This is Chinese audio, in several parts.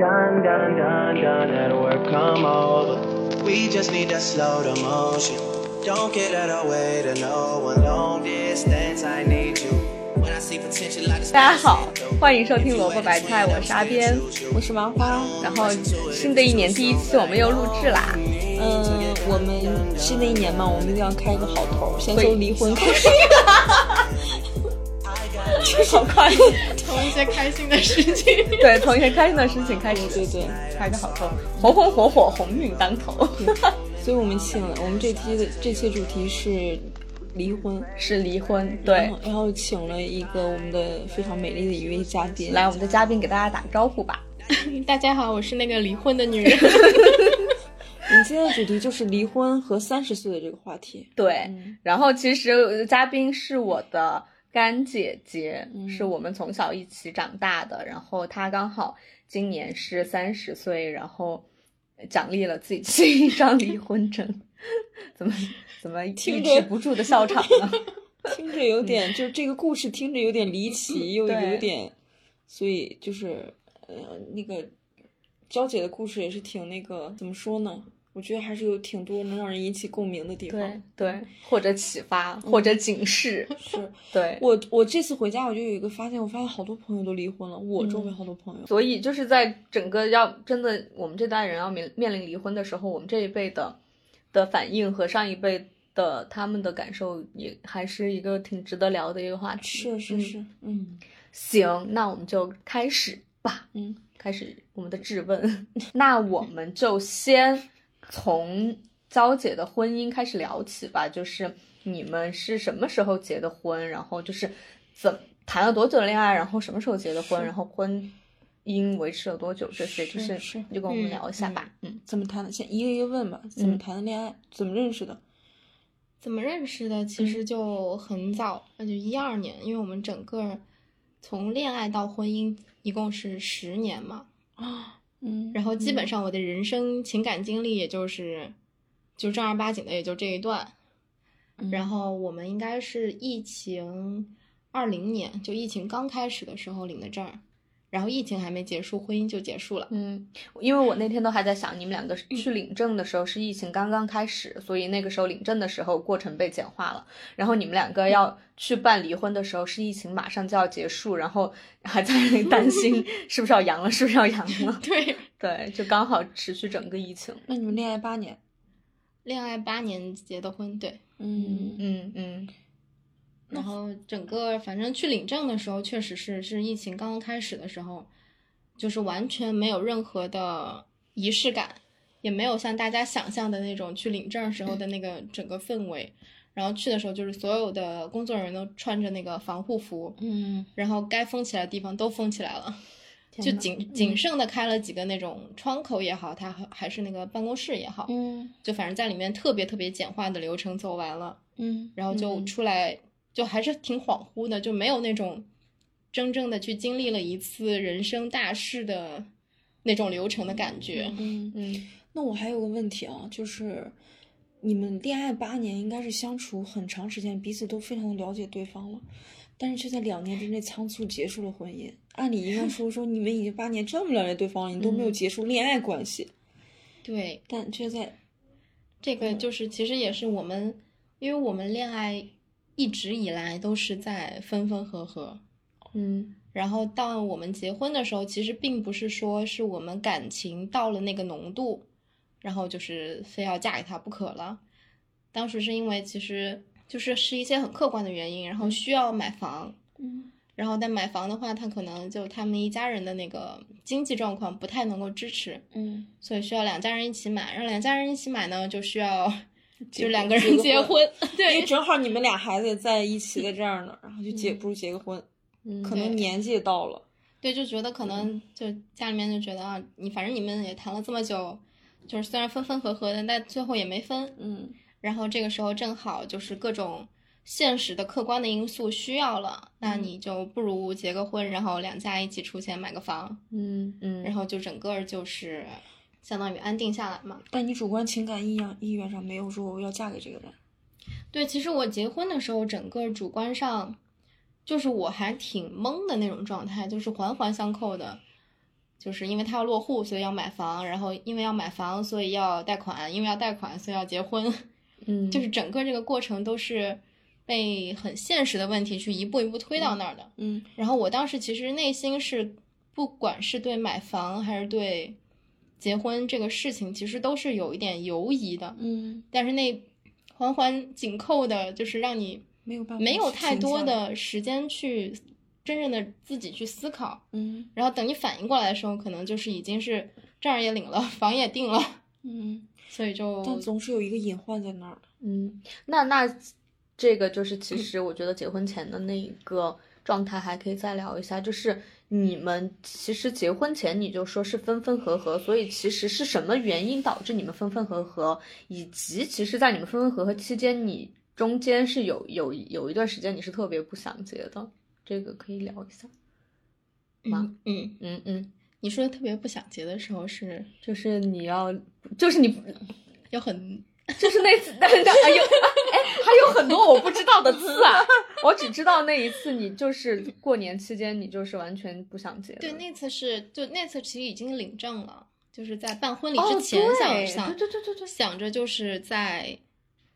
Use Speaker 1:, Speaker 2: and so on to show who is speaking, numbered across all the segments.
Speaker 1: done, done, done that work come over. We just need to slow the motion. Don't get out of the way to no one. Long distance, I need you. When I see potential, I just
Speaker 2: 大家好，欢迎收听萝卜白菜，我是阿边，
Speaker 3: 我是麻花，
Speaker 2: 然后新的一年第一期我们又录制啦，
Speaker 3: 嗯、我们新的一年嘛，我们一定要开个好头，先从离婚开始。
Speaker 2: 好快，
Speaker 4: 从一些开心的事情。
Speaker 2: 对，从一些开心的事情开始，
Speaker 3: 对对，
Speaker 2: 开个好头，红红火火，鸿运当 头，
Speaker 3: 所以我们请了，我们这期的这期主题是离婚，
Speaker 2: 是离婚，
Speaker 3: 然
Speaker 2: 对
Speaker 3: 后，然后请了一个我们的非常美丽的一位嘉宾，
Speaker 2: 来，我们的嘉宾给大家打个招呼吧。
Speaker 4: 大家好，我是那个离婚的 女人。
Speaker 3: 我们今天的主题就是离婚和三十岁的这个话题。
Speaker 2: 对，然后其实呃嘉宾是我的干姐姐，是
Speaker 3: 嗯
Speaker 2: 我们从小一起长大的。然后她刚好今年是三十岁，然后奖励了自己是一张离婚证。 怎么怎么抑
Speaker 3: 听
Speaker 2: 制
Speaker 3: 着
Speaker 2: 不住的笑场 呢？
Speaker 3: 听着有点，就是这个故事听着有点离奇，又
Speaker 2: 嗯对
Speaker 3: 有点，所以就是呃，那个娇姐的故事也是挺那个，怎么说呢？我觉得还是有挺多能让人引起共鸣的地
Speaker 2: 对
Speaker 3: 方。
Speaker 2: 对，或者启发，
Speaker 3: 嗯
Speaker 2: 或者警示，
Speaker 3: 是
Speaker 2: 对。
Speaker 3: 我我这次回家我就有一个发现，我发现好多朋友都离婚了，我周围
Speaker 2: 嗯
Speaker 3: 好多朋友。
Speaker 2: 所以就是在整个要真的我们这代人要面面临离婚的时候，我们这一辈的的反应和上一辈的他们的感受也还是一个挺值得聊的一个话题。
Speaker 3: 是是
Speaker 2: 嗯
Speaker 3: 是，嗯，
Speaker 2: 行，那我们就开始吧。
Speaker 3: 嗯，
Speaker 2: 开始我们的质问。 那我们就先从娇姐的婚姻开始聊起吧。就是你们是什么时候结的婚？然后就是怎谈了多久的恋爱？然后什么时候结的婚？
Speaker 3: 是
Speaker 2: 然后婚姻维持了多久？这些就是是
Speaker 3: 是
Speaker 2: 你就跟我们聊一下吧。嗯，
Speaker 3: 怎么谈的？先一个一个问吧。
Speaker 4: 嗯
Speaker 3: 怎么谈的恋爱？怎么认识的？
Speaker 4: 怎么认识的？其实就很早，那就一二年，因为我们整个从恋爱到婚姻一共是十年嘛。
Speaker 3: 嗯
Speaker 4: 然后基本上我的人生情感经历也就是，就正儿八经的也就这一段。然后我们应该是疫情二零年，就疫情刚开始的时候领的证儿，然后疫情还没结束，婚姻就结束了。
Speaker 2: 嗯，因为我那天都还在想，你们两个去领证的时候是疫情刚刚开始，所以那个时候领证的时候过程被简化了。然后你们两个要去办离婚的时候是疫情马上就要结束，然后还 在那里担心是不是要阳了，是不是要阳了？
Speaker 4: 对，
Speaker 2: 对，就刚好持续整个疫情。
Speaker 3: 那你们恋爱八年？
Speaker 4: 恋爱八年结的婚，对。
Speaker 3: 嗯
Speaker 2: 嗯嗯，
Speaker 4: 然后整个反正去领证的时候，确实是是疫情刚刚开始的时候，就是完全没有任何的仪式感，也没有像大家想象的那种去领证时候的那
Speaker 3: 嗯
Speaker 4: 个整个氛围。然后去的时候，就是所有的工作人员都穿着那个防护服，
Speaker 3: 嗯，
Speaker 4: 然后该封起来的地方都封起来了，
Speaker 3: 天嗯
Speaker 4: 就
Speaker 3: 哪
Speaker 4: 仅仅剩的开了几个那种窗口也好，它还还是那个办公室也好，
Speaker 3: 嗯
Speaker 4: 就反正在里面特别特别简化的流程走完了。
Speaker 3: 嗯，
Speaker 4: 然后就
Speaker 3: 嗯
Speaker 4: 出来，就还是挺恍惚的，就没有那种真正的去经历了一次人生大事的那种流程的感觉。
Speaker 3: 嗯，
Speaker 2: 嗯，
Speaker 3: 那我还有个问题啊，就是你们恋爱八年，应该是相处很长时间，彼此都非常的了解对方了，但是却在两年之内仓促结束了婚姻。按理应该说说你们已经八年这么了解对方了，你都
Speaker 4: 嗯
Speaker 3: 没有结束恋爱关系，
Speaker 4: 对，
Speaker 3: 但却在
Speaker 4: 这
Speaker 3: 嗯
Speaker 4: 个就是其实也是我们，因为我们恋爱一直以来都是在分分合合，
Speaker 2: 嗯
Speaker 4: 然后到我们结婚的时候，其实并不是说是我们感情到了那个浓度，然后就是非要嫁给他不可了。当时是因为其实就是是一些很客观的原因，然后需要买房，
Speaker 3: 嗯
Speaker 4: 然后但买房的话，他可能就他们一家人的那个经济状况不太能够支持，
Speaker 3: 嗯
Speaker 4: 所以需要两家人一起买。然后两家人一起买呢，就需要就两个
Speaker 3: 结
Speaker 4: 人
Speaker 3: 个
Speaker 4: 结
Speaker 3: 婚
Speaker 4: 婚，
Speaker 3: 因为
Speaker 4: 对，
Speaker 3: 正好你们俩孩子也在一起，在这儿呢，然后就结不如结个婚，
Speaker 2: 嗯，
Speaker 3: 可能
Speaker 4: 对
Speaker 3: 年纪也到了，
Speaker 4: 对，就觉得可能就家里面就觉得啊，你反正你们也谈了这么久，就是虽然分分合合的，但最后也没分。
Speaker 3: 嗯
Speaker 4: 然后这个时候正好就是各种现实的客观的因素需要了，那
Speaker 3: 嗯
Speaker 4: 你就不如结个婚，然后两家一起出钱买个房，
Speaker 2: 嗯嗯，
Speaker 4: 然后就整个就是相当于安定下来嘛。
Speaker 3: 但你主观情感意愿意愿上没有说我要嫁给这个人，
Speaker 4: 对，其实我结婚的时候，整个主观上就是我还挺懵的那种状态，就是环环相扣的。就是因为他要落户，所以要买房，然后因为要买房，所以要贷款，因为要贷款，所以要结婚，
Speaker 2: 嗯，
Speaker 4: 就是整个这个过程都是被很现实的问题去一步一步推到那儿的。
Speaker 3: 嗯
Speaker 4: 然后我当时其实内心是，不管是对买房还是对结婚这个事情，其实都是有一点犹疑的。
Speaker 3: 嗯，
Speaker 4: 但是那环环紧扣的，就是让你
Speaker 3: 没有办法，
Speaker 4: 没有太多，的时间去真正的自己去思考。
Speaker 3: 嗯
Speaker 4: 然后等你反应过来的时候，可能就是已经是账也领了，房也定了，
Speaker 3: 嗯，
Speaker 4: 所以就
Speaker 3: 但总是有一个隐患在那儿。
Speaker 2: 嗯，那那这个就是，其实我觉得结婚前的那一个状态还可以再聊一下，就是你们其实结婚前你就说是分分合合，所以其实是什么原因导致你们分分合合，以及其实，在你们分分合合期间，你中间是有有有一段时间你是特别不想结的，这个可以聊一下。
Speaker 4: 嗯嗯，
Speaker 2: 嗯嗯，
Speaker 4: 你说特别不想结的时候是
Speaker 2: 就是你要，就是你
Speaker 4: 有很
Speaker 2: 就是那次，但是哎呦，哎，还有很多我不知道的次啊！我只知道那一次，你就是过年期间，你就是完全不想结的。
Speaker 4: 对，那次是就那次其实已经领证了，就是在办婚礼
Speaker 2: 哦，
Speaker 4: 之前想、
Speaker 2: 对
Speaker 4: 想
Speaker 2: 对对对对对，
Speaker 4: 想着就是在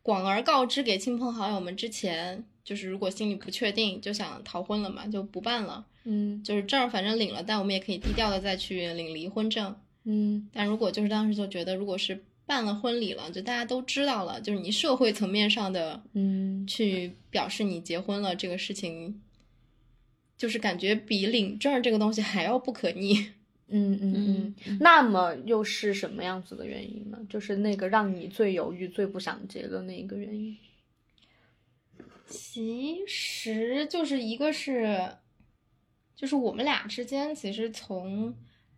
Speaker 4: 广而告之给亲朋好友们之前，就是如果心里不确定，就想逃婚了嘛，就不办了。
Speaker 2: 嗯
Speaker 4: 就是证儿反正领了，但我们也可以低调的再去领离婚证。
Speaker 2: 嗯
Speaker 4: 但如果就是当时就觉得，如果是办了婚礼了，就大家都知道了，就是你社会层面上的
Speaker 2: 嗯，
Speaker 4: 去表示你结婚了这个事情，就是感觉比领证儿这个东西还要不可逆。
Speaker 2: 嗯嗯嗯。那么又是什么样子的原因呢？就是那个让你最犹豫、最不想结的那一个原因。
Speaker 4: 其实就是一个是，就是我们俩之间，其实从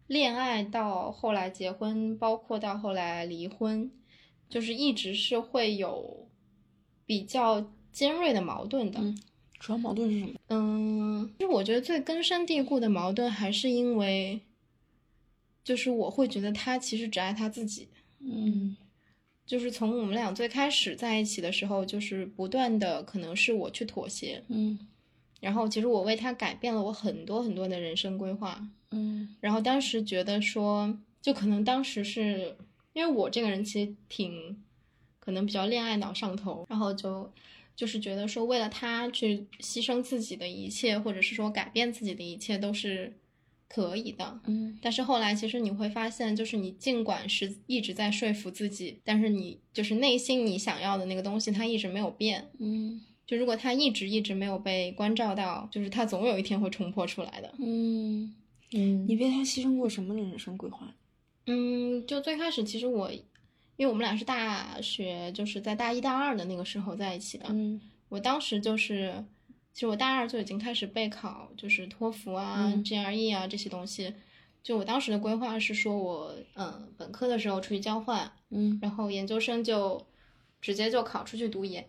Speaker 4: 恋爱到后来结婚，包括到后来离婚，就是一直是会有比较尖锐的矛盾的。
Speaker 3: 嗯主要矛盾是什么？
Speaker 4: 嗯，就是我觉得最根深蒂固的矛盾，还是因为，就是我会觉得他其实只爱他自己。
Speaker 3: 嗯
Speaker 4: 就是从我们俩最开始在一起的时候，就是不断的可能是我去妥协，
Speaker 3: 嗯
Speaker 4: 然后其实我为他改变了我很多很多的人生规划。
Speaker 3: 嗯
Speaker 4: 然后当时觉得说，就可能当时是因为我这个人其实挺可能比较恋爱脑上头，然后就就是觉得说，为了他去牺牲自己的一切，或者是说改变自己的一切都是可以的。
Speaker 3: 嗯
Speaker 4: 但是后来，其实你会发现，就是你尽管是一直在说服自己，但是你就是内心你想要的那个东西，它一直没有变。
Speaker 3: 嗯
Speaker 4: 就如果他一直一直没有被关照到，就是他总有一天会冲破出来的。
Speaker 3: 嗯，
Speaker 2: 嗯
Speaker 3: 你为他牺牲过什么的人生规划？
Speaker 4: 嗯，就最开始其实我，因为我们俩是大学，就是在大一大二的那个时候在一起的。
Speaker 3: 嗯
Speaker 4: 我当时就是，其实我大二就已经开始备考，就是托福啊、
Speaker 3: 嗯
Speaker 4: GRE 啊这些东西。就我当时的规划是说我，嗯，本科的时候出去交换，
Speaker 3: 嗯
Speaker 4: 然后研究生就直接就考出去读研，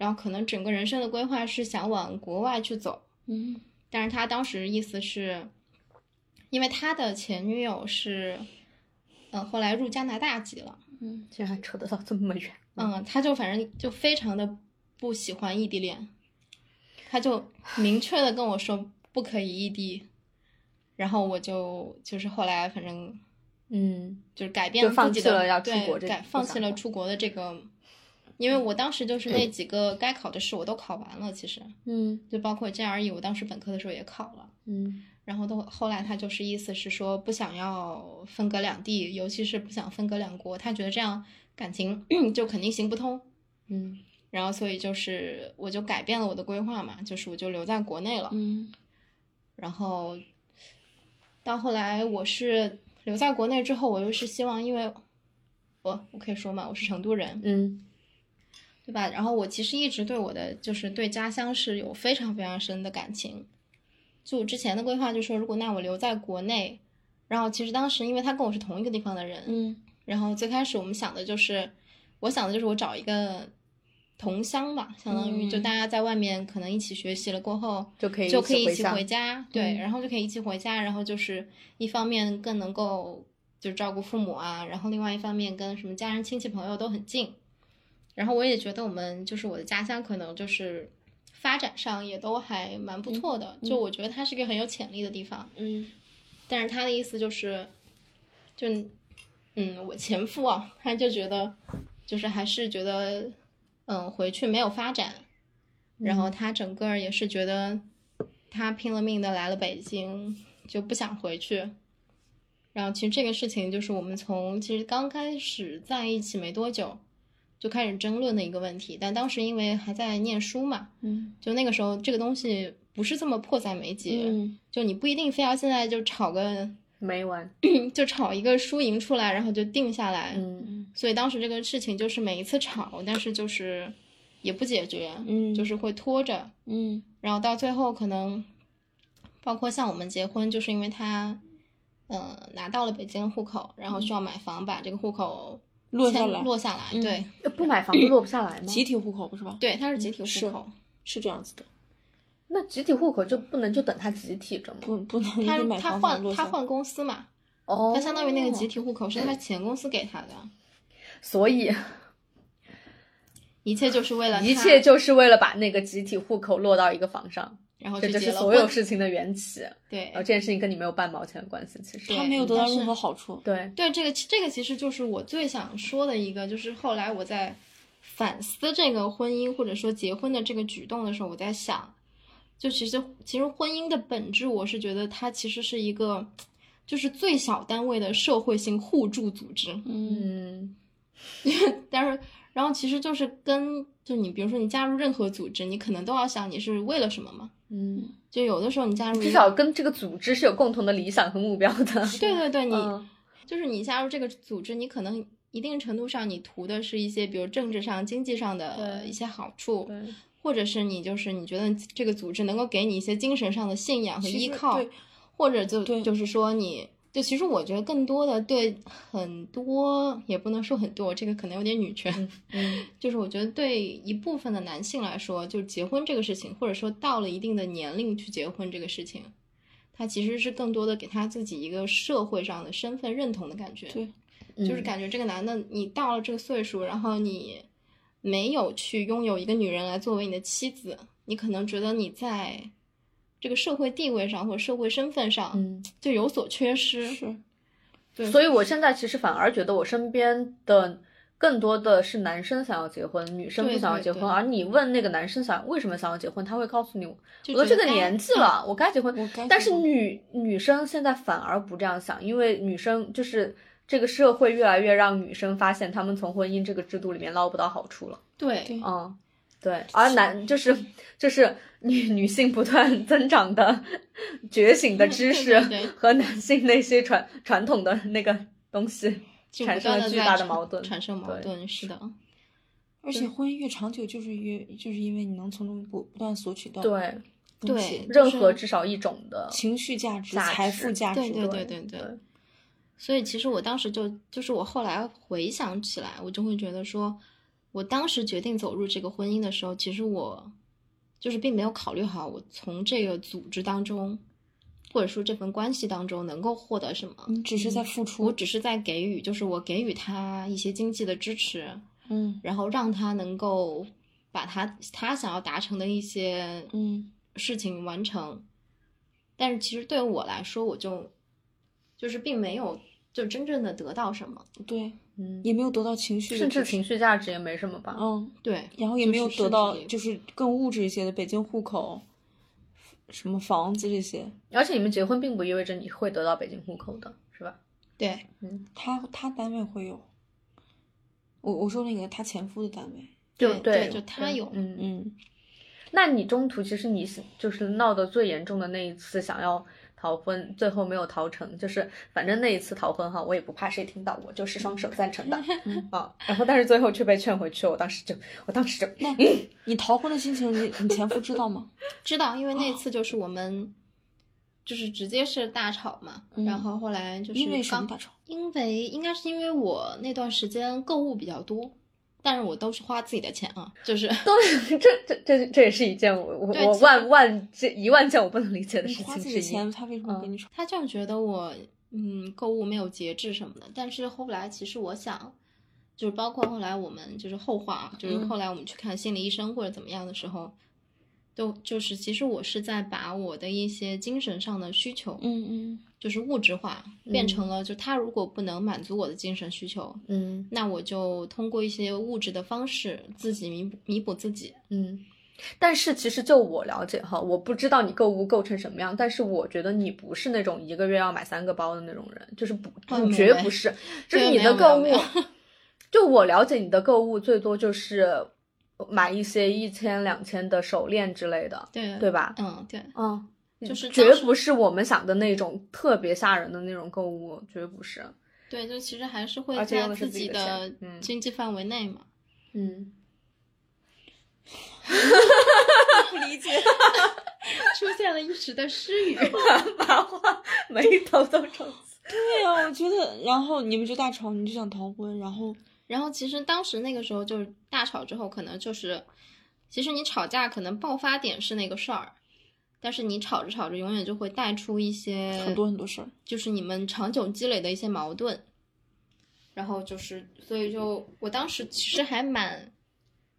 Speaker 4: 然后可能整个人生的规划是想往国外去走。
Speaker 3: 嗯
Speaker 4: 但是他当时意思是，因为他的前女友是，嗯，后来入加拿大籍了，
Speaker 3: 嗯
Speaker 2: 竟然还扯得到这么远。
Speaker 4: 嗯，他就反正就非常的不喜欢异地恋，他就明确的跟我说不可以异地，然后我就就是后来反正
Speaker 2: 嗯
Speaker 4: 就是改变
Speaker 2: 就放
Speaker 4: 自己
Speaker 2: 弃
Speaker 4: 的
Speaker 2: 了要出
Speaker 4: 对
Speaker 2: 国这
Speaker 4: 改
Speaker 2: 个
Speaker 4: 放弃
Speaker 2: 想
Speaker 4: 了
Speaker 2: 法
Speaker 4: 出国的这个，因为我当时就是那几个该考的试我都考完了，其实
Speaker 2: 嗯
Speaker 4: 就包括 GRE，我当时本科的时候也考了。
Speaker 2: 嗯
Speaker 4: 然后都后来他就是意思是说不想要分隔两地，尤其是不想分隔两国，他觉得这样感情 就肯定行不通。
Speaker 2: 嗯
Speaker 4: 然后所以就是我就改变了我的规划嘛，就是我就留在国内了。
Speaker 3: 嗯
Speaker 4: 然后到后来我是留在国内之后，我又是希望，因为我我可以说嘛，我是成都人，
Speaker 2: 嗯
Speaker 4: 对吧？然后我其实一直对我的就是对家乡是有非常非常深的感情。就我之前的规划就说，如果那我留在国内，然后其实当时因为他跟我是同一个地方的人，
Speaker 3: 嗯
Speaker 4: 然后最开始我们想的就是，我想的就是我找一个同乡吧，相当于就
Speaker 3: 嗯
Speaker 4: 大家在外面可能一起学习了过后，
Speaker 2: 就可以
Speaker 4: 就可
Speaker 2: 一
Speaker 4: 以一
Speaker 2: 起
Speaker 4: 起
Speaker 2: 回
Speaker 4: 回家，对，
Speaker 3: 嗯
Speaker 4: 然后就可以一起回家，然后就是一方面更能够就照顾父母啊，然后另外一方面跟什么家人、亲戚、朋友都很近。然后我也觉得我们就是我的家乡，可能就是
Speaker 2: 嗯
Speaker 4: 发展上也都还蛮不错的，就我觉得它是一个很有潜力的地方。
Speaker 3: 嗯
Speaker 4: 但是他的意思就是，就嗯，我前夫啊，他就觉得就是还是觉得嗯回去没有发展，然后他整个儿也是觉得他拼了命的来了北京，就不想回去。然后其实这个事情就是我们从其实刚开始在一起没多久就开始争论的一个问题，但当时因为还在念书嘛，
Speaker 3: 嗯
Speaker 4: 就那个时候这个东西不是这么迫在眉睫，
Speaker 3: 嗯
Speaker 4: 就你不一定非要现在就吵个
Speaker 2: 没完。
Speaker 4: 就吵一个输赢出来，然后就定下来。
Speaker 2: 嗯，
Speaker 4: 所以当时这个事情就是每一次吵，但是就是也不解决，
Speaker 3: 嗯
Speaker 4: 就是会拖着，
Speaker 3: 嗯
Speaker 4: 然后到最后可能，包括像我们结婚，就是因为他，呃，拿到了北京户口，然后需要买房，把这个户口
Speaker 3: 嗯落下
Speaker 4: 迁
Speaker 3: 来
Speaker 4: 落下来，
Speaker 3: 嗯
Speaker 4: 对
Speaker 2: 不买房子落不下来吗？
Speaker 3: 集体户口是吧？，
Speaker 4: 对，它是集体
Speaker 3: 是
Speaker 4: 户口，
Speaker 3: 是这样子的，
Speaker 2: 那集体户口就不能就等它集体着吗？
Speaker 3: 不不能
Speaker 4: 他
Speaker 3: 给买
Speaker 4: 他
Speaker 3: 房
Speaker 4: 换
Speaker 3: 落
Speaker 4: 他
Speaker 3: 下。
Speaker 4: 换公司嘛，
Speaker 2: 哦
Speaker 4: 他相当于那个集，体户口是他前公司给他的，
Speaker 2: 所以
Speaker 4: 一切就是为了
Speaker 2: 一
Speaker 4: 他
Speaker 2: 切，就是为了把那个集体户口落到一个房上，
Speaker 4: 然后
Speaker 2: 这
Speaker 4: 就
Speaker 2: 就是
Speaker 4: 哦结了
Speaker 2: 所有
Speaker 4: 婚，
Speaker 2: 事情的缘起。
Speaker 4: 对
Speaker 2: 然
Speaker 3: 哦
Speaker 2: 后这件事情跟你没有半毛钱的关系，其实
Speaker 4: 对
Speaker 3: 他没有得到任何好处。
Speaker 2: 对，
Speaker 4: 对，这个这个其实就是我最想说的一个，就是后来我在反思这个婚姻或者说结婚的这个举动的时候，我在想，就其实其实婚姻的本质，我是觉得它其实是一个就是最小单位的社会性互助组织，
Speaker 3: 嗯
Speaker 2: 嗯，
Speaker 4: 但是然后其实就是跟就你比如说你加入任何组织，你可能都要想你是为了什么嘛，
Speaker 2: 嗯，
Speaker 4: 就有的时候你加入一
Speaker 2: 至
Speaker 4: 个
Speaker 2: 少跟这个组织是有共同的理想和目标的。
Speaker 4: 对对对，你、
Speaker 2: 嗯
Speaker 4: 就是你加入这个组织，你可能一定程度上你图的是一些，比如政治上、经济上的
Speaker 2: 对
Speaker 4: 一些好处，
Speaker 2: 对，
Speaker 4: 或者是你就是你觉得这个组织能够给你一些精神上的信仰和
Speaker 3: 其实
Speaker 4: 依靠
Speaker 3: 对，
Speaker 4: 或者就
Speaker 3: 对
Speaker 4: 就是说你。就其实我觉得更多的对很多也不能说很多，这个可能有点女权，
Speaker 2: 嗯
Speaker 4: 就是我觉得对一部分的男性来说，就是结婚这个事情，或者说到了一定的年龄去结婚这个事情，他其实是更多的给他自己一个社会上的身份认同的感觉。
Speaker 3: 对，
Speaker 2: 嗯
Speaker 4: 就是感觉这个男的，你到了这个岁数，然后你没有去拥有一个女人来作为你的妻子，你可能觉得你在这个社会地位上或者社会身份上
Speaker 2: 嗯。
Speaker 4: 就有所缺失。
Speaker 3: 是
Speaker 4: 对
Speaker 2: 所以我现在其实反而觉得我身边的更多的是男生想要结婚，女生不
Speaker 4: 对
Speaker 2: 想要
Speaker 4: 对
Speaker 2: 结婚。
Speaker 4: 对
Speaker 2: 而你问那个男生想为什么想要结婚，他会告诉你，
Speaker 4: 就
Speaker 2: 我都这
Speaker 4: 觉得
Speaker 2: 个
Speaker 4: 哎该
Speaker 2: 年纪了，我该结婚
Speaker 3: 我该。
Speaker 2: 但
Speaker 3: 结
Speaker 2: 是
Speaker 3: 婚
Speaker 2: 女女生现在反而不这样想，因为女生就是这个社会越来越让女生发现，她们从婚姻这个制度里面捞不到好处了。
Speaker 4: 对
Speaker 3: 对
Speaker 2: 嗯，对，而男就是就是女女性不断增长的觉醒的知识
Speaker 4: 对对对
Speaker 2: 和男性那些传传统的那个东西
Speaker 4: 就
Speaker 2: 产
Speaker 4: 不
Speaker 2: 生
Speaker 4: 断
Speaker 2: 了
Speaker 4: 地
Speaker 2: 巨
Speaker 4: 在
Speaker 2: 大的
Speaker 4: 产
Speaker 2: 矛盾。
Speaker 4: 产生矛
Speaker 2: 对
Speaker 4: 盾是的。
Speaker 3: 而且婚姻越长久，就是越就是因为你能从中不不断索取到
Speaker 2: 对，
Speaker 3: 东
Speaker 4: 对
Speaker 3: 西
Speaker 2: 任
Speaker 4: 是
Speaker 2: 何至少一种的
Speaker 3: 情绪价值、
Speaker 2: 价
Speaker 3: 财
Speaker 2: 值
Speaker 3: 富价值
Speaker 4: 对
Speaker 3: 的，
Speaker 4: 对对对对。所以其实我当时就就是我后来回想起来，我就会觉得说，我当时决定走入这个婚姻的时候，其实我就是并没有考虑好我从这个组织当中，或者说这份关系当中能够获得什么。
Speaker 3: 你只是在付
Speaker 4: 我
Speaker 3: 出，
Speaker 4: 只是在给予，就是我给予他一些经济的支持，
Speaker 3: 嗯
Speaker 4: 然后让他能够把他他想要达成的一些
Speaker 3: 嗯
Speaker 4: 事情完成。但是其实对我来说，我就就是并没有就真正的得到什么，
Speaker 3: 对，
Speaker 2: 嗯，
Speaker 3: 也没有得到情绪的
Speaker 2: 甚至
Speaker 3: 支持
Speaker 2: 情绪价值也没什么
Speaker 4: 哦
Speaker 2: 吧。
Speaker 3: 嗯，
Speaker 4: 对，
Speaker 3: 然后也
Speaker 4: 就
Speaker 3: 没有
Speaker 4: 是甚
Speaker 3: 得
Speaker 4: 至
Speaker 3: 到
Speaker 4: 也
Speaker 3: 就是更物质一些的北京户口，什么房子这些，
Speaker 2: 而且你们结婚并不意味着你会得到北京户口的，是吧？
Speaker 4: 对，
Speaker 3: 他他单位会有。我我说那个他前夫的单位，
Speaker 2: 就
Speaker 4: 对对就他有
Speaker 2: 嗯嗯。
Speaker 3: 嗯，
Speaker 2: 那你中途其实你是就是闹得最严重的那一次，想要逃婚，最后没有逃成，就是反正那一次逃婚哈，我也不怕谁听到，我就是双手赞 成的啊。然后但是最后却被劝回去，我当时就，我当时就，
Speaker 3: 那你逃婚的心情，你你前夫知道吗？
Speaker 4: 知道，因为
Speaker 3: 哦
Speaker 4: 那次就是我们就是直接是大吵嘛，
Speaker 3: 嗯
Speaker 4: 然后后来就是
Speaker 3: 因为什么
Speaker 4: 刚
Speaker 3: 大吵？
Speaker 4: 因为应该是因为我那段时间购物比较多，但是我都是花自己的钱啊，就是。
Speaker 2: 这这这这也是一件我我
Speaker 4: 对
Speaker 2: 我
Speaker 4: 其实
Speaker 2: 万万这一万件我不能理解的
Speaker 3: 你
Speaker 2: 事
Speaker 3: 花
Speaker 2: 情嗯
Speaker 3: 自己
Speaker 2: 之
Speaker 3: 的
Speaker 2: 一
Speaker 3: 钱，。他为什么跟你吵？
Speaker 4: 他就觉得我嗯购物没有节制什么的，但是后来其实我想，就是包括后来我们就是后话啊，就是
Speaker 3: 嗯
Speaker 4: 后来我们去看心理医生或者怎么样的时候，就就是其实我是在把我的一些精神上的需求，
Speaker 3: 嗯 嗯
Speaker 4: 就是物质化，变成了就他如果不能满足我的精神需求，
Speaker 2: 嗯
Speaker 4: 那我就通过一些物质的方式自己弥补弥补自己。
Speaker 2: 嗯。但是其实就我了解哈，我不知道你购物购成什么样，但是我觉得你不是那种一个月要买三个包的那种人，就是不，
Speaker 4: 哦
Speaker 2: 你
Speaker 4: 没
Speaker 2: 绝
Speaker 4: 没
Speaker 2: 不是，就是
Speaker 4: 对
Speaker 2: 你
Speaker 4: 没
Speaker 2: 的
Speaker 4: 有没
Speaker 2: 购
Speaker 4: 有
Speaker 2: 物
Speaker 4: 没有
Speaker 2: 就我了解，你的购物最多就是买一些一千两千的手链之类的，
Speaker 4: 对
Speaker 2: 对吧？
Speaker 4: 嗯，对，
Speaker 2: 嗯，
Speaker 4: 就是
Speaker 2: 绝
Speaker 4: 当时
Speaker 2: 不是我们想的那种特别吓人的那种购物，绝不是。
Speaker 4: 对，就其实还是会
Speaker 2: 而且用
Speaker 4: 在
Speaker 2: 的是自己
Speaker 4: 己
Speaker 2: 的
Speaker 4: 的
Speaker 2: 钱嗯
Speaker 4: 经济范围内嘛。
Speaker 2: 嗯，
Speaker 3: 不 理解。
Speaker 4: 出现了一时的失语，
Speaker 2: 麻花眉头都皱起。
Speaker 3: 对呀、我觉得，然后你们就大吵，你就想逃婚，然后
Speaker 4: 然后其实当时那个时候就是大吵之后，可能就是，其实你吵架可能爆发点是那个事儿，但是你吵着吵着，永远就会带出一
Speaker 2: 呃
Speaker 4: 些
Speaker 3: 很多很多事儿。
Speaker 4: 就是你们长久积累的一些矛盾，然后就是，所以就我当时其实还蛮，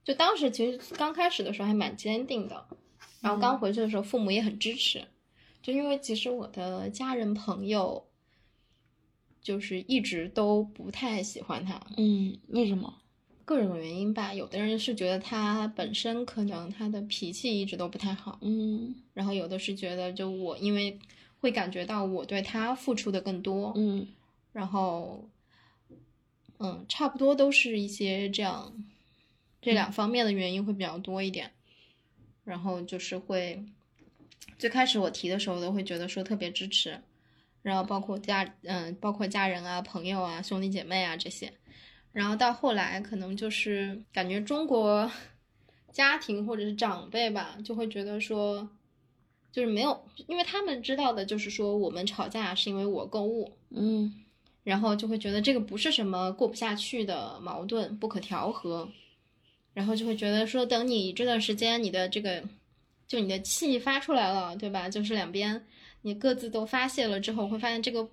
Speaker 4: 就当时其实刚开始的时候还蛮坚定的，然后刚回去的时候父母也很支持，就因为其实我的家人朋友，就是一直都不太喜欢他，
Speaker 3: 嗯，为什么？
Speaker 4: 各种原因吧。有的人是觉得他本身可能他的脾气一直都不太好，
Speaker 3: 嗯
Speaker 4: 然后有的是觉得就我因为会感觉到我对他付出的更多，
Speaker 3: 嗯
Speaker 4: 然后，嗯，差不多都是一些这样这两方面的原因会比较多一点。然后就是会，最开始我提的时候都会觉得说特别支持，然后包括家嗯，包括家人啊、朋友啊、兄弟姐妹啊这些。然后到后来可能就是感觉中国 家庭或者是长辈吧，就会觉得说。就是没有，因为他们知道的就是说我们吵架是因为我购物，
Speaker 3: 嗯
Speaker 4: 然后就会觉得这个不是什么过不下去的矛盾，不可调和，然后就会觉得说，等你这段时间你的这个，就你的气发出来了，对吧？就是两边你各自都发泄了之后，会发现这个，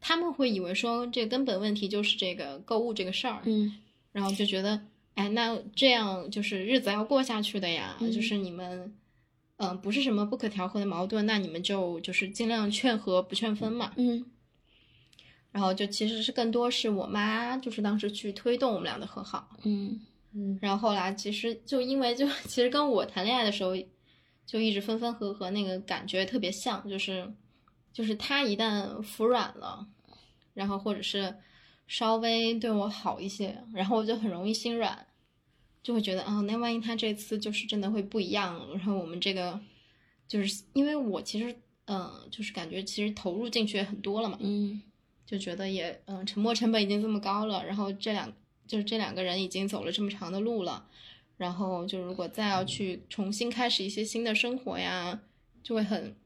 Speaker 4: 他们会以为说这个根本问题就是这个购物这个事儿，
Speaker 3: 嗯
Speaker 4: 然后就觉得，哎，那这样就是日子要过下去的呀，
Speaker 3: 嗯
Speaker 4: 就是你们。嗯、不是什么不可调和的矛盾，那你们就就是尽量劝和不劝分嘛。
Speaker 3: 嗯
Speaker 4: 然后就其实是更多是我妈，就是当时去推动我们俩的和好。
Speaker 3: 嗯
Speaker 2: 嗯
Speaker 4: 然后后来其实就因为就 其实跟我谈恋爱的时候，就一直分分合合，那个感觉特别像，就是就是他一旦服软了，然后或者是稍微对我好一些，然后我就很容易心软，就会觉得啊、那万一他这次就是真的会不一样，然后我们这个就是因为我其实嗯、呃就是感觉其实投入进去也很多了嘛，
Speaker 3: 嗯
Speaker 4: 就觉得也嗯、呃沉没成本已经这么高了，然后这两就是这两个人已经走了这么长的路了，然后就如果再要去重新开始一些新的生活呀，就会很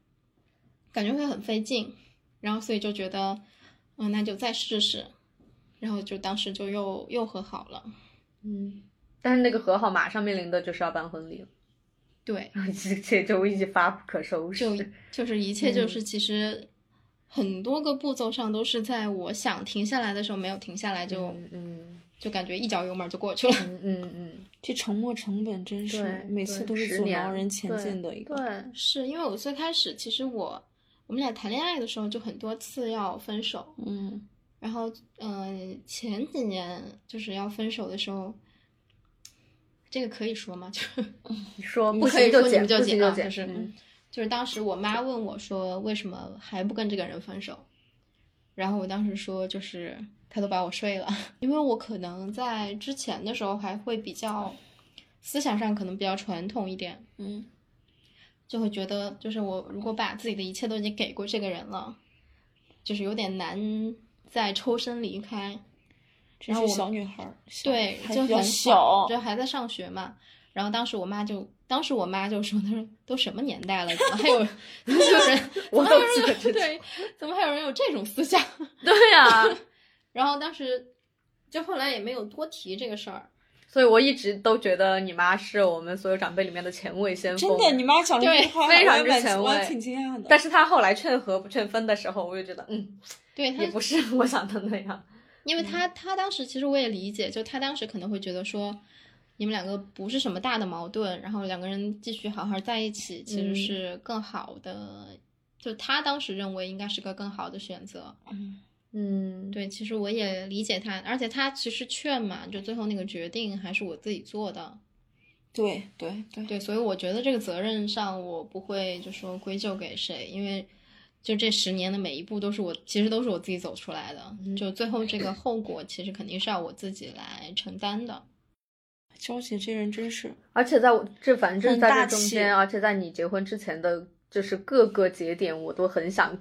Speaker 4: 感觉会很费劲，然后所以就觉得嗯、那就再试试，然后就当时就又又和好了，
Speaker 2: 嗯。但是那个和好马上面临的就是要办婚礼了，
Speaker 4: 对，
Speaker 2: 一切就一发不可收拾。
Speaker 4: 就就是一切就
Speaker 2: 嗯
Speaker 4: 是其实。很多个步骤上都是在我想停下来的时候没有停下来就，就、
Speaker 2: 嗯嗯
Speaker 4: 感觉一脚油门就过去了。
Speaker 2: 嗯嗯嗯，
Speaker 3: 这沉没成本真是
Speaker 2: 对，
Speaker 3: 每次
Speaker 2: 对
Speaker 3: 都是
Speaker 2: 十
Speaker 3: 阻
Speaker 2: 年
Speaker 3: 挠人前
Speaker 2: 对
Speaker 3: 进的一个。
Speaker 2: 对，
Speaker 4: 是因为我最开始其实我我们俩谈恋爱的时候就很多次要分手，
Speaker 3: 嗯
Speaker 4: 然后嗯、呃前几年就是要分手的时候，这个可以说吗？就
Speaker 2: 你说
Speaker 4: 你
Speaker 2: 不
Speaker 4: 可以
Speaker 2: 行就
Speaker 4: 说你
Speaker 2: 减，
Speaker 4: 们就
Speaker 2: 不
Speaker 4: 减
Speaker 2: 行
Speaker 4: 啊
Speaker 2: 减，
Speaker 4: 就是
Speaker 2: 嗯
Speaker 4: 就是当时我妈问我说为什么还不跟这个人分手，然后我当时说就是他都把我睡了， 因为我可能在之前的时候还会比较思想上可能比较传统一点，
Speaker 3: 嗯
Speaker 4: 就会觉得，就是我如果把自己的一切都已经给过这个人了，就是有点难再抽身离开。
Speaker 3: 真
Speaker 4: 然后
Speaker 3: 是
Speaker 4: 我
Speaker 3: 小女孩儿，小
Speaker 4: 对，
Speaker 3: 还
Speaker 4: 就
Speaker 3: 比较
Speaker 4: 很
Speaker 3: 小。
Speaker 4: 就还在上学嘛。然后当时我妈就，当时我妈就说：“她说都什么年代了，怎么还有怎么还有人，
Speaker 2: 我 都记得这
Speaker 4: 怎么还有人对，怎么还有人有这种思想？”
Speaker 2: 对呀、
Speaker 4: 然后当时就后来也没有多提这个事儿。
Speaker 2: 所以我一直都觉得你妈是我们所有长辈里面的前卫先锋。
Speaker 3: 真的，你妈讲这句
Speaker 4: 对
Speaker 3: 话，
Speaker 2: 非
Speaker 3: 我
Speaker 2: 常
Speaker 3: 还
Speaker 2: 之
Speaker 3: 蛮
Speaker 2: 前
Speaker 3: 我还
Speaker 2: 卫
Speaker 3: 挺惊讶的。
Speaker 2: 但是她后来劝和不劝分的时候，我就觉得，嗯，
Speaker 4: 对，她
Speaker 2: 也不是 我想的那样。
Speaker 4: 因为他他当时其实我也理解，就他当时可能会觉得说，你们两个不是什么大的矛盾，然后两个人继续好好在一起，其实
Speaker 3: 嗯
Speaker 4: 是更好的。就他当时认为应该是个更好的选择。
Speaker 3: 嗯
Speaker 2: 嗯，
Speaker 4: 对，其实我也理解他，而且他其实劝嘛，就最后那个决定还是我自己做的。
Speaker 3: 对对对，
Speaker 4: 对，所以我觉得这个责任上，我不会就说归咎给谁，因为就这十年的每一步都是我，其实都是我自己走出来的。
Speaker 2: 嗯
Speaker 4: 就最后这个后果，其实肯定是要我自己来承担的。
Speaker 3: 娇姐这人真是，
Speaker 2: 而且在我这反正
Speaker 3: 很
Speaker 2: 在
Speaker 3: 大
Speaker 2: 这中
Speaker 3: 气
Speaker 2: 间，而且在你结婚之前的，就是各个节点，我都很想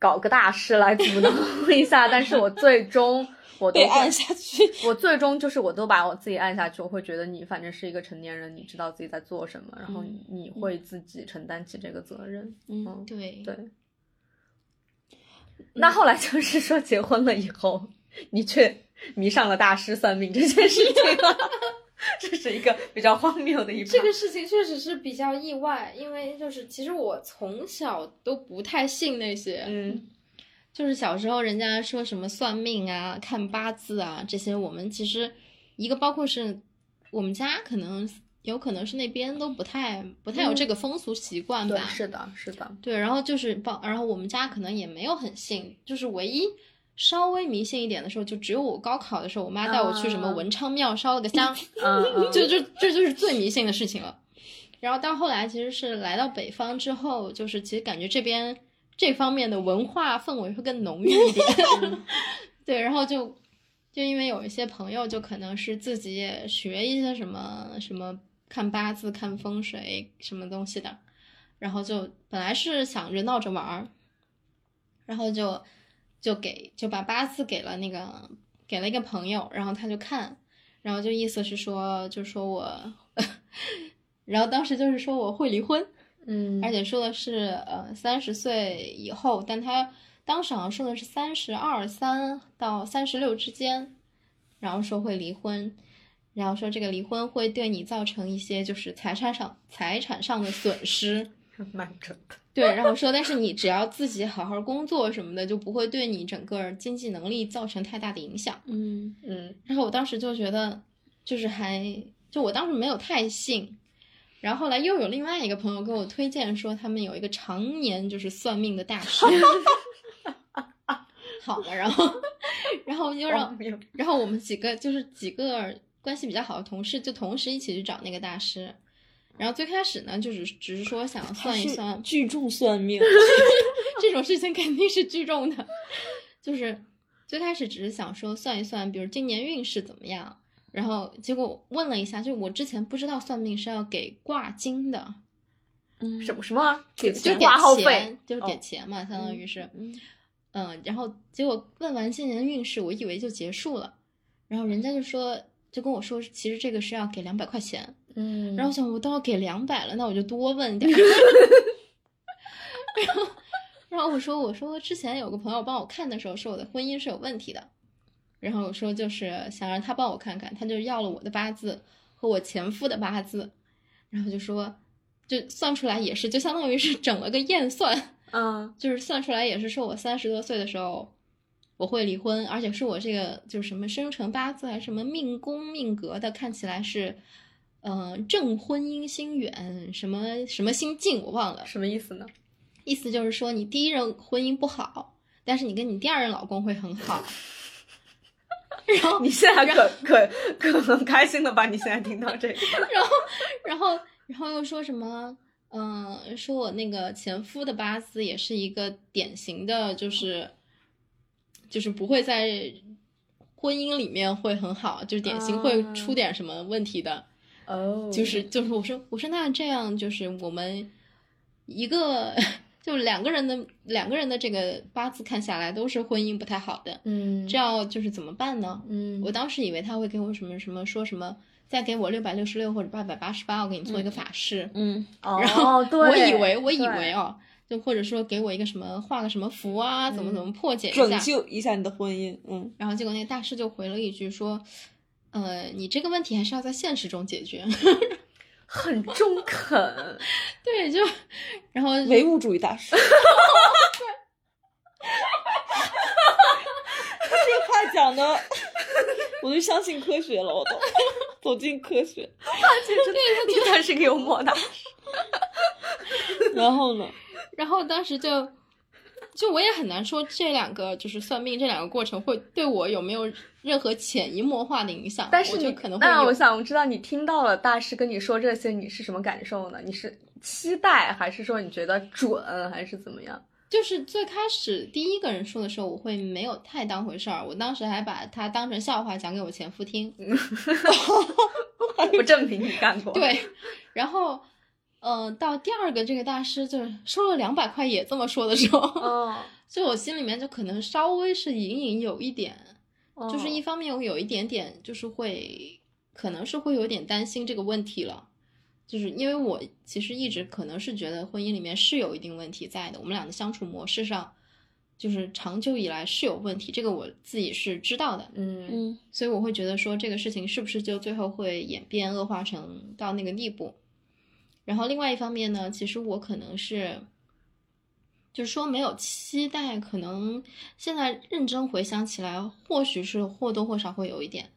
Speaker 2: 搞个大事来阻 挠一下，但是我最终我都
Speaker 3: 被
Speaker 2: 会
Speaker 3: 按下去。
Speaker 2: 我最终就是我都把我自己按下去，我会觉得你反正是一个成年人，你知道自己在做什么，然后
Speaker 4: 嗯
Speaker 2: 你会自己承担起这个责任。
Speaker 3: 嗯，
Speaker 2: 嗯，
Speaker 4: 对，
Speaker 2: 对。那后来就是说结婚了以后，你却迷上了大师算命这件事情了， 这是一个比较荒谬的一
Speaker 4: 这
Speaker 2: 趴。
Speaker 4: 个事情确实是比较意外，因为就是其实我从小都不太信那些，
Speaker 2: 嗯
Speaker 4: 就是小时候人家说什么算命啊、看八字啊这些，我们其实一个包括是我们家可能有可能是那边都不太不太有这个风俗习惯嗯吧，
Speaker 2: 嗯对，是的，是的，
Speaker 4: 对，然后就是包，然后我们家可能也没有很信，就是唯一稍微迷信一点的时候，就只有我高考的时候，我妈带我去什么
Speaker 2: 啊
Speaker 4: 文昌庙烧了 个香，
Speaker 2: 嗯，嗯
Speaker 4: 就就这就是最迷信的事情了。然后到后来，其实是来到北方之后，就是其实感觉这边这方面的文化氛围会更浓郁一点。 对，然后就就因为有一些朋友，就可能是自己也学一些什么什么看八字、看风水什么东西的，然后就本来是想着闹着玩儿，然后就就给就把八字给了那个给了一个朋友，然后他就看，然后就意思是说，就说我， 然后当时就是说我会离婚，
Speaker 2: 嗯，
Speaker 4: 而且说的是呃三十岁以后，但他当时好像说的是三十二三到三十六之间，然后说会离婚，然后说这个离婚会对你造成一些就是财产上财产上的损失。
Speaker 2: 蛮准的。
Speaker 4: 对，然后说，但是你只要自己好好工作什么的，就不会对你整个经济能力造成太大的影响。
Speaker 3: 嗯，
Speaker 2: 嗯
Speaker 4: 然后我当时就觉得，就是还就我当时没有太信，然后后来又有另外一个朋友给我推荐说，他们有一个常年就是算命的大师。 好了，然后，然后又让
Speaker 2: 荒谬，
Speaker 4: 然后我们几个就是几个关系比较好的同事，就同时一起去找那个大师。然后最开始呢，就只是只是说想算一算
Speaker 3: 是聚众算 命，
Speaker 4: 这种事情肯定是聚众的，就是最开始只是想说算一算，比如今年运势怎么样，然后结果问了一下，就我之前不知道算命是要给挂金的，
Speaker 3: 嗯，
Speaker 2: 什么什啊么
Speaker 3: 给
Speaker 4: 就
Speaker 2: 就
Speaker 4: 给
Speaker 2: 挂号费
Speaker 4: 钱，就是给
Speaker 2: 哦
Speaker 4: 钱嘛，相当于是，
Speaker 3: 嗯
Speaker 4: 嗯，然后结果问完今年的运势，我以为就结束了，然后人家就说。就跟我说，其实这个是要给两百块钱，
Speaker 2: 嗯
Speaker 4: 然后我想我都要给两百了，那我就多问点儿。然后，然后我说我说之前有个朋友帮我看的时候，说我的婚姻是有问题的，然后我说就是想让他帮我看看，他就要了我的八字和我前夫的八字，然后就说就算出来也是，就相当于是整了个验算，
Speaker 3: 啊
Speaker 2: 嗯
Speaker 4: 就是算出来也是说我三十多岁的时候。我会离婚，而且是我这个就是什么生辰八字还啊是什么命宫命格的，看起来是，呃，正婚姻心远，什么什么心境我忘了，
Speaker 2: 什么意思呢？
Speaker 4: 意思就是说你第一任婚姻不好，但是你跟你第二任老公会很好。 然后
Speaker 2: 你现在可可可很开心的吧？你现在听到这个，
Speaker 4: 然后，然后又说什么？嗯、说我那个前夫的八字也是一个典型的，就是就是不会在婚姻里面会很好，就是典型会
Speaker 2: 啊
Speaker 4: 出点什么问题的。
Speaker 2: 哦
Speaker 4: 就是就是我说我说那这样就是我们一个 就是两个人的两个人的这个八字看下来都是婚姻不太好的，
Speaker 2: 嗯
Speaker 4: 这样就是怎么办呢？
Speaker 2: 嗯
Speaker 4: 我当时以为他会给我什么什么说什么，再给我六百六十六或者八百八十八，我给你做一个法事。
Speaker 3: 嗯，
Speaker 4: 然后
Speaker 2: 哦，对，
Speaker 4: 我以 为我以
Speaker 2: 对
Speaker 4: 为哦，就或者说给我一个什么画个什么符啊，怎么
Speaker 2: 嗯
Speaker 4: 怎么破解一下，
Speaker 3: 拯救一下你的婚姻，嗯，
Speaker 4: 然后结果那个大师就回了一句说。呃，你这个问题还是要在现实中解决。
Speaker 2: 很中肯，
Speaker 4: 对，就然后
Speaker 3: 唯物主义大师。这话讲的，我就相信科学了，我都。走进科学。
Speaker 2: 这真的是幽默的。
Speaker 3: 然后呢？
Speaker 4: 然后当时就，就我也很难说这两个就是算命这两个过程会对我有没有任何潜移默化的影响，
Speaker 2: 但是
Speaker 4: 我就
Speaker 2: 你
Speaker 4: 可能会
Speaker 2: 那
Speaker 4: 有
Speaker 2: 我想知道你听到了大师跟你说这些，你是什么感受呢？你是期待，还是说你觉得准，还是怎么 样？
Speaker 4: 就是最开始第一个人说的时候，我会没有太当回事儿，我当时还把他当成笑话讲给我前夫听。
Speaker 2: 不证明你干过。，
Speaker 4: 对，然后，嗯、到第二个这个大师就是收了两百块也这么说的时候，
Speaker 2: 嗯，
Speaker 4: 就我心里面就可能稍微是隐隐有一点，
Speaker 2: 哦
Speaker 4: 就是一方面我有一点点就是会，可能是会有点担心这个问题了。就是因为我其实一直可能是觉得婚姻里面是有一定问题在的，我们俩的相处模式上，就是长久以来是有问题，这个我自己是知道的。
Speaker 2: 嗯
Speaker 3: 嗯
Speaker 4: 所以我会觉得说这个事情是不是就最后会演变恶化成到那个地步。然后另外一方面呢，其实我可能是，就是说没有期待，可能现在认真回想起来，或许是或多或少会有一点，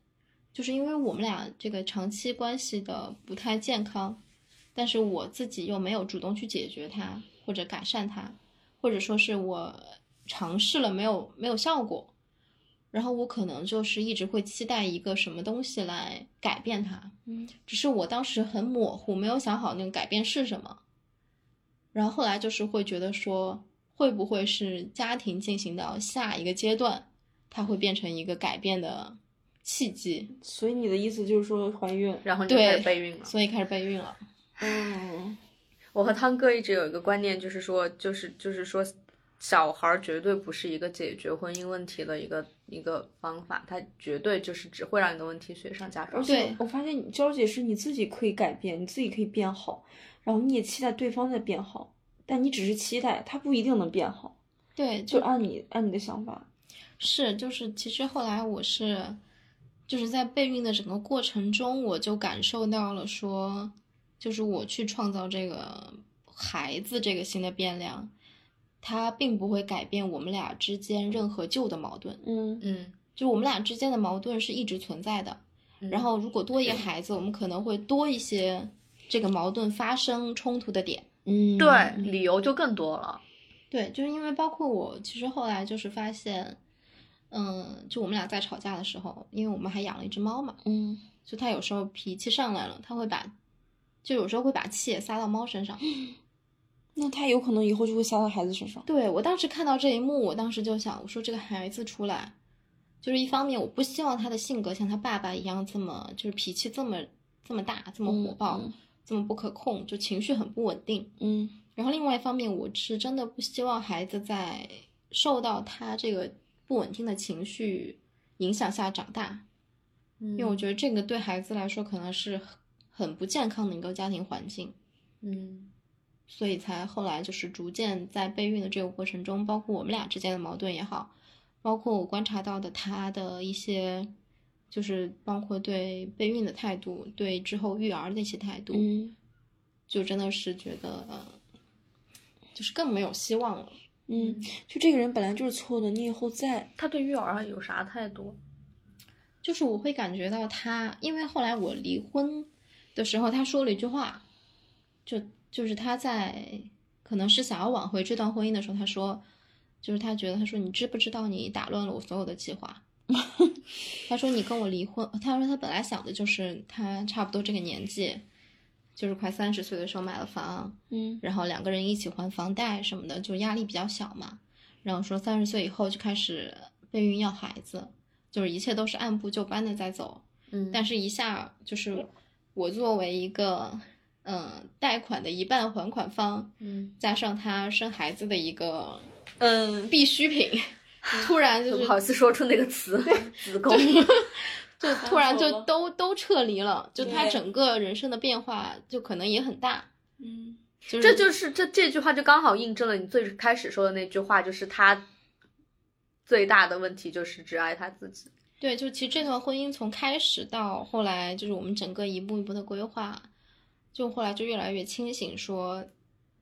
Speaker 4: 就是因为我们俩这个长期关系的不太健康，但是我自己又没有主动去解决它或者改善它，或者说是我尝试了没有没有效果，然后我可能就是一直会期待一个什么东西来改变它，
Speaker 3: 嗯，
Speaker 4: 只是我当时很模糊，没有想好那个改变是什么。然后后来就是会觉得说，会不会是家庭进行到下一个阶段，它会变成一个改变的契机，
Speaker 3: 所以你的意思就是说怀孕？
Speaker 2: 然后你就
Speaker 4: 对
Speaker 2: 开始备孕了。
Speaker 4: 所以开始备孕了。
Speaker 3: 嗯，
Speaker 2: 我和汤哥一直有一个观念，就是说，就是就是说，小孩儿绝对不是一个解决婚姻问题的一个一个方法，它绝对就是只会让你的问题雪上加
Speaker 3: 而
Speaker 2: 霜。
Speaker 3: 且
Speaker 4: 对
Speaker 3: 我发现你娇姐是你自己可以改变，你自己可以变好，然后你也期待对方在变好，但你只是期待，他不一定能变好。
Speaker 4: 对，
Speaker 3: 就按你按你的想法，
Speaker 4: 是，就是其实后来我是，就是在备孕的整个过程中，我就感受到了说，就是我去创造这个孩子这个新的变量，它并不会改变我们俩之间任何旧的矛盾，
Speaker 3: 嗯
Speaker 2: 嗯，
Speaker 4: 就是我们俩之间的矛盾是一直存在的。
Speaker 2: 嗯
Speaker 4: 然后如果多一个孩子，我们可能会多一些这个矛盾发生冲突的点。
Speaker 3: 嗯，
Speaker 2: 对理由就更多了。
Speaker 4: 对，就是因为包括我，其实后来就是发现，嗯，就我们俩在吵架的时候，因为我们还养了一只猫嘛，
Speaker 3: 嗯
Speaker 4: 就它有时候脾气上来了，它会把，就有时候会把气也撒到猫身上。
Speaker 3: 那他有可能以后就会撒到孩子身上。
Speaker 4: 对我当时看到这一幕，我当时就想，我说这个孩子出来，就是一方面我不希望他的性格像他爸爸一样这么，就是脾气这么这么大，这么火爆，
Speaker 3: 嗯
Speaker 4: 这么不可控，就情绪很不稳定。
Speaker 3: 嗯
Speaker 4: 然后另外一方面，我是真的不希望孩子在受到他这个不稳定的情绪影响下长大，
Speaker 2: 因
Speaker 4: 因为我觉得这个对孩子来说可能是很很不健康的一个家庭环境，
Speaker 2: 嗯
Speaker 4: 所以才后来就是逐渐在备孕的这个过程中，包括我们俩之间的矛盾也好，包括我观察到的他的一些，就是包括对备孕的态度，对之后育儿的一些态度，
Speaker 3: 嗯
Speaker 4: 就真的是觉得，呃就是更没有希望了。
Speaker 3: 嗯，就这个人本来就是错的，你以后再
Speaker 2: 他对育儿啊有啥态度？
Speaker 4: 就是我会感觉到他，因为后来我离婚的时候，他说了一句话，就就是他在可能是想要挽回这段婚姻的时候，他说，就是他觉得他说你知不知道你打乱了我所有的计划。 他说你跟我离婚，他说他本来想的就是他差不多这个年纪，就是快三十岁的时候买了房，
Speaker 3: 嗯
Speaker 4: 然后两个人一起还房贷什么的，就压力比较小嘛。然后说三十岁以后就开始备孕要孩子，就是一切都是按部就班的在走。
Speaker 2: 嗯
Speaker 4: 但是，一下就是我作为一个嗯、呃贷款的一半还款方，
Speaker 2: 嗯，
Speaker 4: 加上他生孩子的一个嗯必需品，突然就
Speaker 2: 就不
Speaker 4: 是
Speaker 2: 好意思说出那个词，子宫。
Speaker 4: 就突然
Speaker 3: 分手
Speaker 4: 就
Speaker 3: 了
Speaker 4: 都都撤离了，就他
Speaker 3: 对
Speaker 4: 整个人生的变化就可能也很大，
Speaker 3: 嗯
Speaker 4: 就是
Speaker 2: 这就是这这句话就刚好印证了你最开始说的那句话，就是他最大的问题就是只爱他自己。
Speaker 4: 对，就其实这段婚姻从开始到后来，就是我们整个一步一步的规划，就后来就越来越清醒说，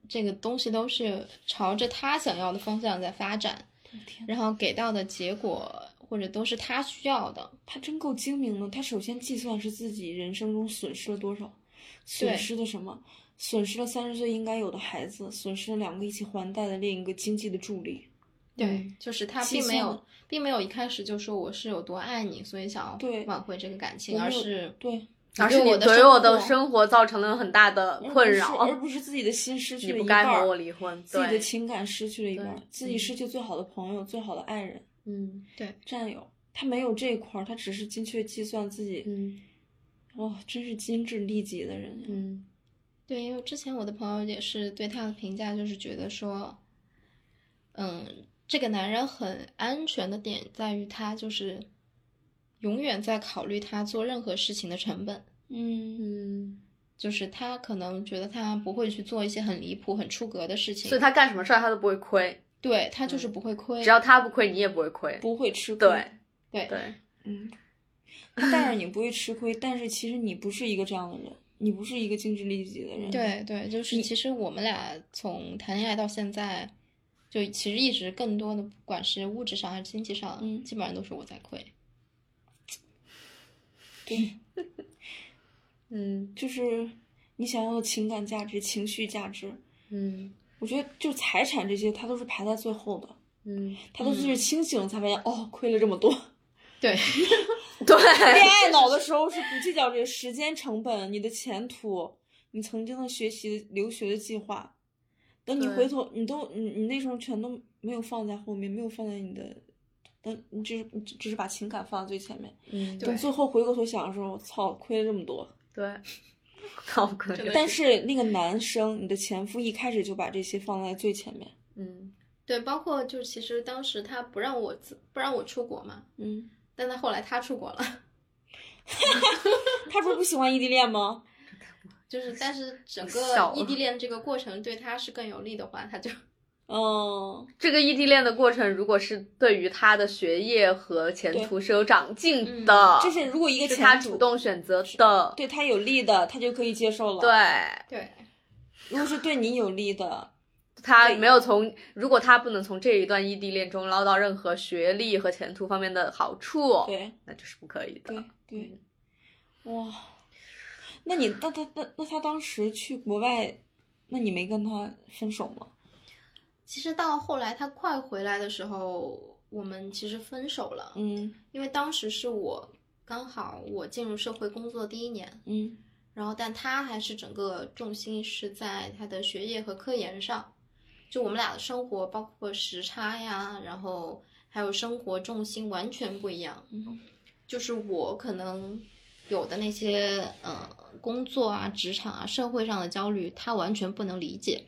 Speaker 4: 这个东西都是朝着他想要的方向在发展，
Speaker 3: 天
Speaker 4: 然后给到的结果或者都是他需要的。
Speaker 3: 他真够精明的，他首先计算是自己人生中损失了多少，损
Speaker 4: 对
Speaker 3: 失的什么，损失了三十岁应该有的孩子，损失了两个一起还贷的另一个经济的助力。
Speaker 4: 对
Speaker 3: 嗯，
Speaker 4: 就是他
Speaker 3: 计
Speaker 4: 并没
Speaker 3: 算
Speaker 4: 有，并没有一开始就说我是有多爱你，所以想要
Speaker 3: 对
Speaker 4: 挽回这个感
Speaker 3: 我
Speaker 4: 情，
Speaker 3: 没
Speaker 4: 而
Speaker 3: 有
Speaker 4: 是
Speaker 3: 对，
Speaker 2: 而
Speaker 4: 对
Speaker 2: 是你
Speaker 4: 我的
Speaker 2: 对
Speaker 4: 生
Speaker 2: 我的
Speaker 4: 活
Speaker 2: 生活造成了很大的
Speaker 3: 而
Speaker 2: 困
Speaker 3: 不是
Speaker 2: 扰
Speaker 3: 而，不是自己的心失去
Speaker 2: 你
Speaker 3: 了一
Speaker 2: 不
Speaker 3: 半
Speaker 2: 该
Speaker 3: 儿，
Speaker 2: 和我离婚，
Speaker 3: 自己的
Speaker 2: 对，
Speaker 3: 情感失去了一半儿
Speaker 4: 对，
Speaker 3: 自己
Speaker 4: 嗯
Speaker 3: 失去最好的朋友、最好的爱人、
Speaker 2: 嗯
Speaker 4: 对，
Speaker 3: 战友。他没有这一块儿，他只是精确计算自己。
Speaker 2: 嗯
Speaker 3: 哦，真是精致利己的人呀。
Speaker 2: 嗯
Speaker 4: 对，因为之前我的朋友也是对他的评价就是觉得说，嗯，这个男人很安全的点在于他就是永远在考虑他做任何事情的成本，
Speaker 3: 嗯，
Speaker 2: 嗯，
Speaker 4: 就是他可能觉得他不会去做一些很离谱、很出格的事情，
Speaker 2: 所以他干什么事儿他都不会亏，
Speaker 4: 对他就是
Speaker 2: 嗯
Speaker 4: 不会亏，
Speaker 2: 只要他不亏，你也不会亏，
Speaker 3: 不会吃亏。
Speaker 2: 对
Speaker 4: 对
Speaker 2: 对，
Speaker 3: 嗯，他带着你不会吃亏，但是其实你不是一个这样的人，你不是一个精致利己的人。
Speaker 4: 对对，就是其实我们俩从谈恋爱到现在，就其实一直更多的，不管是物质上还是经济上，
Speaker 3: 嗯
Speaker 4: 基本上都是我在亏。
Speaker 3: 对，
Speaker 2: 嗯
Speaker 3: 就是你想要的情感价值、情绪价值，
Speaker 2: 嗯
Speaker 3: 我觉得就财产这些，它都是排在最后的。
Speaker 2: 嗯，
Speaker 3: 他都是清醒了才发现，哦，亏了这么多。
Speaker 4: 对
Speaker 3: 恋
Speaker 2: 对，
Speaker 3: 爱脑的时候是不计较这个时间成本、你的前途、你曾经的学习、留学的计划。等你
Speaker 2: 对
Speaker 3: 回头，你都你你那时候全都没有放在后面，没有放在你的，等你只是你只只是把情感放在最前面。
Speaker 2: 嗯
Speaker 4: 对
Speaker 3: 等最后回过头想的时候，操，亏了这么多。
Speaker 2: 对，好亏，
Speaker 4: 真的
Speaker 3: 但是那个男生，你的前夫一开始就把这些放在最前面。
Speaker 2: 嗯
Speaker 4: 对，包括就其实当时他不让我自不让我出国嘛，
Speaker 3: 嗯，
Speaker 4: 但他后来他出国了，
Speaker 3: 他不是不喜欢异地恋吗？
Speaker 4: 就是但是整
Speaker 2: 笑了
Speaker 4: 个异地恋这个过程对他是更有利的话，他就
Speaker 3: 嗯，
Speaker 2: 这个异地恋的过程，如果是对于他的学业和前途是有长进的，
Speaker 3: 嗯这是如果一个
Speaker 2: 是
Speaker 3: 前
Speaker 2: 他
Speaker 3: 途
Speaker 2: 主动选择的，
Speaker 3: 对他有利的，他就可以接受了。
Speaker 2: 对，
Speaker 4: 对
Speaker 3: 如果是对你有利的，
Speaker 2: 他
Speaker 3: 对
Speaker 2: 没有从，如果他不能从这一段异地恋中捞到任何学历和前途方面的好嗯处，
Speaker 3: 对
Speaker 2: 那就是不可以的。
Speaker 3: 对对，哇，那你那他那那他当时去国外，那你没跟他分手吗？
Speaker 4: 其实到后来他快回来的时候，我们其实分手了，
Speaker 3: 嗯
Speaker 4: 因为当时是我刚好我进入社会工作第一年，
Speaker 3: 嗯
Speaker 4: 然后但他还是整个重心是在他的学业和科研上，就我们俩的生活，包括时差呀，然后还有生活重心完全不一样。
Speaker 3: 嗯
Speaker 4: 就是我可能有的那些呃工作啊、职场啊、社会上的焦虑，他完全不能理解。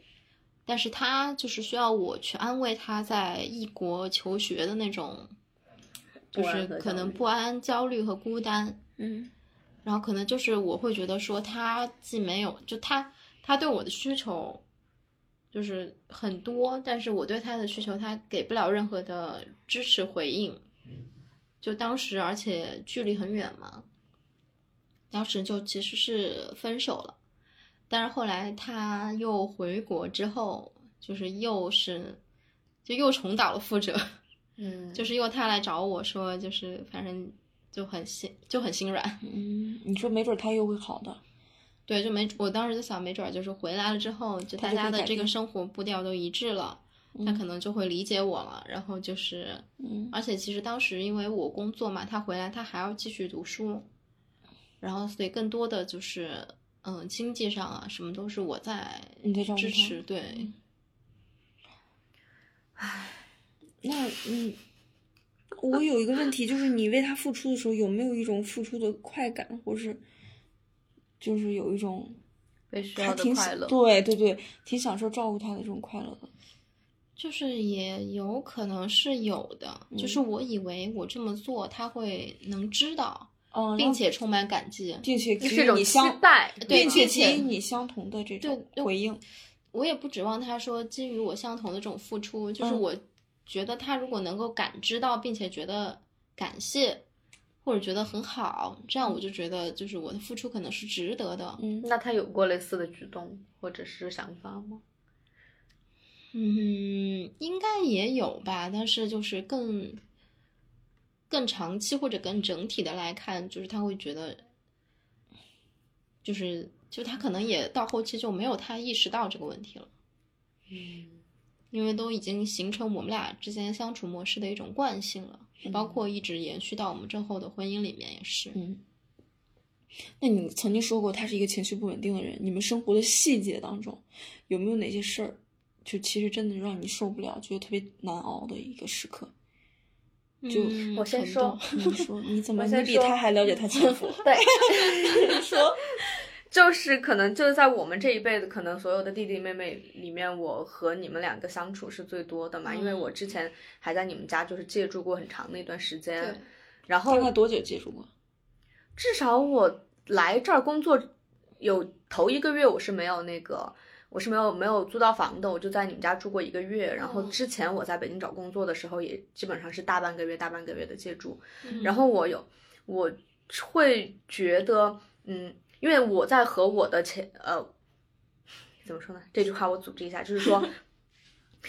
Speaker 4: 但是他就是需要我去安慰他在异国求学的那种，就
Speaker 2: 不安
Speaker 4: 是
Speaker 2: 和
Speaker 4: 可
Speaker 2: 焦
Speaker 4: 能
Speaker 2: 虑
Speaker 4: 不安、焦虑和孤单。
Speaker 3: 嗯
Speaker 4: 然后可能就是我会觉得说他既没有就他他对我的需求就是很多，但是我对他的需求他给不了任何的支持回应。就当时而且距离很远嘛，当时就其实是分手了。但是后来他又回国之后，就是又是就又重蹈了覆辙。
Speaker 2: 嗯，
Speaker 4: 就是又他来找我说，就是反正就很心就很心软，
Speaker 3: 嗯，你说没准他又会好的。
Speaker 4: 对，就没我当时就想，没准儿就是回来了之后，就
Speaker 3: 他
Speaker 4: 大
Speaker 3: 就会
Speaker 4: 家的
Speaker 3: 改
Speaker 4: 这个
Speaker 3: 变
Speaker 4: 生活步调都一致了，他可能就会理解我了。然后就是，
Speaker 3: 嗯
Speaker 4: 而且其实当时因为我工作嘛，他回来他还要继续读书，然后所以更多的就是，嗯，经济上啊什么都是我在
Speaker 3: 你在照顾
Speaker 4: 支
Speaker 3: 他
Speaker 4: 持，对，
Speaker 3: 嗯那嗯，我有一个问题，就是你为他付出的时候，有没有一种付出的快感，或是就是有一种
Speaker 2: 被需
Speaker 3: 还
Speaker 2: 要
Speaker 3: 挺
Speaker 2: 的
Speaker 3: 享
Speaker 2: 快乐，
Speaker 3: 对对对，挺享受照顾他的这种快乐的。
Speaker 4: 就是也有可能是有的，
Speaker 3: 嗯
Speaker 4: 就是我以为我这么做他会能知道，
Speaker 3: 嗯，
Speaker 4: 并
Speaker 3: 让
Speaker 4: 且充满感激，
Speaker 3: 并且
Speaker 2: 这
Speaker 3: 给
Speaker 2: 是一
Speaker 3: 予
Speaker 2: 种
Speaker 3: 你
Speaker 2: 期
Speaker 3: 相，
Speaker 2: 待，
Speaker 4: 对
Speaker 3: 并
Speaker 2: 吧
Speaker 3: 且给
Speaker 4: 并且
Speaker 3: 予你相同的这种
Speaker 4: 对
Speaker 3: 回应。
Speaker 4: 我也不指望他说基于我相同的这种付出，就是
Speaker 3: 嗯
Speaker 4: 我觉得他如果能够感知到，并且觉得感谢，或者觉得很好，这样我就觉得就是我的付出可能是值得的。
Speaker 3: 嗯，
Speaker 2: 那他有过类似的举动或者是想法吗？
Speaker 4: 嗯，应该也有吧，但是就是更更长期或者更整体的来看，就是他会觉得，就是就他可能也到后期就没有太意识到这个问题了，
Speaker 3: 嗯
Speaker 4: 因为都已经形成我们俩之间相处模式的一种惯性了，包括一直延续到我们之后的婚姻里面也是。
Speaker 3: 嗯，那你曾经说过他是一个情绪不稳定的人，你们生活的细节当中，有没有哪些事儿，就其实真的让你受不了，觉得特别难熬的一个时刻？ 就
Speaker 4: 嗯
Speaker 2: 我先
Speaker 4: 很
Speaker 2: 说
Speaker 4: 多
Speaker 3: 你说，你怎么
Speaker 2: 我
Speaker 3: 你
Speaker 2: 先
Speaker 3: 比
Speaker 2: 说
Speaker 3: 他还了解 他前夫？
Speaker 2: 对，
Speaker 3: 你 说，
Speaker 2: 就是可能就是在我们这一辈子，可能所有的弟弟妹妹里面，我和你们两个相处是最多的嘛，因为
Speaker 4: 嗯
Speaker 2: 我之前还在你们家就是借住过很长的一段时
Speaker 4: 对
Speaker 2: 间，然后
Speaker 3: 大概多久接触过？
Speaker 2: 至少我来这儿工作有头一个月，我是没有那个，我是没有没有租到房的，我就在你们家住过一个月。然后
Speaker 4: 嗯
Speaker 2: 之前我在北京找工作的时候，也基本上是大半个月、大半个月的借住。
Speaker 4: 嗯
Speaker 2: 然后我有，我会觉得，嗯，因为我在和我的前呃，怎么说呢？这句话我组织一下，就是说。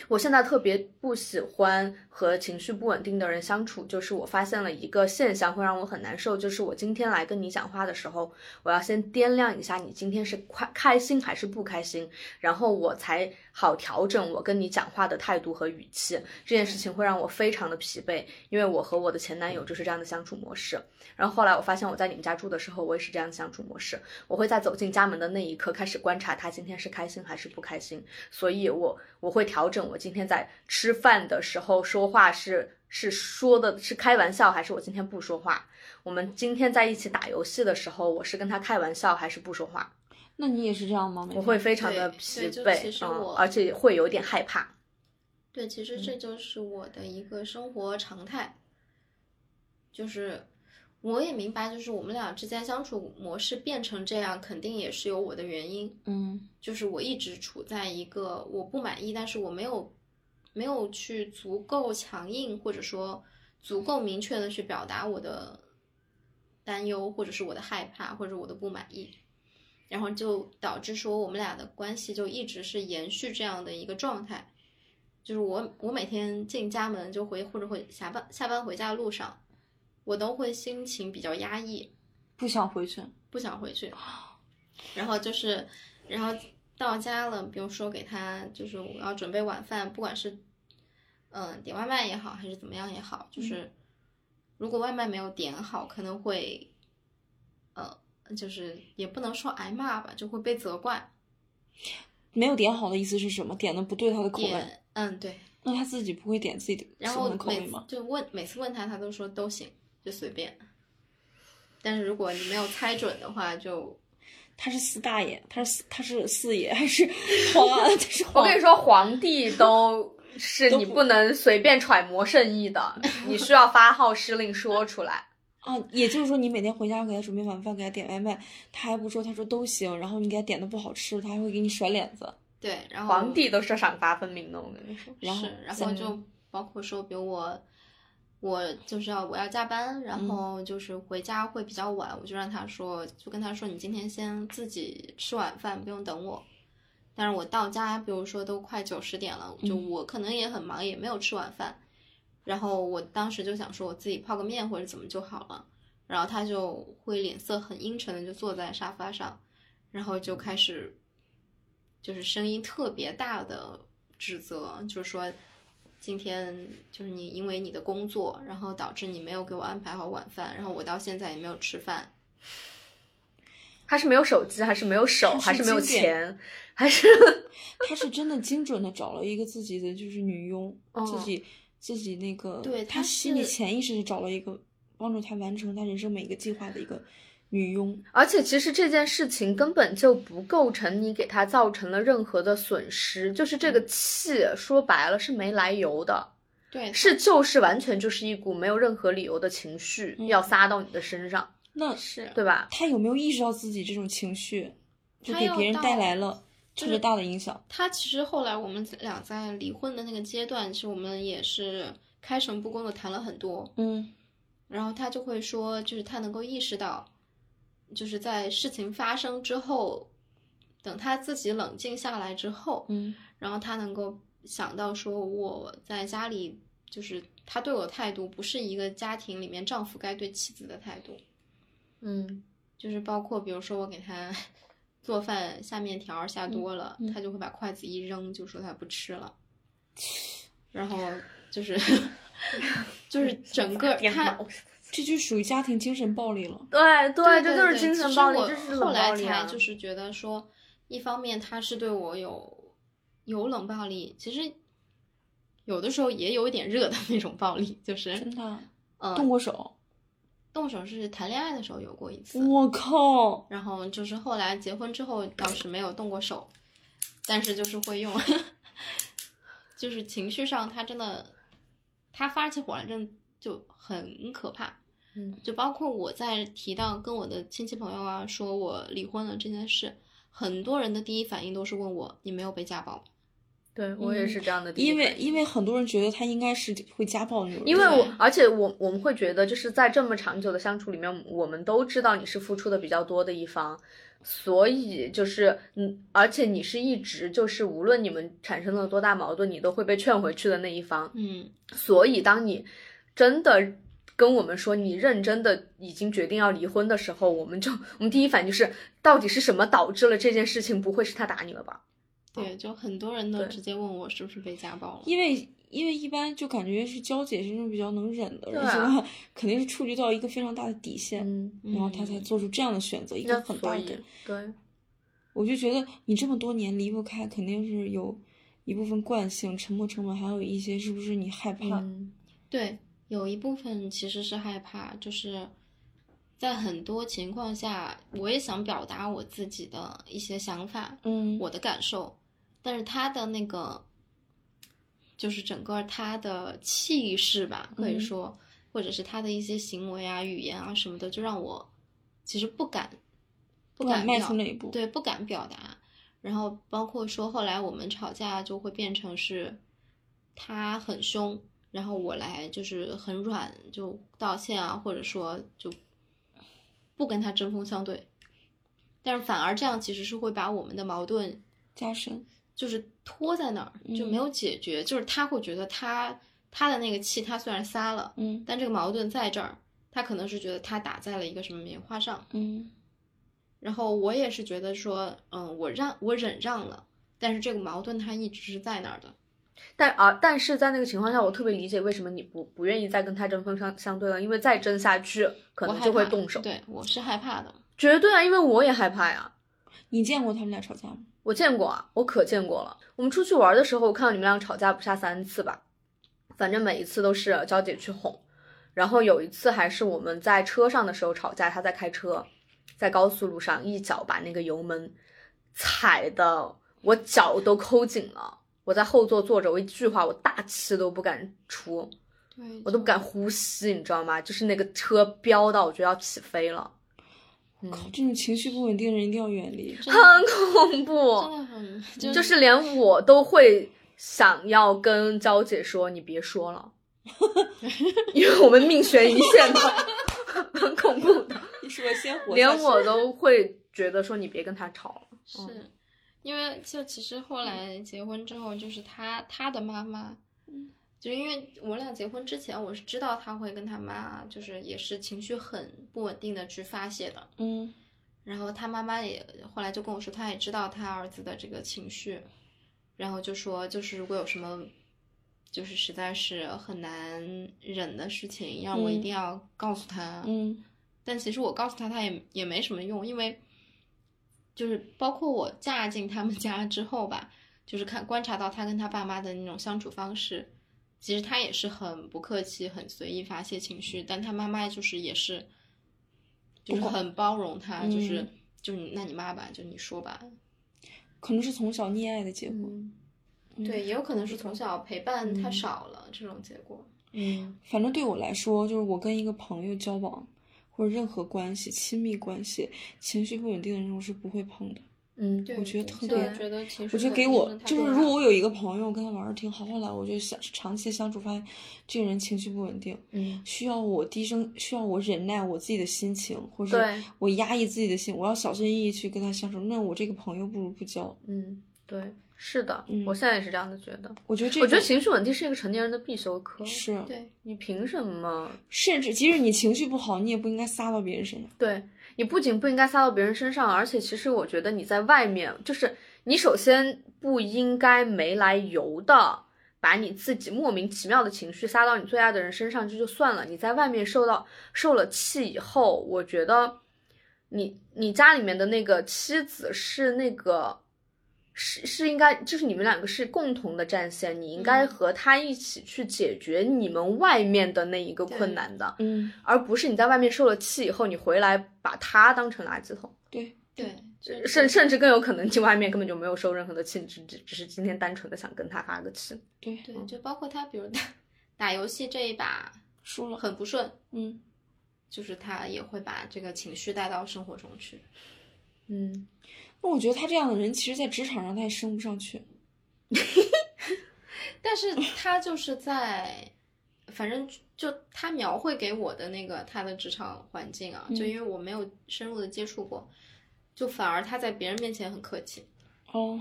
Speaker 2: 我现在特别不喜欢和情绪不稳定的人相处，就是我发现了一个现象会让我很难受，就是我今天来跟你讲话的时候，我要先掂量一下你今天是快开心还是不开心，然后我才好调整我跟你讲话的态度和语气。这件事情会让我非常的疲惫，因为我和我的前男友就是这样的相处模式。然后后来我发现我在你们家住的时候，我也是这样的相处模式。我会在走进家门的那一刻开始观察他今天是开心还是不开心，所以我我会调整我今天在吃饭的时候说话是是说的是开玩笑还是我今天不说话。我们今天在一起打游戏的时候，我是跟他开玩笑还是不说话？
Speaker 3: 那你也是这样吗？每
Speaker 2: 我
Speaker 3: 天
Speaker 2: 会非常的
Speaker 4: 对
Speaker 2: 疲
Speaker 4: 对就其
Speaker 2: 惫，
Speaker 4: 实
Speaker 2: 嗯
Speaker 4: 我，
Speaker 2: 而且会有点害怕。
Speaker 4: 对，其实这
Speaker 2: 嗯
Speaker 4: 就是我的一个生活常态，就是我也明白，就是我们俩之间相处模式变成这样，肯定也是有我的原因。
Speaker 3: 嗯
Speaker 4: 就是我一直处在一个我不满意，但是我没有没有去足够强硬，或者说足够明确的去表达我的担忧，或者是我的害怕，或者我的不满意，然后就导致说我们俩的关系就一直是延续这样的一个状态。就是我，我每天进家门就回，或者回下班下班回家的路上，我都会心情比较压抑，
Speaker 3: 不想回去。
Speaker 4: 不想回去。然后就是，然后到家了，比如说给他，就是我要准备晚饭，不管是嗯、呃点外卖也好，还是怎么样也好，
Speaker 3: 嗯
Speaker 4: 就是如果外卖没有点好，可能会呃，就是也不能说挨骂吧，就会被责怪。
Speaker 3: 没有点好的意思是什么？点的不对他的口味，
Speaker 4: 点嗯对，
Speaker 3: 那他自己不会点自己的
Speaker 4: 然
Speaker 3: 喜
Speaker 4: 后
Speaker 3: 欢的口味
Speaker 4: 每次
Speaker 3: 吗？
Speaker 4: 就问每次问他，他都说都行，就随便。但是如果你没有猜准的话，就
Speaker 3: 他是四大爷，他是四他是四爷还是 皇啊？他是
Speaker 2: 我
Speaker 3: 皇。
Speaker 2: 跟你说，皇帝都是
Speaker 3: 都
Speaker 2: 你
Speaker 3: 不
Speaker 2: 不能随便揣摩圣意 的，你需要发号施令说出来。
Speaker 3: 啊，也就是说你每天回家给他准备晚饭，给他点外卖，他还不说，他说都行，然后你给他点的不好吃，他还会给你甩脸子。
Speaker 4: 对，然
Speaker 3: 哦
Speaker 4: 后
Speaker 2: 皇帝都是赏罚分明的，我跟你说。
Speaker 3: 然后
Speaker 4: 是，然
Speaker 3: 怎
Speaker 4: 后
Speaker 3: 么
Speaker 4: 就包括说，比如我，我就是要我要加班，
Speaker 3: 嗯
Speaker 4: 然后就是回家会比较晚，我就让他说，就跟他说，你今天先自己吃晚饭，不用等我。但是我到家，比如说都快九十点了，就
Speaker 3: 嗯
Speaker 4: 我可能也很忙，也没有吃晚饭。然后我当时就想说，我自己泡个面或者怎么就好了。然后他就会脸色很阴沉的就坐在沙发上，然后就开始，就是声音特别大的指责，就是说今天就是你因为你的工作，然后导致你没有给我安排好晚饭，然后我到现在也没有吃饭。
Speaker 2: 他是没有手机，还是没有手，
Speaker 3: 他
Speaker 2: 还
Speaker 3: 是
Speaker 2: 是没有
Speaker 3: 经典
Speaker 2: 钱，还 是
Speaker 3: 他是真的精准的找了一个自己的就是女佣，自
Speaker 2: 哦
Speaker 3: 己自己那个，
Speaker 4: 对
Speaker 3: 他
Speaker 4: 他
Speaker 3: 心里
Speaker 4: 是
Speaker 3: 潜意识地找了一个帮助他完成他人生每一个计划的一个女佣。
Speaker 2: 而且其实这件事情根本就不构成你给他造成了任何的损失，就是这个
Speaker 3: 嗯
Speaker 2: 气说白了是没来由的，
Speaker 4: 对，
Speaker 2: 是就是完全就是一股没有任何理由的情绪
Speaker 3: 嗯
Speaker 2: 要撒到你的身上，
Speaker 3: 那
Speaker 4: 是，
Speaker 2: 对吧？
Speaker 3: 他有没有意识到自己这种情绪就
Speaker 4: 他
Speaker 3: 给
Speaker 4: 要
Speaker 3: 别人
Speaker 4: 到
Speaker 3: 带来了特
Speaker 4: 是
Speaker 3: 别大的影响？
Speaker 4: 他其实后来我们俩在离婚的那个阶段，其实我们也是开诚布公的谈了很多。
Speaker 3: 嗯
Speaker 4: 然后他就会说，就是他能够意识到，就是在事情发生之后，等他自己冷静下来之后，
Speaker 3: 嗯
Speaker 4: 然后他能够想到说我在家里就是他对我的态度不是一个家庭里面丈夫该对妻子的态度，
Speaker 2: 嗯
Speaker 4: 就是包括比如说我给他 做饭下面条儿下多了，
Speaker 3: 嗯嗯
Speaker 4: 他就会把筷子一扔，就说他不吃 了，然后就是 就是整个他
Speaker 3: 这就属于家庭精神暴力了。
Speaker 2: 对对，这就是
Speaker 4: 对
Speaker 2: 精神
Speaker 4: 其实
Speaker 2: 暴力，
Speaker 4: 我
Speaker 2: 这是
Speaker 4: 后
Speaker 2: 冷暴
Speaker 4: 来
Speaker 2: 力
Speaker 4: 才
Speaker 2: 啊。
Speaker 4: 就是觉得说，一方面他是对我有有冷暴力，其实有的时候也有一点热的那种暴力，就是
Speaker 3: 真的，动
Speaker 4: 嗯，
Speaker 3: 过手，
Speaker 4: 动手是谈恋爱的时候有过一次，
Speaker 3: 我靠，
Speaker 4: 然后就是后来结婚之后倒是没有动过手，但是就是会用， 就是情绪上他真的，他发起火来真的就很可怕。
Speaker 2: 嗯
Speaker 4: 就包括我在提到跟我的亲戚朋友啊，说我离婚了这件事，很多人的第一反应都是问我你没有被家暴吗？
Speaker 2: 对我也
Speaker 3: 嗯
Speaker 2: 是这样的第一
Speaker 3: 因
Speaker 2: 反应，
Speaker 3: 为因为很多人觉得他应该是会家暴那种人，
Speaker 2: 因为我
Speaker 4: 对，
Speaker 2: 而且我我们会觉得，就是在这么长久的相处里面，我们都知道你是付出的比较多的一方，所以就是嗯，而且你是一直就是无论你们产生了多大矛盾，你都会被劝回去的那一方。
Speaker 4: 嗯，
Speaker 2: 所以当你真的跟我们说你认真的已经决定要离婚的时候，我们就我们第一反应就是，到底是什么导致了这件事情？不会是他打你了吧？
Speaker 4: 对，就很多人都
Speaker 2: 对
Speaker 4: 直接问我是不是被家暴了。
Speaker 3: 因为因为一般就感觉是娇姐是那种比较能忍的人，
Speaker 2: 对啊
Speaker 3: 是吧？肯定是触及到一个非常大的底线，
Speaker 2: 嗯，
Speaker 3: 然后她才做出这样的选择，一个
Speaker 2: 那
Speaker 3: 很
Speaker 2: 所
Speaker 3: 大
Speaker 2: 以
Speaker 3: 的。
Speaker 2: 对，
Speaker 3: 我就觉得你这么多年离不开，肯定是有一部分惯性、沉没成本，还有一些是不是你害怕？
Speaker 2: 嗯
Speaker 4: 对，有一部分其实是害怕，就是在很多情况下，我也想表达我自己的一些想法，
Speaker 3: 嗯，
Speaker 4: 我的感受，但是他的那个，就是整个他的气势吧，可以
Speaker 3: 嗯
Speaker 4: 说，或者是他的一些行为啊、语言啊什么的，就让我其实不敢，不
Speaker 3: 不敢
Speaker 4: 敢
Speaker 3: 迈
Speaker 4: 表
Speaker 3: 出那一步。，
Speaker 4: 对，不敢表达。然后包括说，后来我们吵架就会变成是，他很凶，然后我来就是很软，就道歉啊，或者说就不跟他针锋相对。但是反而这样其实是会把我们的矛盾
Speaker 3: 加深。
Speaker 4: 就是拖在那儿，就没有解决。就是他会觉得他他的那个气，他虽然撒了，
Speaker 3: 嗯
Speaker 4: 但这个矛盾在这儿，他可能是觉得他打在了一个什么棉花上。
Speaker 3: 嗯
Speaker 4: 然后我也是觉得说，嗯，我让我忍让了，但是这个矛盾它一直是在那儿的。
Speaker 2: 但啊，但是在那个情况下，我特别理解为什么你不不愿意再跟他针锋相相对了，因为再争下去，可
Speaker 4: 我
Speaker 2: 能
Speaker 4: 害
Speaker 2: 就会
Speaker 4: 怕
Speaker 2: 动手。
Speaker 4: 对，我是害怕的。
Speaker 2: 绝对啊，因为我也害怕呀，
Speaker 3: 你见过他们俩吵架吗？
Speaker 2: 我见过啊，我可见过了。我们出去玩的时候，我看到你们俩吵架不下三次吧，反正每一次都是娇姐去哄，然后有一次还是我们在车上的时候吵架，她在开车，在高速路上一脚把那个油门踩的我脚都抠紧了，我在后座坐着，我一句话我大气都不敢出。
Speaker 4: 对，
Speaker 2: 我都不敢呼吸，你知道吗？就是那个车飙到，我觉得要起飞了，嗯
Speaker 3: 靠，这种情绪不稳定的人一定要远 离。
Speaker 4: 真
Speaker 2: 很
Speaker 4: 的
Speaker 2: 恐
Speaker 4: 真
Speaker 2: 怖，
Speaker 4: 的很 就
Speaker 2: 就是是连我都会想要跟娇姐说，你别说了，因为我们命悬一线的，很恐怖的，
Speaker 3: 你说先活
Speaker 2: 连我都会觉得说你别跟他吵了。
Speaker 4: 是因为就其实后来结婚之后，就是他他的妈妈，就是因为我俩结婚之前，我是知道他会跟他妈，就是也是情绪很不稳定的去发泄的。
Speaker 3: 嗯
Speaker 4: 然后他妈妈也后来就跟我说，他也知道他儿子的这个情绪，然后就说，就是如果有什么，就是实在是很难忍的事情，让我一
Speaker 3: 嗯
Speaker 4: 定要告诉他。
Speaker 3: 嗯
Speaker 4: 但其实我告诉他，他也也没什么用，因为就是包括我嫁进他们家之后吧，就是看观察到他跟他爸妈的那种相处方式，其实他也是很不客气、很随意发泄情绪，但他妈妈就是也是，就是很包容他，
Speaker 3: 嗯
Speaker 4: 就是就是你那你妈吧，就你说吧，
Speaker 3: 可能是从小溺爱的结果。
Speaker 4: 对，也有可能是从小陪伴太少了、这种结果。
Speaker 2: 嗯，
Speaker 3: 反正对我来说，就是我跟一个朋友交往，或者任何关系、亲密关系，情绪不稳定的人，我是不会碰的。
Speaker 2: 嗯，
Speaker 4: 对
Speaker 3: 我觉得特
Speaker 4: 现在
Speaker 2: 别
Speaker 4: 觉得情绪
Speaker 3: 我觉得
Speaker 4: 稳
Speaker 3: 给
Speaker 4: 定
Speaker 3: 我
Speaker 4: 真的太
Speaker 3: 就是，
Speaker 4: 重
Speaker 3: 如
Speaker 4: 要
Speaker 3: 果我有一个朋友跟他玩儿挺好，后来我就想长期的相处，发现这个人情绪不稳定，
Speaker 2: 嗯，
Speaker 3: 需要我低声，需要我忍耐我自己的心情，或者
Speaker 2: 对
Speaker 3: 我压抑自己的心，我要小心翼翼去跟他相处。那我这个朋友不如不交。
Speaker 2: 嗯，对，是的，
Speaker 3: 嗯
Speaker 2: 我现在也是这样的觉得。
Speaker 3: 我觉得这
Speaker 2: 我觉得
Speaker 3: 种
Speaker 2: 情绪稳定是一个成年人的必修课，
Speaker 3: 是，
Speaker 4: 对，
Speaker 2: 你凭什么？
Speaker 3: 甚至即使你情绪不好，你也不应该撒到别人身上。
Speaker 2: 对你不仅不应该撒到别人身上，而且其实我觉得你在外面，就是你首先不应该没来由的把你自己莫名其妙的情绪撒到你最爱的人身上，这就算了。你在外面受到受了气以后，我觉得你你家里面的那个妻子是那个。是是应该，就是你们两个是共同的战线，你应该
Speaker 4: 嗯
Speaker 2: 和他一起去解决你们外面的那一个
Speaker 4: 对
Speaker 2: 困难的。
Speaker 3: 嗯，
Speaker 2: 而不是你在外面受了气以后，你回来把它当成垃圾桶，
Speaker 3: 对，
Speaker 4: 对，
Speaker 3: 嗯
Speaker 4: 就是
Speaker 2: 甚甚至更有可能你外面根本就没有受任何的气，只只只是今天单纯的想跟他发个气。
Speaker 3: 对，
Speaker 4: 对，就包括他，比如打打游戏这一把
Speaker 3: 输了，
Speaker 4: 很不顺，
Speaker 3: 嗯，
Speaker 4: 就是他也会把这个情绪带到生活中去。
Speaker 2: 嗯，
Speaker 3: 那我觉得他这样的人，其实在职场上他也升不上去。
Speaker 4: 但是他就是在，反正就他描绘给我的那个他的职场环境啊，就
Speaker 3: 嗯
Speaker 4: 因为我没有深入的接触过，就反而他在别人面前很客气。
Speaker 3: 哦，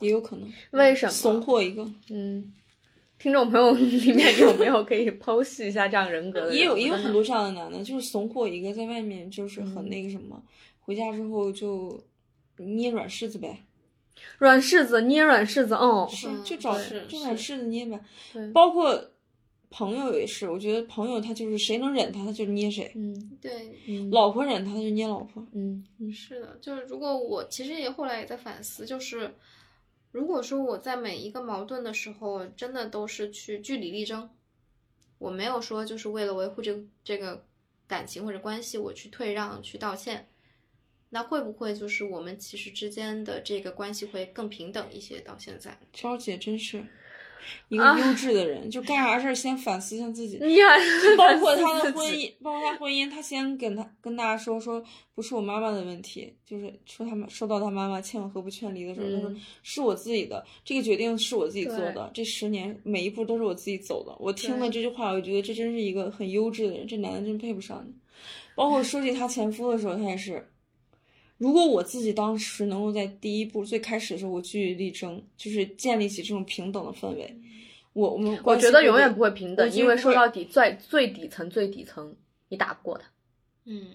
Speaker 3: 也有可能
Speaker 2: 为什
Speaker 3: 怂
Speaker 2: 么？
Speaker 3: 货一个，
Speaker 2: 嗯，听众朋友 里面有没有可以剖析一下这样人格的人？
Speaker 3: 也有也有
Speaker 2: 我真的
Speaker 3: 很多这样的男的，就是怂货一个，在外面就是很那个什么，回家之后就捏软柿子呗，
Speaker 2: 软柿子捏软柿子，嗯，
Speaker 3: 是
Speaker 4: 嗯
Speaker 3: 就找
Speaker 4: 是
Speaker 3: 就软
Speaker 4: 是
Speaker 3: 柿子捏呗
Speaker 2: 对，
Speaker 3: 包括朋友也是，我觉得朋友他就是谁能忍他，他就捏谁。
Speaker 2: 嗯
Speaker 4: 对，
Speaker 2: 嗯
Speaker 3: 老婆忍他，他就捏老婆。
Speaker 2: 嗯
Speaker 4: 是的，就是如果我其实也后来也在反思，就是如果说我在每一个矛盾的时候，真的都是去据理力争，我没有说就是为了维护这个这个感情或者关系，我去退让去道歉，那会不会就是我们其实之间的这个关系会更平等一些？到现在，
Speaker 3: 娇姐真是一个
Speaker 2: 啊
Speaker 3: 优质的人，就干啥事儿先反思一下自己。
Speaker 2: 你还
Speaker 3: 就 包括她的婚姻，包括她婚姻，她先跟她跟大家说说，不是我妈妈的问题，就是说他们说到她妈妈劝和不劝离的时候，她、
Speaker 2: 嗯
Speaker 3: 说是我自己的，这个决定是我自己做
Speaker 2: 对
Speaker 3: 的，这十年每一步都是我自己走的。我听了
Speaker 2: 对
Speaker 3: 这句话，我觉得这真是一个很优质的人，这男的真配不上你。包括说起她前夫的时候，她也是。如果我自己当时能够在第一步最开始的时候，我据理力争，就是建立起这种平等的氛围，我我们
Speaker 2: 我
Speaker 3: 关系
Speaker 2: 觉得永
Speaker 3: 会
Speaker 2: 远不会平
Speaker 3: 我
Speaker 2: 等，
Speaker 3: 觉得
Speaker 2: 因为
Speaker 3: 不
Speaker 2: 说
Speaker 3: 会
Speaker 2: 到底最最底层最底层，你打不过他，
Speaker 4: 嗯，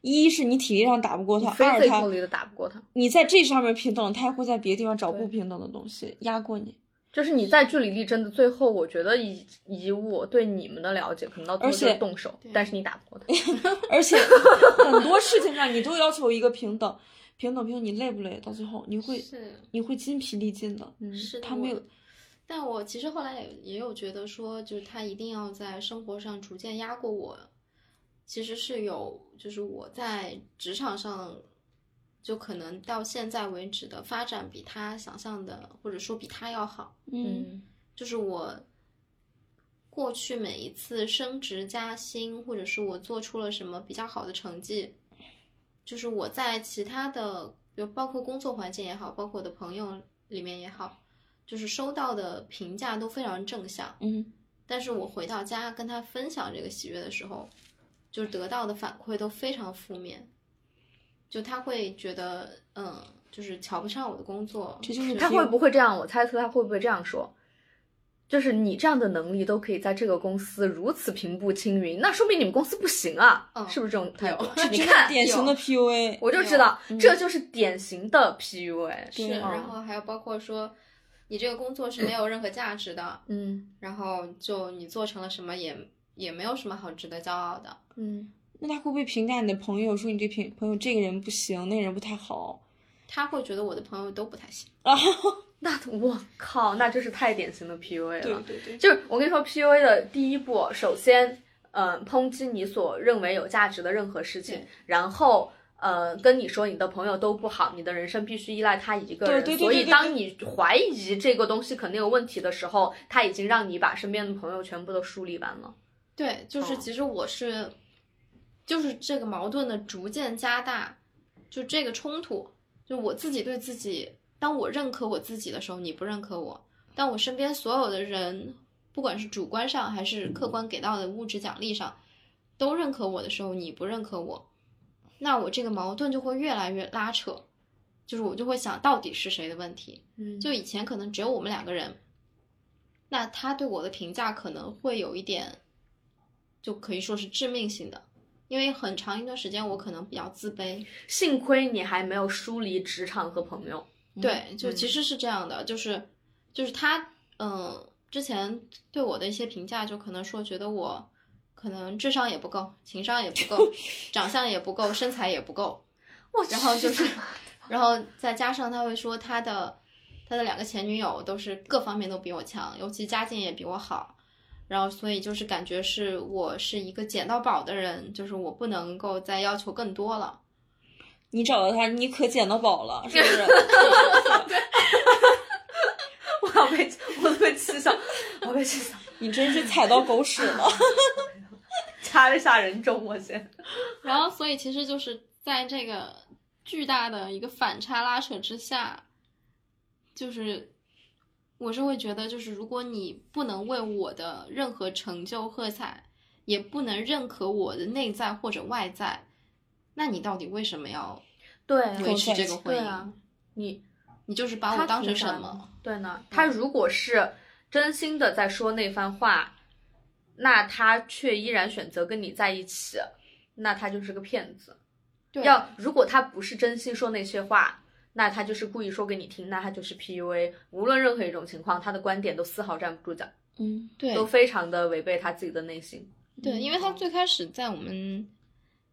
Speaker 3: 一是你体力上打不过他，
Speaker 2: 非
Speaker 3: 二
Speaker 2: 得
Speaker 3: 他
Speaker 2: 扣里的打不过他。
Speaker 3: 你在这上面平等，他也会在别的地方找
Speaker 2: 对
Speaker 3: 不平等的东西压过你。
Speaker 2: 就是你在据理力争的最后，我觉得以以我对你们的了解，可能到最后
Speaker 3: 而且
Speaker 2: 就是动手
Speaker 4: 对，
Speaker 2: 但是你打不过他。
Speaker 3: 而且很多事情上你都要求一个平等，平等平等，你累不累？到最后你会
Speaker 4: 嗯是
Speaker 3: 你会筋疲力尽的。
Speaker 2: 嗯
Speaker 4: 是的
Speaker 3: 他没有
Speaker 4: 我但我其实后来也也有觉得说，就是他一定要在生活上逐渐压过我，其实是有，就是我在职场上，就可能到现在为止的发展比他想象的，或者说比他要好。
Speaker 3: 嗯，
Speaker 4: 就是我过去每一次升职加薪，或者是我做出了什么比较好的成绩，就是我在其他的，比如包括工作环境也好，包括我的朋友里面也好，就是收到的评价都非常正向。
Speaker 3: 嗯，
Speaker 4: 但是我回到家跟他分享这个喜悦的时候，就是得到的反馈都非常负面，就他会觉得，嗯，就是瞧不上我的工作，
Speaker 3: 这就是
Speaker 2: 他
Speaker 3: 只
Speaker 2: 会
Speaker 3: 有
Speaker 2: 不会这样？我猜测他会不会这样说？就是你这样的能力都可以在这个公司如此平步青云，那说明你们公司不行啊，
Speaker 4: 嗯
Speaker 2: 是不是这种态度？你
Speaker 3: 真的
Speaker 2: 看，
Speaker 3: 典型的 PUA。
Speaker 2: 我就知道、这就是典型的 PUA。
Speaker 4: 是，
Speaker 3: 嗯对啊
Speaker 4: 然后还有包括说，你这个工作是没有任何价值的，
Speaker 2: 嗯
Speaker 4: 然后就你做成了什么也也没有什么好值得骄傲的。
Speaker 2: 嗯，
Speaker 3: 那他会不会评价你的朋友，说你这朋朋友这个人不行，那个人不太好？
Speaker 4: 他会觉得我的朋友都不太行，
Speaker 2: 那我靠，那真是太典型的 PUA 了。
Speaker 3: 对对，
Speaker 2: 就是我跟你说，PUA 的第一步，首先，嗯、抨击你所认为有价值的任何事情
Speaker 4: 对，
Speaker 2: 然后，呃，跟你说你的朋友都不好，你的人生必须依赖他一个人。
Speaker 3: 对对对
Speaker 2: 所
Speaker 3: 对
Speaker 2: 以，
Speaker 3: 对
Speaker 2: 当你怀疑这个东西肯定有问题的时候，他已经让你把身边的朋友全部都梳理完了。
Speaker 4: 对，就是
Speaker 2: 哦
Speaker 4: 其实我是，就是这个矛盾的逐渐加大，就这个冲突，就我自己对自己，当我认可我自己的时候，你不认可我；当我身边所有的人，不管是主观上还是客观给到的物质奖励上，都认可我的时候，你不认可我，那我这个矛盾就会越来越拉扯，就是我就会想到底是谁的问题。
Speaker 3: 嗯
Speaker 4: 就以前可能只有我们两个人，那他对我的评价可能会有一点，就可以说是致命性的，因为很长一段时间我可能比较自卑，
Speaker 2: 幸亏你还没有疏离职场和朋友。
Speaker 4: 对，就
Speaker 2: 嗯
Speaker 4: 其实是这样的，就是就是他，嗯、之前对我的一些评价，就可能说觉得我可能智商也不够，情商也不够，长相也不够，身材也不够，
Speaker 2: 我
Speaker 4: 然后就是，然后再加上他会说他的他的两个前女友都是各方面都比我强，尤其家境也比我好，然后所以就是感觉是我是一个捡到宝的人，就是我不能够再要求更多了。
Speaker 3: 你找到他，你可捡到宝了，是不 是？
Speaker 2: 我要被我被气笑，我要被气笑，
Speaker 3: 你真是踩到狗屎了。
Speaker 2: 掐了下人中，我先。
Speaker 4: 然后，所以其实就是在这个巨大的一个反差拉扯之下，就是我是会觉得，就是如果你不能为我的任何成就喝彩，也不能认可我的内在或者外在，那你到底为什么要
Speaker 2: 对
Speaker 4: 维持这个
Speaker 2: 嗯
Speaker 4: 婚
Speaker 2: 对
Speaker 4: 姻？
Speaker 2: 啊，你
Speaker 4: 你就是把我当成什
Speaker 2: 他
Speaker 4: 么？
Speaker 2: 对呢？他如果是真心的在说那番话，那他却依然选择跟你在一起，那他就是个骗子。
Speaker 4: 对
Speaker 2: 要如果他不是真心说那些话，那他就是故意说给你听，那他就是 PUA。无论任何一种情况，他的观点都丝毫站不住脚，
Speaker 3: 嗯，
Speaker 4: 对
Speaker 2: 都非常的违背他自己的内心。
Speaker 4: 对，因为他最开始在我们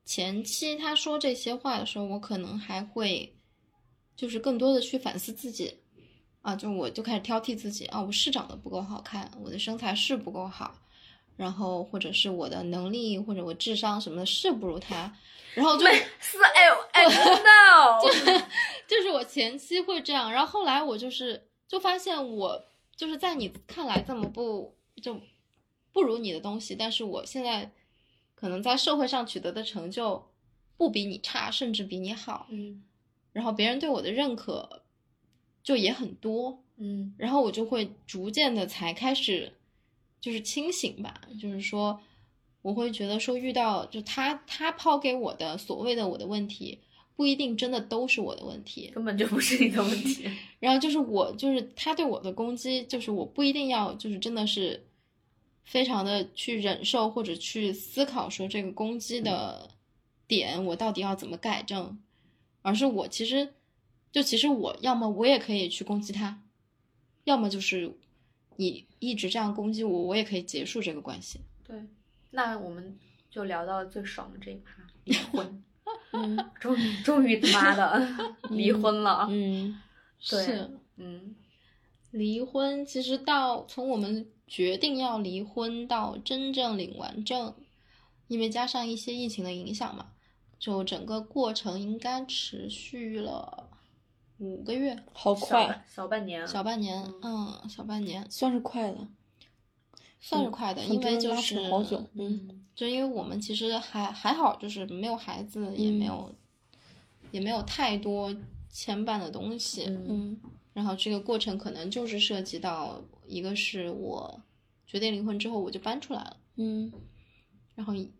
Speaker 4: 前期他说这些话的时候，我可能还会就是更多的去反思自己啊，就我就开始挑剔自己啊，我是长得不够好看，我的身材是不够好，然后或者是我的能力或者我智商什么的是不如他，然后就
Speaker 2: 四 L N no，
Speaker 4: 就是我前期会这样，然后后来我就是就发现我就是在你看来这么不就不如你的东西，但是我现在可能在社会上取得的成就不比你差，甚至比你好，
Speaker 2: 嗯
Speaker 4: 然后别人对我的认可就也很多，
Speaker 2: 嗯
Speaker 4: 然后我就会逐渐的才开始就是清醒吧，就是说我会觉得说遇到就他他抛给我的所谓的我的问题。不一定真的都是我的问题，
Speaker 2: 根本就不是你的问题。
Speaker 4: 然后就是我，就是他对我的攻击，就是我不一定要，就是真的是非常的去忍受或者去思考说这个攻击的点，我到底要怎么改正，而是我其实就其实我要么我也可以去攻击他，要么就是你一直这样攻击我，我也可以结束这个关系。
Speaker 2: 对，那我们就聊到最爽的这一趴，离婚。嗯，终于终于他妈 的离婚了。
Speaker 3: 嗯，
Speaker 2: 对
Speaker 4: 是，
Speaker 2: 嗯
Speaker 4: 离婚其实到从我们决定要离婚到真正领完证，因为加上一些疫情的影响嘛，就整个过程应该持续了五个月，
Speaker 3: 好
Speaker 2: 小
Speaker 3: 快
Speaker 4: 啊
Speaker 2: 半，小半年，
Speaker 4: 小半年，嗯，小半年
Speaker 3: 算是快了。嗯
Speaker 4: 算是快的，
Speaker 3: 很
Speaker 4: 因
Speaker 3: 多
Speaker 4: 为
Speaker 3: 人
Speaker 4: 就
Speaker 3: 拉扯
Speaker 4: 是
Speaker 3: 好久嗯，
Speaker 4: 就因为我们其实还还好，就是没有孩子，也没
Speaker 3: 嗯
Speaker 4: 有也没有太多牵绊的东西，
Speaker 2: 嗯
Speaker 3: 嗯
Speaker 4: 然后这个过程可能就是涉及到一个是我决定离婚之后我就搬出来了，
Speaker 3: 嗯
Speaker 4: 然后一，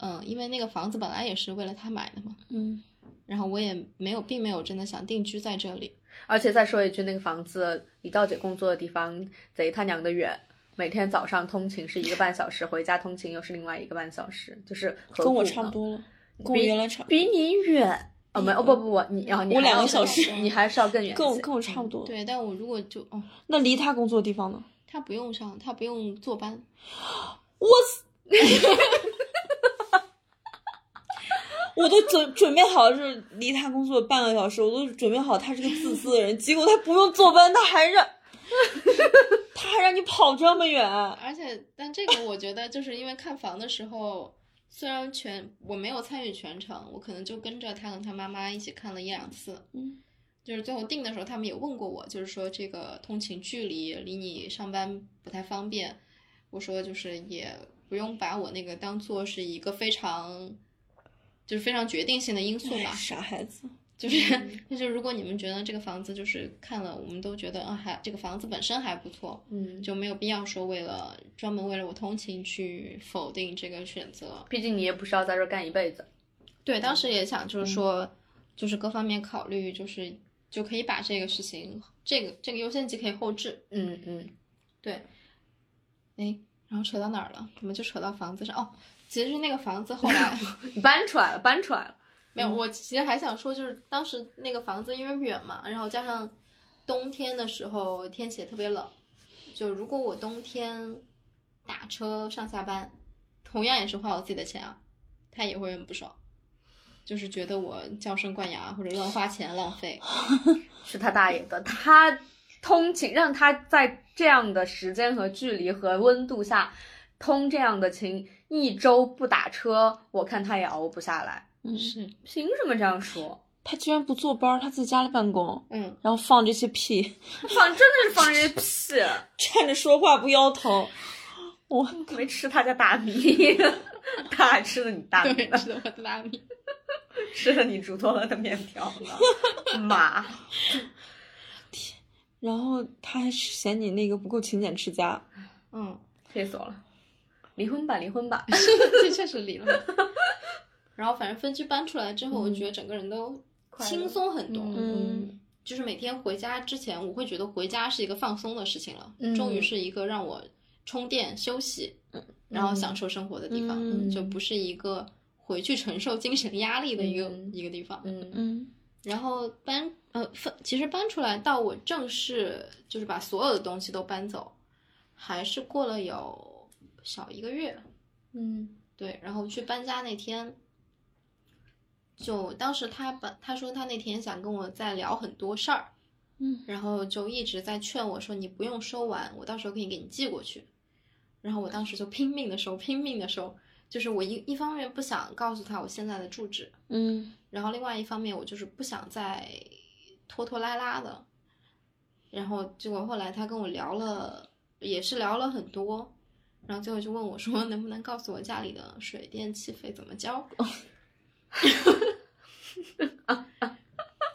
Speaker 4: 嗯、因为那个房子本来也是为了他买的嘛，
Speaker 3: 嗯，
Speaker 4: 然后我也没有，并没有真的想定居在这里。
Speaker 2: 而且再说一句，那个房子离道姐工作的地方贼他娘的远，每天早上通勤是一个半小时，回家通勤又是另外一个半小时，就是何
Speaker 3: 跟我
Speaker 2: 苦呢
Speaker 3: 差不，多了，跟我原来差，
Speaker 2: 比你远。哦，没，哦不不不，你哦，你
Speaker 3: 我
Speaker 2: 还
Speaker 3: 两个
Speaker 2: 要
Speaker 3: 小时
Speaker 2: 你还是要更远一些，
Speaker 3: 跟我跟我差不多。
Speaker 4: 对，但我如果就哦，
Speaker 3: 那离他工作的地方呢？
Speaker 4: 他不用上，他不用坐班，
Speaker 3: 我死，我都准准备好是离他工作半个小时，我都准备好他是个自私的人，结果他不用坐班，他还让他还让你跑这么远，
Speaker 4: 而且但这个我觉得就是因为看房的时候。虽然全我没有参与全程，我可能就跟着他跟他妈妈一起看了一两次。
Speaker 3: 嗯，
Speaker 4: 就是最后定的时候，他们也问过我，就是说这个通勤距离离你上班不太方便。我说就是也不用把我那个当做是一个非常，就是非常决定性的因素 吧。
Speaker 3: 哎傻孩子。
Speaker 4: 就是就是如果你们觉得这个房子就是看了，我们都觉得啊还这个房子本身还不错，
Speaker 2: 嗯，就
Speaker 4: 就没有必要说为了专门为了我通勤去否定这个选择。
Speaker 2: 毕竟你也不是要在这儿干一辈子，
Speaker 4: 对，当时也想就是说，就是各方面考虑，就是就可以把这个事情，这个这个优先级可以后置。
Speaker 2: 嗯嗯，
Speaker 4: 对，哎，然后扯到哪儿了？怎么就扯到房子上？哦，其实是那个房子后来
Speaker 2: 你搬出来了，搬出来了。
Speaker 4: 没有，我其实还想说，就是当时那个房子因为远嘛，然后加上冬天的时候天气也特别冷，就如果我冬天打车上下班，同样也是花我自己的钱啊，他也会很不爽，就是觉得我娇生惯养或者乱花钱浪 费。
Speaker 2: 是他大爷的，他通勤让他在这样的时间和距离和温度下通这样的勤，一周不打车，我看他也熬不下来。
Speaker 3: 嗯，
Speaker 4: 是，
Speaker 2: 凭什么这样说？
Speaker 3: 他居然不坐班儿，他在家里办公，
Speaker 4: 嗯，
Speaker 3: 然后放这些屁，
Speaker 2: 他放真的是放这些屁，
Speaker 3: 站着说话不腰疼。我
Speaker 2: 没吃他家大米， 他还吃了你大米
Speaker 4: 对，
Speaker 2: 呢，
Speaker 4: 吃的我的 拉米。
Speaker 2: 吃了你煮多了的面条呢，妈！
Speaker 3: 然后他还嫌你那个不够勤俭持家，
Speaker 4: 嗯，
Speaker 2: 气死我了！离婚吧，离婚吧！
Speaker 4: 这确实离了。 然后反正分居搬出来之后，我觉得整个人都
Speaker 2: 嗯快乐
Speaker 4: 轻松很多。
Speaker 3: 嗯
Speaker 2: 嗯
Speaker 4: 就是每天回家之前，我会觉得回家是一个放松的事情了，
Speaker 2: 嗯
Speaker 4: 终于是一个让我充电、休息，嗯然后享受生活的地方，
Speaker 3: 嗯
Speaker 4: 就不是一个回去承受精神压力的一个、
Speaker 2: 嗯
Speaker 4: 一个地方。
Speaker 2: 嗯
Speaker 3: 嗯
Speaker 4: 然后搬呃分，其实搬出来到我正式就是把所有的东西都搬走，还是过了有小一个月，
Speaker 2: 嗯
Speaker 4: 对，然后去搬家那天，就当时他把他说他那天想跟我再聊很多事儿，
Speaker 3: 嗯
Speaker 4: 然后就一直在劝我说你不用收完，我到时候可以给你寄过去。然后我当时就拼命的收，拼命的收，就是我一一方面不想告诉他我现在的住址，
Speaker 3: 嗯
Speaker 4: 然后另外一方面，我就是不想再拖拖拉拉的。然后结果后来他跟我聊了，也是聊了很多，然后最后就问我说， 能不能告诉我家里的水电气费怎么交？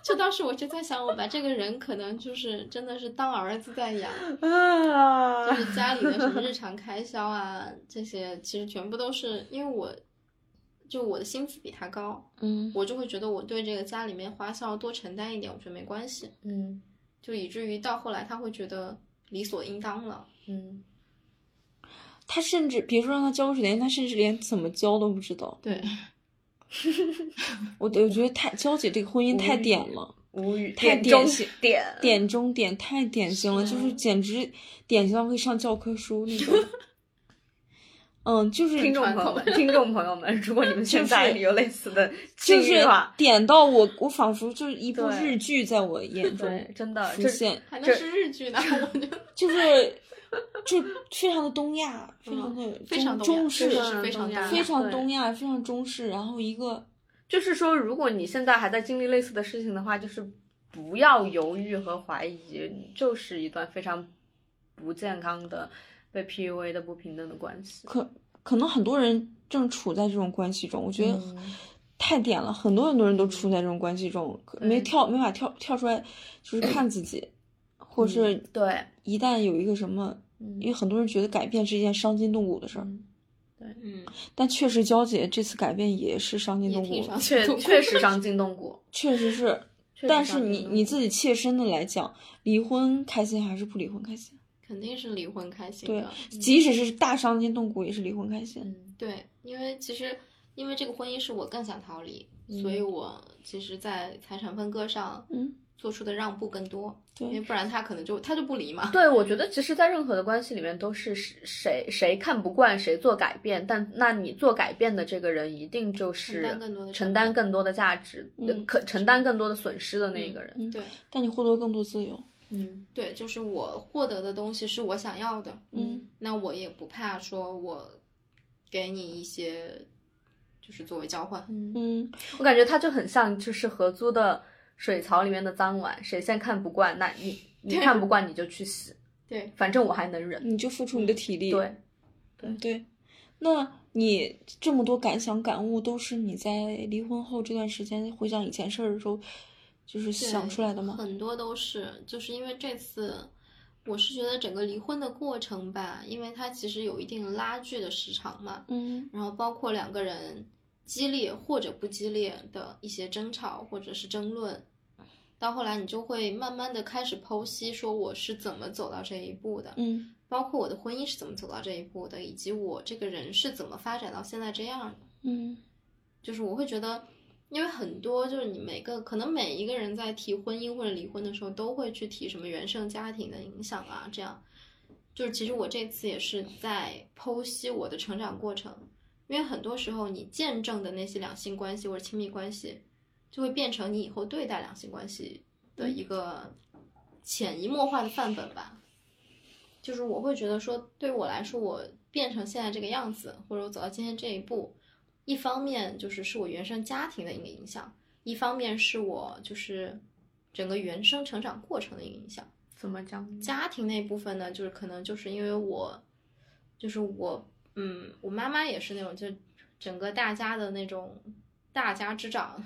Speaker 4: 就当时我就在想，我把这个人可能就是真的是当儿子在养，
Speaker 2: 啊
Speaker 4: 就是家里的什么日常开销啊，这些其实全部都是因为我，就我的薪资比他高，
Speaker 3: 嗯
Speaker 4: 我就会觉得我对这个家里面花销多承担一点，我觉得没关系，
Speaker 2: 嗯
Speaker 4: 就以至于到后来他会觉得理所应当了。
Speaker 2: 嗯，
Speaker 3: 他甚至别说让他交个水电，他甚至连怎么交都不知道。
Speaker 4: 对，
Speaker 3: 我我觉得太娇姐这个婚姻太点了，
Speaker 2: 无语，
Speaker 3: 太
Speaker 2: 点中
Speaker 3: 典型
Speaker 2: 点
Speaker 3: 点中点太典型了，
Speaker 4: 是
Speaker 3: 就是简直典型到会上教科书那种。嗯，就是
Speaker 2: 听众朋友们，听众朋友们，如果你们现在
Speaker 3: 就是
Speaker 2: 有类似的境
Speaker 3: 就
Speaker 2: 遇
Speaker 3: 是
Speaker 2: 的话，
Speaker 3: 点到我，我仿佛就是一部
Speaker 2: 啊对
Speaker 3: 日剧在我眼中
Speaker 2: 对，真的
Speaker 3: 浮
Speaker 2: 就是
Speaker 3: 现，
Speaker 4: 还
Speaker 2: 这
Speaker 4: 能是日剧呢，我觉得
Speaker 3: 就是就非常的东亚，非常的
Speaker 2: 嗯
Speaker 3: 中
Speaker 4: 非常懂呀
Speaker 3: 中式
Speaker 4: 确
Speaker 2: 亚
Speaker 4: 实，是
Speaker 2: 非
Speaker 4: 非常
Speaker 2: 常
Speaker 4: 懂
Speaker 3: 非
Speaker 4: 呀。
Speaker 3: 常
Speaker 2: 对
Speaker 3: 东亚，非常中式，然后一个
Speaker 2: 就是说，如果你现在还在经历类似的事情的话，就是不要犹豫和怀疑，就是一段非常不健康的被 PUA 的不平等的关系。
Speaker 3: 可可能很多人正处在这种关系中，我觉得
Speaker 2: 嗯
Speaker 3: 太点了，很多很多人都处在这种关系中，可没
Speaker 2: 对
Speaker 3: 跳没法跳跳出来，就是看自己，或是
Speaker 2: 嗯对，
Speaker 3: 一旦有一个什么，因为
Speaker 2: 嗯
Speaker 3: 很多人觉得改变是一件伤筋动骨的事儿，
Speaker 4: 嗯，
Speaker 3: 但确实娇姐这次改变也是伤筋
Speaker 4: 也
Speaker 3: 动骨
Speaker 4: 挺
Speaker 3: 的，
Speaker 4: 伤
Speaker 2: 确
Speaker 4: 心痛。
Speaker 2: 确实伤筋动骨。
Speaker 3: 确实是。
Speaker 2: 确实
Speaker 3: 但
Speaker 2: 伤
Speaker 3: 是
Speaker 2: 筋
Speaker 3: 你
Speaker 2: 动
Speaker 3: 你
Speaker 2: 骨
Speaker 3: 自己切身的来讲，离婚开心还是不离婚开心？
Speaker 4: 肯定是离婚开心
Speaker 3: 对
Speaker 4: 的。，
Speaker 3: 即使是大伤筋动骨，也是离婚开心。
Speaker 2: 嗯
Speaker 4: 对，因为其实因为这个婚姻是我更想逃离，
Speaker 2: 嗯
Speaker 4: 所以我其实，在财产分割上
Speaker 3: 嗯，
Speaker 4: 做出的让步更多，因为
Speaker 3: 对，
Speaker 4: 不然他可能就他就不离嘛。
Speaker 2: 对，我觉得其实，在任何的关系里面，都是谁谁看不惯谁做改变，但那你做改变的这个人，一定就是
Speaker 4: 承担更多的
Speaker 2: 承担更多的价值，呃
Speaker 3: 嗯
Speaker 2: 可承担更多的损失的那一个人。
Speaker 3: 嗯
Speaker 4: 对
Speaker 3: 但你获得更多自由。
Speaker 2: 嗯
Speaker 4: 对，就是我获得的东西是我想要的，
Speaker 3: 嗯
Speaker 4: 那我也不怕说我给你一些，就是作为交换。
Speaker 2: 嗯，
Speaker 3: 嗯，
Speaker 2: 我感觉他就很像就是合租的水槽里面的脏碗，谁先看不惯，那你你
Speaker 4: 对
Speaker 2: 看不惯你就去洗，
Speaker 4: 对，
Speaker 2: 反正我还能忍。
Speaker 3: 你就付出你的体力。
Speaker 2: 对，
Speaker 3: 嗯对，那你这么多感想感悟，都是你在离婚后这段时间回想以前事儿的时候，就是想出来的吗？
Speaker 4: 很多都是，就是因为这次，我是觉得整个离婚的过程吧，因为它其实有一定拉锯的时长嘛，
Speaker 3: 嗯
Speaker 4: 然后包括两个人激烈或者不激烈的一些争吵或者是争论，到后来你就会慢慢的开始剖析，说我是怎么走到这一步的，
Speaker 3: 嗯
Speaker 4: 包括我的婚姻是怎么走到这一步的，以及我这个人是怎么发展到现在这样的。
Speaker 3: 嗯
Speaker 4: 就是我会觉得，因为很多就是你每个可能每一个人在提婚姻或者离婚的时候，都会去提什么原生家庭的影响啊，这样。就是其实我这次也是在剖析我的成长过程，因为很多时候你见证的那些两性关系或者亲密关系，就会变成你以后对待两性关系的一个潜移默化的范本吧。就是我会觉得说，对我来说，我变成现在这个样子，或者我走到今天这一步，一方面就是是我原生家庭的一个影响，一方面是我就是整个原生成长过程的一个影响。
Speaker 2: 怎么讲？
Speaker 4: 家庭那部分呢，就是可能就是因为我，就是我，嗯，我妈妈也是那种，就整个大家的那种大家之长，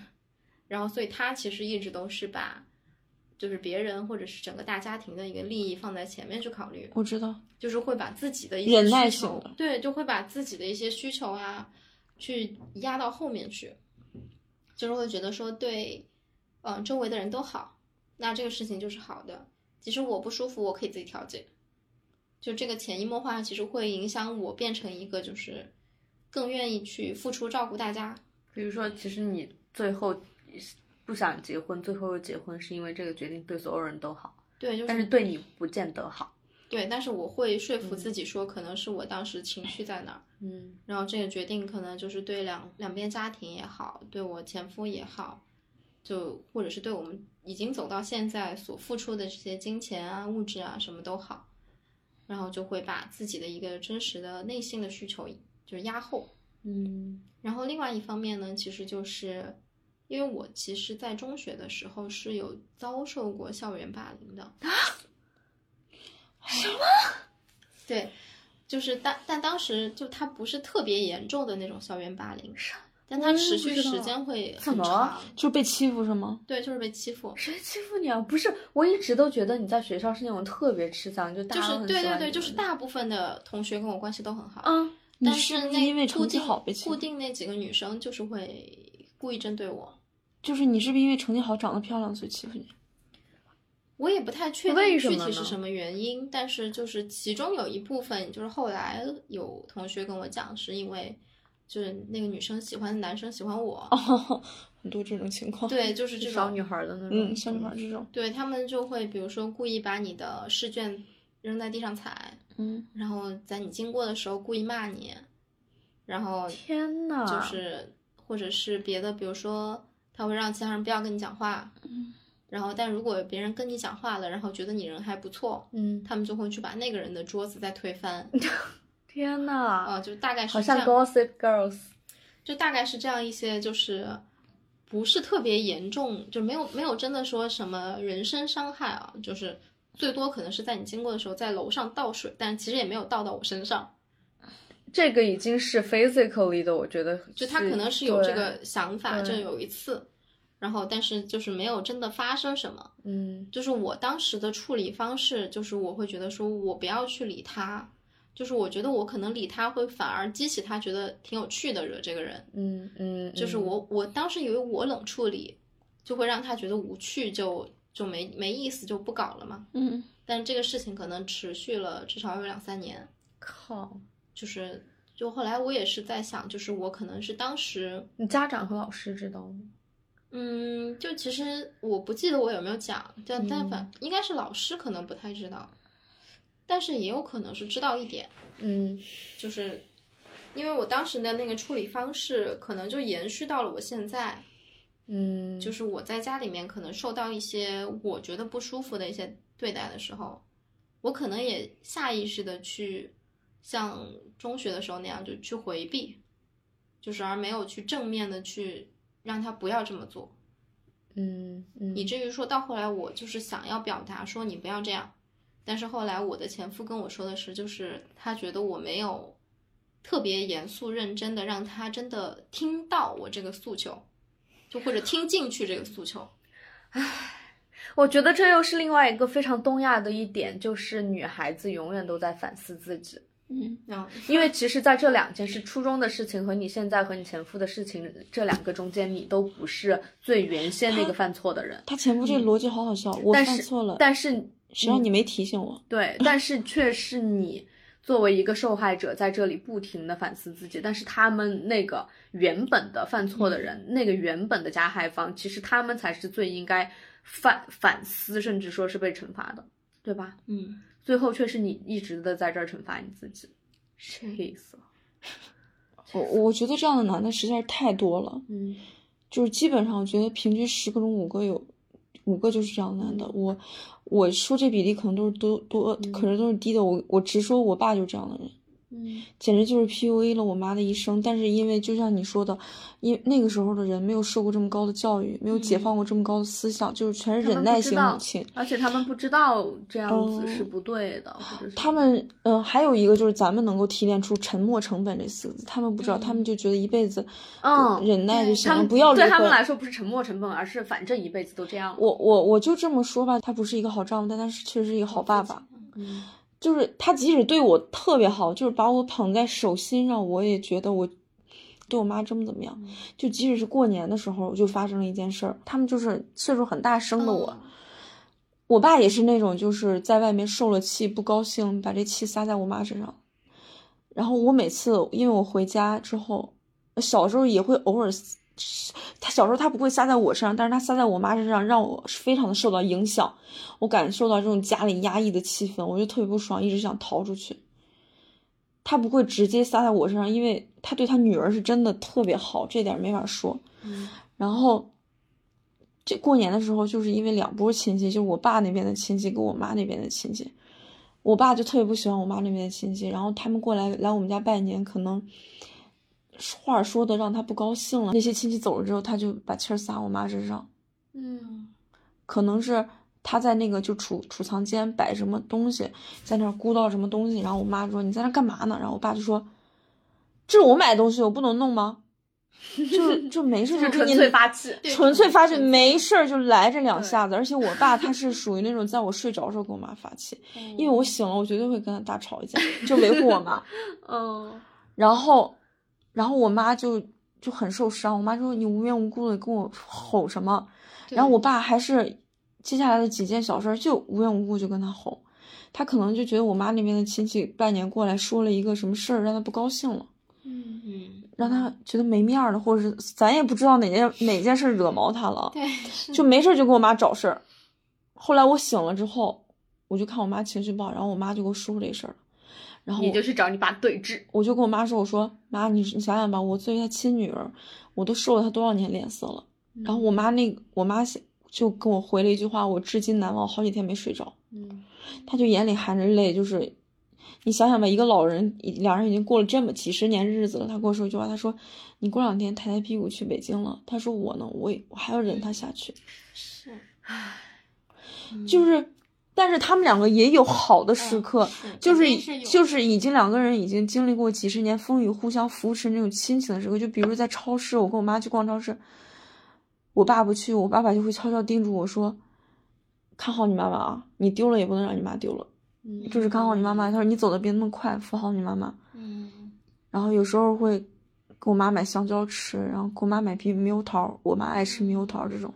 Speaker 4: 然后所以她其实一直都是把就是别人或者是整个大家庭的一个利益放在前面去考虑。
Speaker 3: 我知道，
Speaker 4: 就是会把自己的一些
Speaker 3: 忍耐
Speaker 4: 需
Speaker 3: 性
Speaker 4: 求
Speaker 3: 的
Speaker 4: 对，就会把自己的一些需求啊，去压到后面去，就是会觉得说对，嗯、周围的人都好，那这个事情就是好的。即使我不舒服，我可以自己调节。就这个潜移默化，其实会影响我变成一个就是更愿意去付出照顾大家。
Speaker 2: 比如说，其实你最后不想结婚，最后又结婚，是因为这个决定对所有人都好，
Speaker 4: 对，就是
Speaker 2: 但是对你不见得好。
Speaker 4: 对，但是我会说
Speaker 3: 嗯
Speaker 4: 服自己说，可能是我当时情绪在哪儿。
Speaker 2: 嗯，
Speaker 4: 然后这个决定可能就是对两两边家庭也好，对我前夫也好，就或者是对我们已经走到现在所付出的这些金钱啊、物质啊什么都好，然后就会把自己的一个真实的内心的需求就是压后。
Speaker 2: 嗯，
Speaker 4: 然后另外一方面呢，其实就是因为我其实，在中学的时候是有遭受过校园霸 凌的。啊？什么？ 对，就是但但当时就它不是特别严重的那种校园霸凌，但它
Speaker 3: 我
Speaker 4: 持
Speaker 3: 不
Speaker 4: 续
Speaker 3: 知道
Speaker 4: 时间会
Speaker 2: 怎
Speaker 4: 很
Speaker 2: 么
Speaker 4: 长。
Speaker 3: 就是被欺负是吗？
Speaker 4: 对，就是被欺负。
Speaker 2: 谁欺负你啊？不是，我一直都觉得你在学校是那种特别吃香，就大
Speaker 4: 就
Speaker 2: 家
Speaker 4: 是
Speaker 2: 都很喜欢
Speaker 4: 对对
Speaker 2: 你的
Speaker 4: 对，就是
Speaker 2: 那
Speaker 4: 大嗯部分的同学跟我关系都很好，
Speaker 2: 种啊，
Speaker 3: 你
Speaker 4: 但
Speaker 3: 是
Speaker 4: 是
Speaker 3: 不是
Speaker 4: 那
Speaker 3: 因为
Speaker 4: 固
Speaker 3: 成绩
Speaker 4: 定
Speaker 3: 好被欺
Speaker 4: 固
Speaker 3: 负？
Speaker 4: 定那几个女生就是会故意针对我，
Speaker 3: 就是你是不是因为成绩好、长得漂亮所以欺负你？
Speaker 4: 我也不太确定
Speaker 2: 为什
Speaker 4: 具
Speaker 2: 么
Speaker 4: 体是
Speaker 2: 呢
Speaker 4: 什么原因，但是就是其中有一部分，就是后来有同学跟我讲，是因为就是那个女生喜欢男生喜欢我，
Speaker 3: 哦，很多这种情况。，
Speaker 4: 对，就是这
Speaker 2: 小
Speaker 4: 种
Speaker 2: 女，孩的那种，
Speaker 3: 嗯，小女孩这种，
Speaker 4: 对他们就会比如说故意把你的试卷扔在地上踩，
Speaker 3: 嗯，
Speaker 4: 然后在你经过的时候故意骂你，然后
Speaker 2: 天呐，
Speaker 4: 就是或者是别的，比如说他会让其他人不要跟你讲话，
Speaker 3: 嗯，
Speaker 4: 然后但如果别人跟你讲话了，然后觉得你人还不错，
Speaker 2: 嗯，
Speaker 4: 他们就会去把那个人的桌子再 推翻，
Speaker 2: 天呐，
Speaker 4: 啊、就大概
Speaker 2: 好
Speaker 4: 是这
Speaker 2: 像
Speaker 4: 样，
Speaker 2: Gossip Girls。
Speaker 4: 就大概是这样一些，就是不是特别严重，就没有没有真的说什么人身伤害啊，就是最多可能是在你经过的时候在楼上倒水，但其实也没有倒到我身上，
Speaker 2: 这个已经是 physically 的，我觉得
Speaker 4: 就他可能是有这，
Speaker 2: 对
Speaker 4: 个想法，就
Speaker 2: 对
Speaker 4: 有一次，然后但是就是没有真的发生什么。
Speaker 2: 嗯，
Speaker 4: 就是我当时的处理方式，就是我会觉得说我不要去理他，就是我觉得我可能理他会反而激起他觉得挺有趣的惹这个人，
Speaker 2: 嗯嗯，
Speaker 4: 就是
Speaker 2: 嗯，
Speaker 4: 我我当时以为我冷处理就会让他觉得无趣就，就没没意思就不搞了嘛。
Speaker 3: 嗯，
Speaker 4: 但这个事情可能持续了至少有两三年，
Speaker 2: 靠，
Speaker 4: 就是就后来我也是在想，就是我可能是当时
Speaker 2: 你家长和老师知道吗？
Speaker 4: 嗯，就其实我不记得我有没有讲，但但反
Speaker 2: 嗯
Speaker 4: 应该是老师可能不太知道，但是也有可能是知道一点，
Speaker 2: 嗯
Speaker 4: 就是因为我当时的那个处理方式，可能就延续到了我现在，
Speaker 2: 嗯，
Speaker 4: 就是我在家里面可能受到一些我觉得不舒服的一些对待的时候，我可能也下意识的去像中学的时候那样就去回避，就是而没有去正面的去让他不要这么做。
Speaker 2: 嗯嗯，
Speaker 4: 以至于说到后来，我就是想要表达说你不要这样，但是后来我的前夫跟我说的是，就是他觉得我没有特别严肃认真的让他真的听到我这个诉求，就或者听进去这个诉求。
Speaker 2: 我觉得这又是另外一个非常东亚的一点，就是女孩子永远都在反思自己，
Speaker 3: 嗯，
Speaker 4: 啊，
Speaker 2: 因为其实，在这两件事，初中的事情和你现在和你前夫的事情这两个中间，你都不是最原先那个犯错的人。
Speaker 3: 他前夫这逻辑好好笑，我
Speaker 2: 但
Speaker 3: 犯
Speaker 2: 是
Speaker 3: 错了，
Speaker 2: 但嗯是
Speaker 3: 谁让你没提醒我？
Speaker 2: 对，但是却是你作为一个受害者，在这里不停的反思自己。但是他们那个原本的犯错的人，
Speaker 3: 嗯
Speaker 2: 那个原本的加害方，其实他们才是最应该反反思，甚至说是被惩罚的，对吧？
Speaker 4: 嗯，
Speaker 2: 最后却是你一直的在这儿惩罚你自己，
Speaker 4: 是
Speaker 2: 气死了。
Speaker 3: 我我觉得这样的男的实在是太多了，
Speaker 2: 嗯
Speaker 3: 就是基本上我觉得平均十个中五个有五个就是这样的男的。我我说这比例可能都是多多，可能都是低的。我我直说，我爸就是这样的人。
Speaker 2: 嗯
Speaker 3: 简直就是 PUA 了我妈的一生。但是因为就像你说的，因那个时候的人没有受过这么高的教育，没有解放过这么高的思想，就是全是
Speaker 2: 嗯他们
Speaker 3: 忍
Speaker 2: 不
Speaker 3: 耐
Speaker 2: 知
Speaker 3: 型
Speaker 2: 道
Speaker 3: 母亲。
Speaker 2: 而且他们不知道这样子是
Speaker 3: 哦
Speaker 2: 不对的，或者是
Speaker 3: 他们，嗯、还有一个就是咱们能够提炼出“沉没成本”这四个字，他们不知道，
Speaker 4: 嗯
Speaker 3: 他们就觉得一辈子，
Speaker 2: 嗯
Speaker 3: 忍耐就
Speaker 4: 对
Speaker 3: 行
Speaker 2: 他
Speaker 3: 了，
Speaker 2: 们
Speaker 3: 不要离
Speaker 2: 对他们
Speaker 3: 婚。
Speaker 2: 来说不是沉没成本，而是反正一辈子都这样。
Speaker 3: 我我我就这么说吧，他不是一个好丈夫，但他是确实是一个好爸爸。
Speaker 2: 嗯
Speaker 3: 就是他即使对我特别好，就是把我捧在手心上，我也觉得我对我妈这么怎么样。就即使是过年的时候，就发生了一件事儿，他们就是岁数很大生的我，
Speaker 4: 哦
Speaker 3: 我爸也是那种就是在外面受了气不高兴，把这气撒在我妈身上。然后我每次因为我回家之后，小时候也会偶尔，他小时候他不会撒在我身上，但是他撒在我妈身上，让我非常的受到影响。我感受到这种家里压抑的气氛，我就特别不爽，一直想逃出去。他不会直接撒在我身上，因为他对他女儿是真的特别好，这点没法说。
Speaker 4: 嗯
Speaker 3: 然后这过年的时候，就是因为两波亲戚，就是我爸那边的亲戚跟我妈那边的亲戚，我爸就特别不喜欢我妈那边的亲戚，然后他们过来来我们家拜年，可能话说的让他不高兴了。那些亲戚走了之后，他就把气儿撒我妈身上，
Speaker 2: 嗯
Speaker 3: 可能是他在那个就储储藏间摆什么东西，在那儿估到什么东西，然后我妈说你在那儿干嘛呢？然后我爸就说，这是我买的东西，我不能弄吗？ 就是就没事
Speaker 2: 就是
Speaker 3: 给
Speaker 2: 纯
Speaker 3: 你
Speaker 2: 粹发气。
Speaker 4: 对
Speaker 3: 纯粹发泄，
Speaker 4: 纯粹
Speaker 3: 没事儿就来这两下子。而且我爸他是属于那种在我睡着的时候跟我妈发 气，因为我醒了，我绝对会跟他大吵一架，就维护我 妈。哦
Speaker 2: 嗯
Speaker 3: 然后，然后我妈就就很受伤。我妈说：“你无缘无故的跟我吼什么？”
Speaker 4: 对
Speaker 3: 然后我爸还是接下来的几件小事儿就无缘无故就跟他吼，他可能就觉得我妈那边的亲戚拜年过来说了一个什么事儿，让他不高兴了。
Speaker 2: 嗯
Speaker 4: 嗯，
Speaker 3: 让他觉得没面儿了，或者是咱也不知道哪件哪件事儿惹毛他了，
Speaker 4: 对，是
Speaker 3: 就没事儿就给我妈找事儿。后来我醒了之后，我就看我妈情绪不好，然后我妈就给我说这事儿了，然后
Speaker 2: 你
Speaker 3: 我
Speaker 2: 就去找你爸对峙。
Speaker 3: 我就跟我妈说，我说妈，你你想想吧，我作为她亲女儿，我都受了她多少年脸色了。
Speaker 2: 嗯
Speaker 3: 然后我妈那个我妈就跟我回了一句话，我至今难忘，好几天没睡着。
Speaker 2: 嗯
Speaker 3: 她就眼里含着泪，就是你想想吧，一个老人，两人已经过了这么几十年日子了。她跟我说一句话，她说你过两天抬抬屁股去北京了。她说我呢，我也我还要忍她下去，
Speaker 4: 是
Speaker 3: 嗯就是。但是他们两个也有好的时
Speaker 4: 嗯
Speaker 3: 刻，
Speaker 4: 是
Speaker 3: 就
Speaker 4: 肯
Speaker 3: 是
Speaker 4: 定是有
Speaker 3: 就是已经两个人已经经历过几十年风雨，互相扶持那种亲情的时刻。就比如在超市，我跟我妈去逛超市，我爸不去，我爸爸就会悄悄叮嘱我说：“看好你妈妈啊，你丢了也不能让你妈丢了，
Speaker 2: 嗯
Speaker 3: 就是看好你妈妈。”他说：“你走的别那么快，扶好你妈妈。
Speaker 4: 嗯”
Speaker 3: 然后有时候会给我妈买香蕉吃，然后给我妈买瓶猕猴桃，我妈爱吃猕猴桃这种。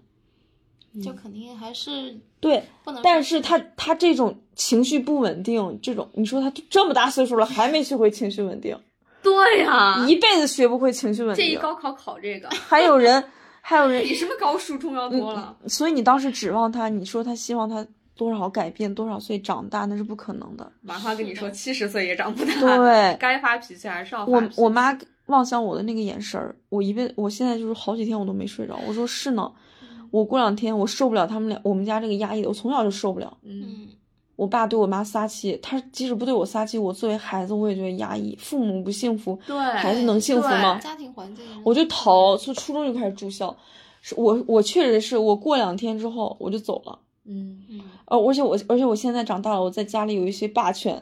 Speaker 4: 就肯定还是
Speaker 3: 对，
Speaker 4: 不能，
Speaker 3: 但是他他这种情绪不稳定，这种你说他这么大岁数了还没学会情绪稳定。
Speaker 2: 对呀、
Speaker 3: 一辈子学不会情绪稳
Speaker 2: 建议
Speaker 3: 定。
Speaker 2: 啊高考考这个，
Speaker 3: 还有人，还有人嗯
Speaker 2: 比，什么高数重要多了。
Speaker 3: 所以你当时指望他，你说他希望他多少改变，多少岁长大，那是不可能 嗯的。
Speaker 2: 马上跟你说，
Speaker 4: 是的
Speaker 2: 七十岁也长不大。
Speaker 3: 对
Speaker 2: 该发脾气还是要发
Speaker 3: 我
Speaker 2: 脾气。
Speaker 3: 我妈望向我的那个眼神儿，我一辈，我现在就是好几天我都没睡着。我说是呢，
Speaker 2: 嗯
Speaker 3: 我过两天我受不了他们俩，我们家这个压抑的，我从小就受不了。
Speaker 2: 嗯，
Speaker 4: 嗯，
Speaker 3: 我爸对我妈撒气，他即使不对我撒气，我作为孩子我也觉得压抑。父母不幸福，
Speaker 2: 对，
Speaker 3: 孩子能幸福
Speaker 2: 对
Speaker 3: 吗？
Speaker 4: 家庭环境，
Speaker 3: 我就逃，从初中就开始住校。是我，我确实是我过两天之后我就走了。
Speaker 2: 嗯
Speaker 4: 嗯，
Speaker 3: 呃，而且我，而且我现在长大了，我在家里有一些霸权，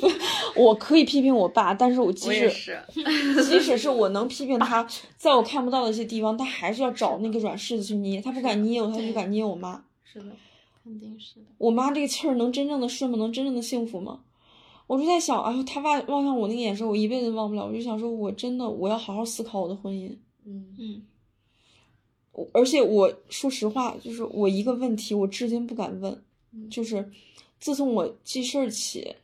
Speaker 3: 我可以批评我爸，但是我即
Speaker 2: 我也
Speaker 3: 使
Speaker 2: 是。
Speaker 3: 即使是我能批评他，在我看不到的一些地方，他还是要找那个软柿子去捏，他不敢捏我，他就
Speaker 4: 对
Speaker 3: 敢捏我妈。
Speaker 2: 是的，
Speaker 4: 肯定是的，
Speaker 3: 我妈这个气儿能真正的顺吗？能真正的幸福吗？我就在想，哎呦，他望望向我那个眼神，我一辈子忘不了。我就想说，我真的我要好好思考我的婚姻。
Speaker 2: 嗯
Speaker 4: 嗯，
Speaker 3: 我而且我说实话，就是我一个问题，我至今不敢问，
Speaker 2: 嗯
Speaker 3: 就是自从我记事儿起，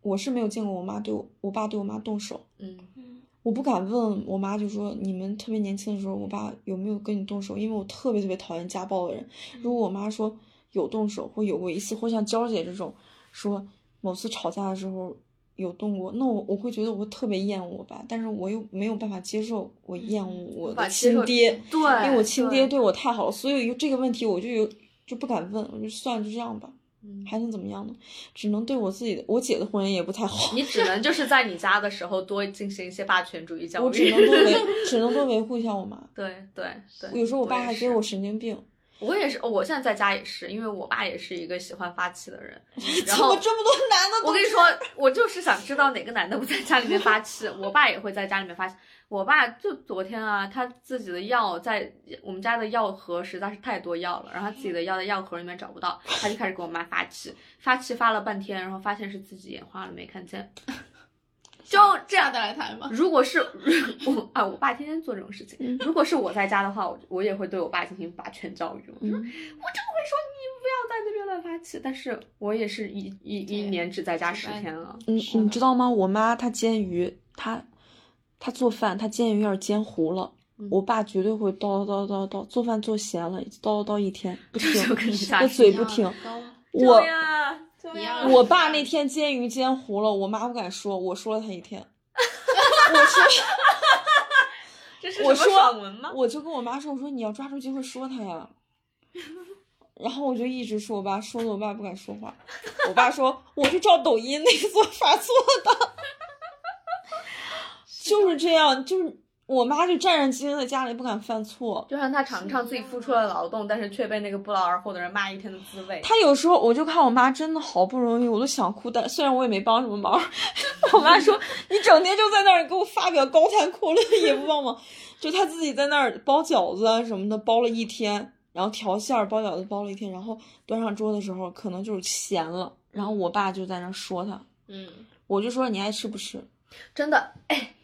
Speaker 3: 我是没有见过我妈对我我爸对我妈动手。
Speaker 2: 嗯
Speaker 3: 我不敢问我妈，就说你们特别年轻的时候，我爸有没有跟你动手？因为我特别特别讨厌家暴的人。如果我妈说有动手，或有过一次，或像娇姐这种说某次吵架的时候有动过，那我我会觉得我会特别厌恶我爸，但是我又没有办法接受我厌恶我
Speaker 2: 嗯无法
Speaker 3: 的
Speaker 2: 接
Speaker 3: 亲
Speaker 2: 受
Speaker 3: 爹，
Speaker 2: 对，
Speaker 3: 因为我亲爹
Speaker 2: 对，
Speaker 3: 对我太好了，所以有这个问题我就有就不敢问，我就算了，就这样吧，
Speaker 2: 嗯
Speaker 3: 还能怎么样呢？只能对我自己的，我姐的婚姻也不太好。
Speaker 2: 你只能就是在你家的时候多进行一些霸权主义教育。
Speaker 3: 我只能多维，只能多维护一下我妈。
Speaker 2: 对对对，
Speaker 3: 有时候我爸还觉
Speaker 2: 给
Speaker 3: 得我神经病，
Speaker 2: 我也是，哦我现在在家也是，因为我爸也是一个喜欢发气的人。
Speaker 3: 怎
Speaker 2: 然后
Speaker 3: 么这么多男的都？
Speaker 2: 我跟你说，我就是想知道哪个男的不在家里面发气。我爸也会在家里面发气。我爸就昨天啊，他自己的药在我们家的药盒实在是太多药了，然后他自己的药在药盒里面找不到，他就开始给我妈发气，发气发了半天，然后发现是自己眼花了没看见。 就这样
Speaker 4: 下得来台吗？
Speaker 2: 如果是我啊，我爸天天做这种事情。
Speaker 3: 嗯
Speaker 2: 如果是我在家的话，我我也会对我爸进行霸权教育。我就说，我就会说
Speaker 3: 嗯
Speaker 2: 你不要在那边乱发气。但是我也是一一一
Speaker 4: 对
Speaker 2: 年只在家
Speaker 4: 只
Speaker 2: 十
Speaker 4: 在
Speaker 2: 天了。
Speaker 3: 你
Speaker 4: 是
Speaker 3: 你
Speaker 4: 的
Speaker 3: 知道吗？我妈她煎鱼，她她做饭，她煎鱼要是煎糊了。
Speaker 2: 嗯
Speaker 3: 我爸绝对会叨叨叨叨叨，做饭做咸了，叨叨叨一天不停，
Speaker 2: 就跟你家
Speaker 3: 这
Speaker 2: 是
Speaker 3: 嘴
Speaker 4: 一
Speaker 3: 不
Speaker 4: 样
Speaker 3: 停
Speaker 4: 的。高啊
Speaker 3: 我
Speaker 2: 对呀，对呀
Speaker 4: 一样
Speaker 3: 我爸那天煎鱼煎糊了，我妈不敢说，我说了他一天。我说，
Speaker 2: 这是
Speaker 3: 我
Speaker 2: 什么爽
Speaker 3: 说
Speaker 2: 文吗？
Speaker 3: 我就跟我妈说，我说你要抓住机会说他 呀。然后我就一直说我爸，说的我爸不敢说话。我爸说，我是照抖音那个做法做的， 就是这样，就是我妈就战战兢兢在家里不敢犯错。
Speaker 2: 就让他尝尝自己付出了劳动，但是却被那个不劳而获的人骂一天的滋味。
Speaker 3: 她有时候我就看我妈真的好不容易，我都想哭，但虽然我也没帮什么忙。 我妈说你整天就在那儿给我发表高谈阔论，也不帮忙，就她自己在那儿包饺子啊什么的，包了一天，然后调馅儿包饺子包了一天，然后端上桌的时候可能就是咸了，然后我爸就在那儿说她，
Speaker 4: 嗯，
Speaker 3: 我就说你爱吃不吃，
Speaker 2: 真的，哎，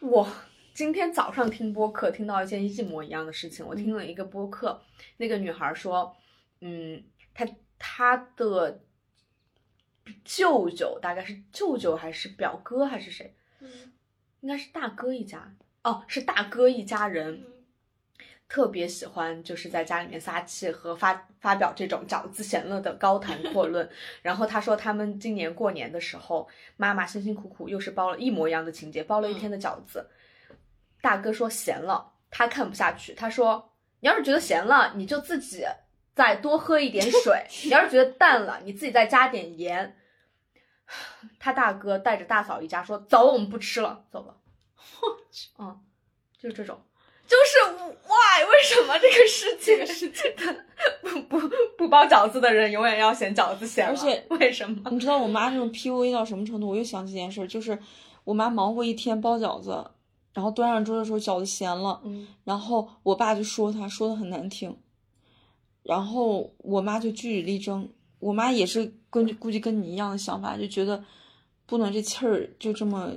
Speaker 2: 我今天早上听播客，听到一件一模一样的事情。我听了一个播客，那个女孩说，嗯，她她的舅舅大概是舅舅还是表哥还是谁，
Speaker 4: 嗯
Speaker 2: 应该是大哥一家哦，是大哥一家人。
Speaker 4: 嗯
Speaker 2: 特别喜欢就是在家里面撒气和发发表这种饺子闲乐的高谈阔论。然后他说他们今年过年的时候，妈妈辛辛苦苦又是包了一模一样的情节，包了一天的
Speaker 3: 嗯
Speaker 2: 饺子。大哥说咸了，他看不下去，他说你要是觉得咸了，你就自己再多喝一点 水；你要是觉得淡了，你自己再加点盐。他大哥带着大嫂一家说：“走，我们不吃了，走吧。”我去，嗯，就是这种，就是 why 为什么这个世界世界的 不不不包饺子的人永远要嫌饺子咸了？
Speaker 3: 而且
Speaker 2: 为什么？
Speaker 3: 你知道我妈这种 PUA 到什么程度？我又想起一件事儿，就是我妈忙活一天包饺子，然后端上桌的时候饺子咸了。
Speaker 2: 嗯
Speaker 3: 然后我爸就说他说的很难听，然后我妈就据理力争。我妈也是根据估计跟你一样的想法，就觉得不能这气儿就这么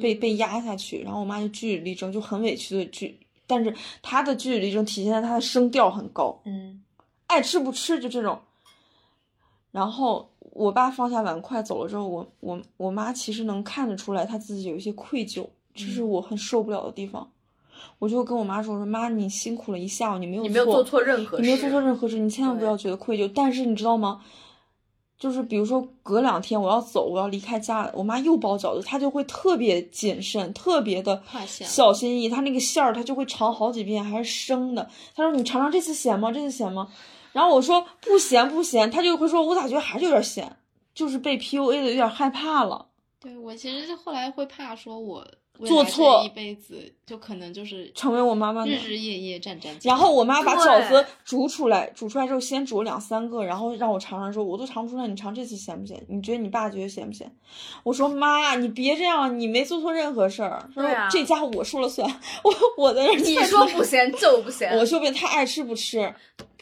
Speaker 3: 被被压下去。然后我妈就据理力争，就很委屈的据，但是她的据理力争体现在她的声调很高，
Speaker 2: 嗯
Speaker 3: 爱吃不吃就这种。然后我爸放下碗筷走了之后，我我我妈其实能看得出来，她自己有一些愧疚，这是
Speaker 2: 嗯
Speaker 3: 我很受不了的地方。我就跟我妈说：“我说妈，你辛苦了一下午，你没有
Speaker 2: 你没有做错任何事，
Speaker 3: 你没有做错任何事，你千万不
Speaker 2: 对
Speaker 3: 要觉得愧疚。但是你知道吗？就是比如说隔两天我要走，我要离开家了，我妈又包饺子，她就会特别谨慎，特别的
Speaker 4: 怕咸
Speaker 3: 小心翼翼。她那个馅儿她就会尝好几遍，还是生的。她说：“你尝尝这次咸吗？这次咸吗？”然后我说：“不咸不咸。”她就会说：“我咋觉得还是有点咸？”就是被 PUA 的有点害怕了。
Speaker 4: 对我其实是后来会怕说我未
Speaker 3: 做
Speaker 4: 来这
Speaker 3: 错
Speaker 4: 一辈子就可能就是
Speaker 3: 成为我妈妈的
Speaker 4: 日日夜夜战战兢兢。
Speaker 3: 然后我妈把饺
Speaker 2: 对
Speaker 3: 子煮出来，煮出来之后先煮了两三个，然后让我尝尝，说我都尝不出来，你尝这次咸不咸？你觉得你爸觉得咸不咸？我说妈，你别这样，你没做错任何事儿，说
Speaker 2: 对啊
Speaker 3: 这家 我说了算，我我在这儿
Speaker 2: 你
Speaker 3: 菜
Speaker 2: 说
Speaker 3: 谱
Speaker 2: 不咸就不咸，
Speaker 3: 我就被他爱吃不吃，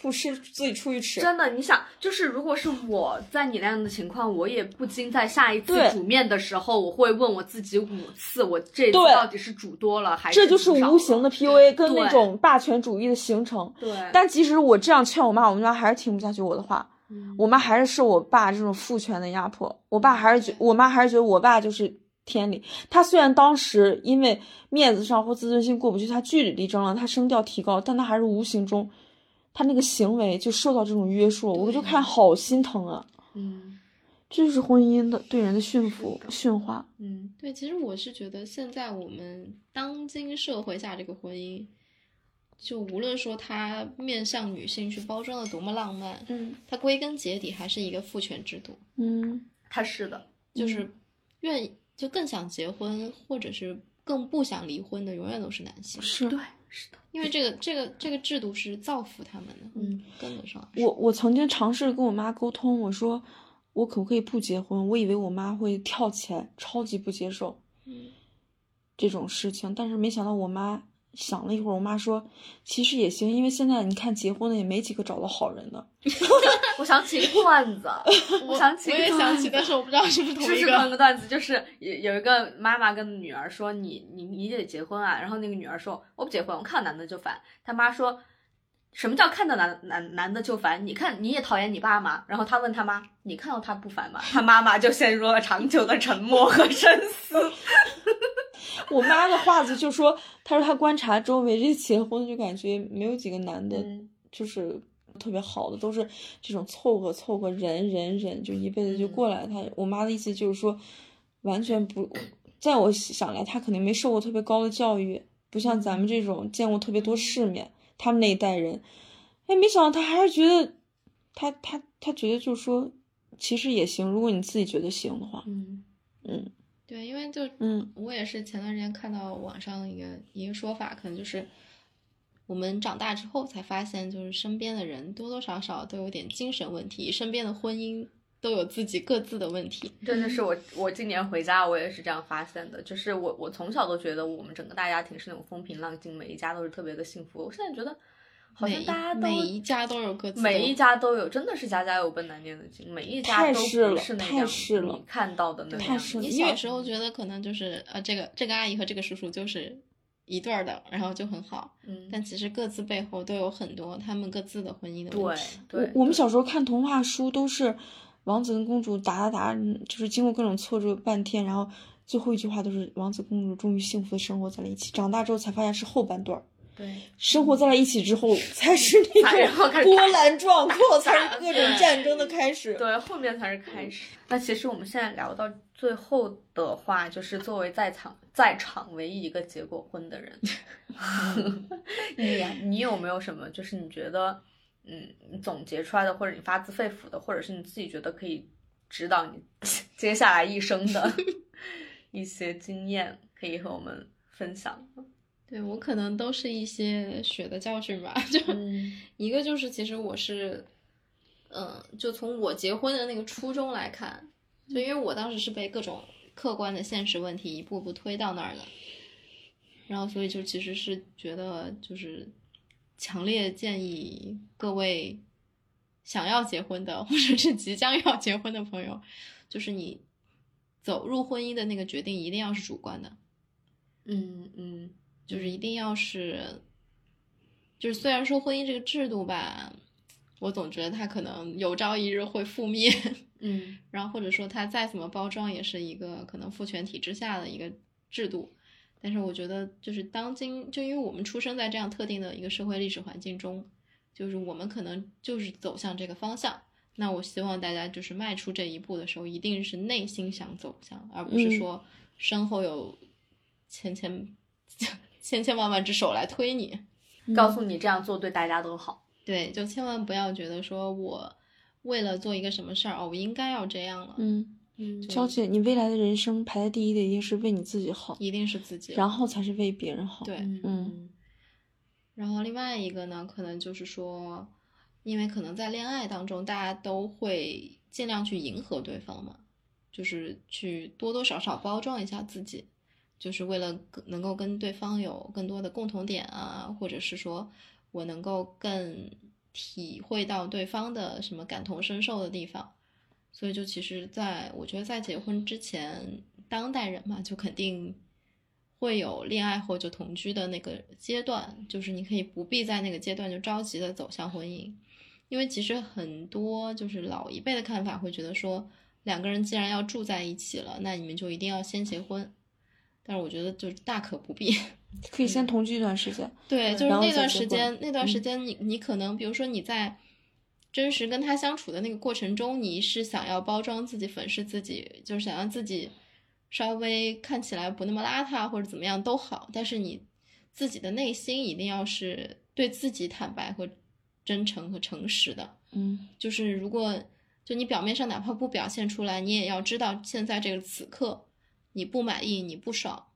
Speaker 3: 不吃自己出去吃。
Speaker 2: 真的，你想，就是如果是我在你那样的情况，我也不禁在下一次
Speaker 3: 对
Speaker 2: 煮面的时候，我会问我自己五次，我这次
Speaker 3: 对
Speaker 2: 到底是煮多了还是
Speaker 3: 这就是
Speaker 2: 煮少
Speaker 3: 无形
Speaker 2: 了
Speaker 3: 的 PUA 跟
Speaker 2: 对
Speaker 3: 那种霸权主义的形成。
Speaker 2: 对，
Speaker 3: 但即使我这样劝我妈，我妈还是听不下去我的话。
Speaker 2: 嗯
Speaker 3: 我妈还是受我爸这种父权的压迫，我爸还是觉，我妈还是觉得我爸就是天理。他虽然当时因为面子上或自尊心过不去，他据理力争了，他声调提高，但他还是无形中，他那个行为就受到这种约束，我就看好心疼啊！
Speaker 2: 嗯
Speaker 3: 这就是婚姻的对人的驯服、驯化。
Speaker 2: 嗯
Speaker 4: 对，其实我是觉得现在我们当今社会下这个婚姻，就无论说它面向女性去包装的多么浪漫，
Speaker 3: 嗯
Speaker 4: 它归根结底还是一个父权制度，
Speaker 3: 嗯，
Speaker 2: 他是的，嗯
Speaker 4: 就是愿意就更想结婚或者是更不想离婚的，永远都是男性，
Speaker 3: 是
Speaker 2: 对，是的，
Speaker 4: 因为这个这个这个制度是造福他们的，
Speaker 2: 嗯，
Speaker 4: 根本上
Speaker 3: 我我曾经尝试跟我妈沟通，我说我可不可以不结婚？我以为我妈会跳起来，超级不接受。
Speaker 4: 嗯
Speaker 3: 这种事情，但是没想到我妈想了一会儿，我妈说其实也行，因为现在你看结婚的也没几个找到好人的。
Speaker 2: 我想起一个段 子，我想起
Speaker 4: 我
Speaker 2: 一个
Speaker 4: 也
Speaker 2: 段
Speaker 4: 想起，
Speaker 2: 子
Speaker 4: 但是我不知道 是不
Speaker 2: 是
Speaker 4: 是同
Speaker 2: 不
Speaker 4: 一
Speaker 2: 是
Speaker 4: 个。
Speaker 2: 换个段子？就是有有一个妈妈跟女儿说：“你你你得结婚啊。”然后那个女儿说：“我不结婚，我看到男的就烦。”他妈说：“什么叫看到男男男的就烦？你看你也讨厌你爸吗？”然后他问他妈：“你看到他不烦吗？”他妈妈就陷入了长久的沉默和深思。
Speaker 3: 我妈的话子就说，她说她观察周围这结婚就感觉没有几个男的，
Speaker 2: 嗯
Speaker 3: 就是特别好的，都是这种凑合凑合忍忍忍，就一辈子就过来。她我妈的意思就是说，完全不，在我想来，她肯定没受过特别高的教育，不像咱们这种见过特别多世面，他们那一代人，哎，没想到她还是觉得，她她她觉得就是说，其实也行，如果你自己觉得行的话，
Speaker 2: 嗯
Speaker 3: 嗯
Speaker 4: 对，因为就
Speaker 3: 嗯
Speaker 4: 我也是前段时间看到网上一个一个说法，可能就是我们长大之后才发现，就是身边的人多多少少都有点精神问题，身边的婚姻都有自己各自的问题。
Speaker 2: 真的是我，我今年回家，我也是这样发现的。就是我，我从小都觉得我们整个大家庭是那种风平浪静，每一家都是特别的幸福。我现在觉得，好
Speaker 4: 每
Speaker 2: 像
Speaker 4: 一
Speaker 2: 大家都
Speaker 4: 每一家都有各自的
Speaker 2: 每一家都有，真的是家家有本难念的经，每一家
Speaker 3: 太
Speaker 2: 都不
Speaker 3: 是了
Speaker 2: 那
Speaker 3: 太
Speaker 2: 样
Speaker 3: 是
Speaker 2: 你
Speaker 3: 了
Speaker 2: 看到的那
Speaker 3: 太
Speaker 2: 样子
Speaker 3: 是了
Speaker 4: 你
Speaker 3: 因为
Speaker 4: 小时候觉得可能就是呃，这个这个阿姨和这个叔叔就是一对儿的，然后就很好，
Speaker 2: 嗯，
Speaker 4: 但其实各自背后都有很多他们各自的婚姻的
Speaker 2: 对
Speaker 4: 问题。
Speaker 2: 对，
Speaker 3: 我我们小时候看童话书都是王子跟公主打打打，嗯就是经过各种挫折半天，然后最后一句话都是王子公主终于幸福的生活在了一起。长大之后才发现是后半段儿，
Speaker 2: 对
Speaker 3: 生活在了一起 之后才是那
Speaker 2: 才然后开
Speaker 3: 种
Speaker 2: 始
Speaker 3: 波
Speaker 2: 打
Speaker 3: 澜壮阔，才
Speaker 2: 打
Speaker 3: 是各种
Speaker 2: 对
Speaker 3: 战争的开始。
Speaker 2: 对，后面才是开始。那其实我们现在聊到最后的话，就是作为在场在场唯一一个结过婚的 人，你你有没有什么就是你觉得嗯你总结出来的，或者你发自肺腑的，或者是你自己觉得可以指导你 接下来一生 的一些经验，可以和我们分享？
Speaker 4: 对我可能都是一些血的教训吧，就、
Speaker 2: 嗯
Speaker 4: 一个就是其实我是，嗯、就从我结婚的那个初衷来看，就因为我当时是被各种客观的现实问题一步步推到那儿的，然后所以就其实是觉得就是强烈建议各位想要结婚的或者是即将要结婚的朋友，就是你走入婚姻的那个决定一定要是主观的，
Speaker 2: 嗯嗯
Speaker 4: 就是一定要是，就是虽然说婚姻这个制度吧，我总觉得它可能有朝一日会覆灭，
Speaker 2: 嗯
Speaker 4: 然后或者说它再怎么包装，也是一个可能父权体制下的一个制度。但是我觉得，就是当今，就因为我们出生在这样特定的一个社会历史环境中，就是我们可能就是走向这个方向。那我希望大家就是迈出这一步的时候，一定是内心想走向，而不是
Speaker 3: 嗯
Speaker 4: 说身后有千千 千千万万只手来推你。
Speaker 2: 嗯
Speaker 3: 嗯
Speaker 2: 告诉你这样做对大家都好。
Speaker 4: 对，就千万不要觉得说我为了做一个什么事儿哦，我应该要这样了，
Speaker 3: 嗯，
Speaker 2: 嗯
Speaker 3: 娇姐，你未来的人生排在第一的一定是为你自己好，
Speaker 4: 一定是自己了。
Speaker 3: 然后才是为别人好。
Speaker 4: 对，
Speaker 3: 嗯
Speaker 4: 然后另外一个呢，可能就是说，因为可能在恋爱当中，大家都会尽量去迎合对方嘛，就是去多多少少包装一下自己，就是为了更能够跟对方有更多的共同点啊，或者是说我能够更体会到对方的什么感同身受的地方。所以就其实在，我觉得在结婚之前，当代人嘛，就肯定会有恋爱或者同居的那个阶段，就是你可以不必在那个阶段就着急的走向婚姻，因为其实很多就是老一辈的看法会觉得说，两个人既然要住在一起了，那你们就一定要先结婚。但是我觉得就是大可不必，
Speaker 3: 可以
Speaker 2: 嗯
Speaker 3: 先同居一段时间。
Speaker 4: 对，就是
Speaker 3: 嗯然后
Speaker 4: 那
Speaker 3: 再
Speaker 4: 段
Speaker 3: 结
Speaker 4: 时
Speaker 3: 婚
Speaker 4: 间，那段时
Speaker 3: 嗯
Speaker 4: 间你你可能，比如说你在真实跟他相处的那个过程中，你是想要包装自己、粉饰自己，就是想让自己稍微看起来不那么邋遢或者怎么样都好，但是你自己的内心一定要是对自己坦白和真诚和诚实的。
Speaker 3: 嗯，
Speaker 4: 就是如果就你表面上哪怕不表现出来，你也要知道现在这个此刻你不满意，你不爽，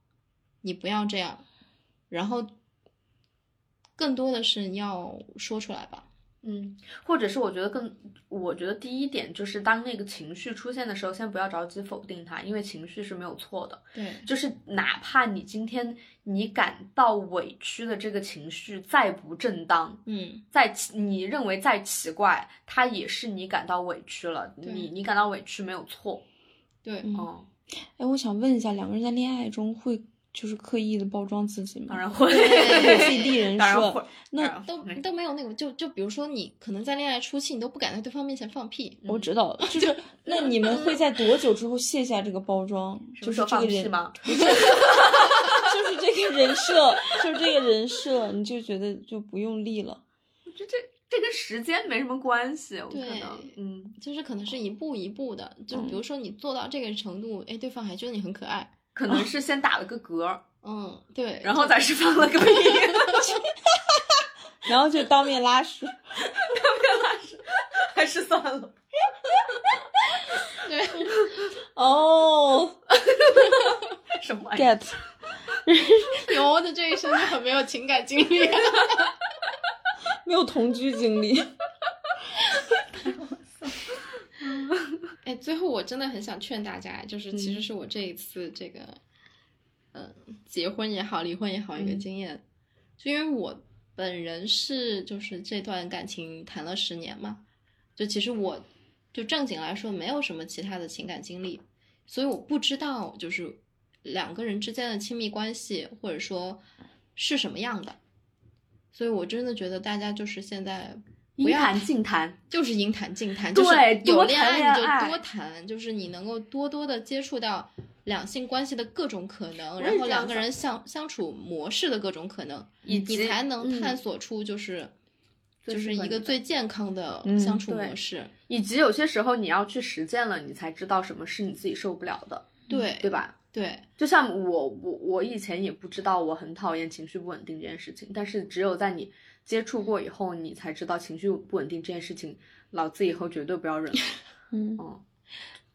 Speaker 4: 你不要这样，然后更多的是你要说出来吧。
Speaker 2: 嗯，或者是我觉得更，我觉得第一点就是当那个情绪出现的时候，先不要着急否定它，因为情绪是没有错的。
Speaker 4: 对，
Speaker 2: 就是哪怕你今天你感到委屈的这个情绪再不正当，
Speaker 4: 嗯，
Speaker 2: 再奇你认为再奇怪，它也是你感到委屈了。
Speaker 4: 对
Speaker 2: 你你感到委屈没有错，
Speaker 4: 对，
Speaker 3: 嗯
Speaker 2: 嗯，
Speaker 3: 哎，我想问一下，两个人在恋爱中会就是刻意的包装自己吗？
Speaker 2: 当然会，
Speaker 3: 会给自己立人
Speaker 2: 当然
Speaker 3: 设
Speaker 2: 会。，
Speaker 3: 那
Speaker 2: 当然
Speaker 4: 都
Speaker 2: 会嗯
Speaker 4: 都没有那个，就就比如说你可能在恋爱初期，你都不敢在对方面前放屁，
Speaker 2: 嗯
Speaker 3: 我知道了，就是那你们会在多久之后卸下这个包装？
Speaker 2: 什
Speaker 3: 就
Speaker 2: 么
Speaker 3: 是
Speaker 2: 时候
Speaker 3: 这
Speaker 2: 放
Speaker 3: 个
Speaker 2: 屁
Speaker 3: 人，
Speaker 2: 吗？
Speaker 3: 就是这个人设，就是这个人设，你就觉得就不用立了。
Speaker 2: 我觉得这这跟时间没什么关系，我可
Speaker 4: 对
Speaker 2: 能，嗯，
Speaker 4: 就是可能是一步一步的，就比如说你做到这个程度，哎，对方还觉得你很可爱，
Speaker 2: 可能是先打了个嗝，
Speaker 4: 嗯，对，
Speaker 2: 然后再是放了个屁。
Speaker 3: 然后就当面拉屎，
Speaker 2: 还是算了。
Speaker 4: 对，
Speaker 3: 哦
Speaker 2: 什么玩意儿？
Speaker 3: ，get，
Speaker 4: 牛的这一生就很没有情感经历、啊
Speaker 3: 没有同居经历。
Speaker 4: 哎，最后我真的很想劝大家，就是其实是我这一次这个，嗯、结婚也好，离婚也好，一个
Speaker 3: 嗯
Speaker 4: 经验，就因为我本人是就是这段感情谈了十年嘛，就其实我就正经来说没有什么其他的情感经历，所以我不知道就是两个人之间的亲密关系或者说是什么样的，所以我真的觉得大家就是现在不
Speaker 2: 应
Speaker 4: 要
Speaker 2: 谈尽谈，
Speaker 4: 就是应谈尽谈，
Speaker 2: 对
Speaker 4: 就是有
Speaker 2: 多
Speaker 4: 恋
Speaker 2: 谈
Speaker 4: 爱
Speaker 2: 恋
Speaker 4: 你就
Speaker 2: 爱
Speaker 4: 多谈，就是你能够多多的接触到两性关系的各种可能，然
Speaker 2: 也
Speaker 4: 后
Speaker 2: 这
Speaker 4: 两
Speaker 2: 样
Speaker 4: 个
Speaker 2: 想
Speaker 4: 人相相处模式的各种可能，
Speaker 2: 以及
Speaker 4: 你才能
Speaker 2: 嗯
Speaker 4: 探索出就是、
Speaker 2: 最
Speaker 4: 就是
Speaker 2: 适合
Speaker 4: 一个
Speaker 2: 你的
Speaker 4: 最健康的
Speaker 3: 嗯
Speaker 4: 相处
Speaker 2: 对
Speaker 4: 模式，
Speaker 2: 以及有些时候你要去实践了，你才知道什么是你自己受不了的，
Speaker 4: 对
Speaker 2: 对吧？
Speaker 4: 对
Speaker 2: 就像我我我以前也不知道我很讨厌情绪不稳定这件事情，但是只有在你接触过以后，你才知道情绪不稳定这件事情，老子以后绝对不要忍了，
Speaker 3: 嗯
Speaker 2: 嗯，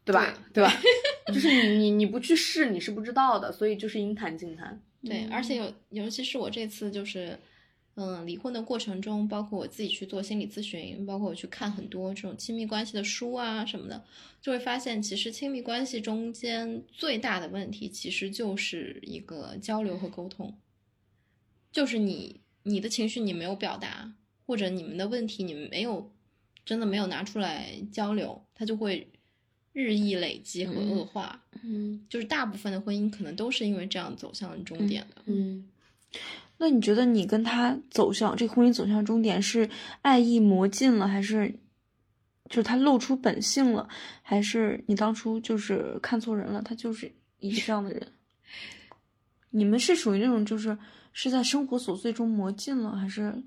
Speaker 2: 对吧？对吧？ 就是你你你不去试，你是不知道的，所以就是应谈尽谈。
Speaker 4: 对，而且有尤其是我这次就是。嗯，离婚的过程中，包括我自己去做心理咨询，包括我去看很多这种亲密关系的书啊什么的，就会发现，其实亲密关系中间最大的问题，其实就是一个交流和沟通，就是你你的情绪你没有表达，或者你们的问题你们没有真的没有拿出来交流，它就会日益累积和恶化。
Speaker 2: 嗯
Speaker 4: 就是大部分的婚姻可能都是因为这样走向终点的。
Speaker 2: 嗯，
Speaker 3: 那你觉得你跟他走向这个婚姻走向终点是爱意磨尽了，还是就是他露出本性了，还是你当初就是看错人了？他就是一个这样的人。 你们是属于那种就是是在生活琐碎中磨尽了，还是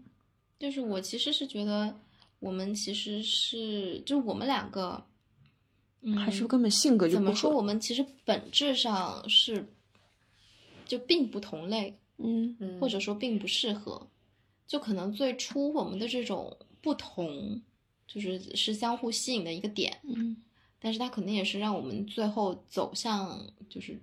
Speaker 4: 就是我其实是觉得，我们其实是就我们两个，嗯，
Speaker 3: 还是根本性格就
Speaker 4: 怎
Speaker 3: 不
Speaker 4: 么
Speaker 3: 合
Speaker 4: 说？？我们其实本质上是就并不同类，
Speaker 3: 嗯
Speaker 2: 嗯
Speaker 4: 或者说并不适合。就可能最初我们的这种不同，就是是相互吸引的一个点，
Speaker 3: 嗯
Speaker 4: 但是它可能也是让我们最后走向就是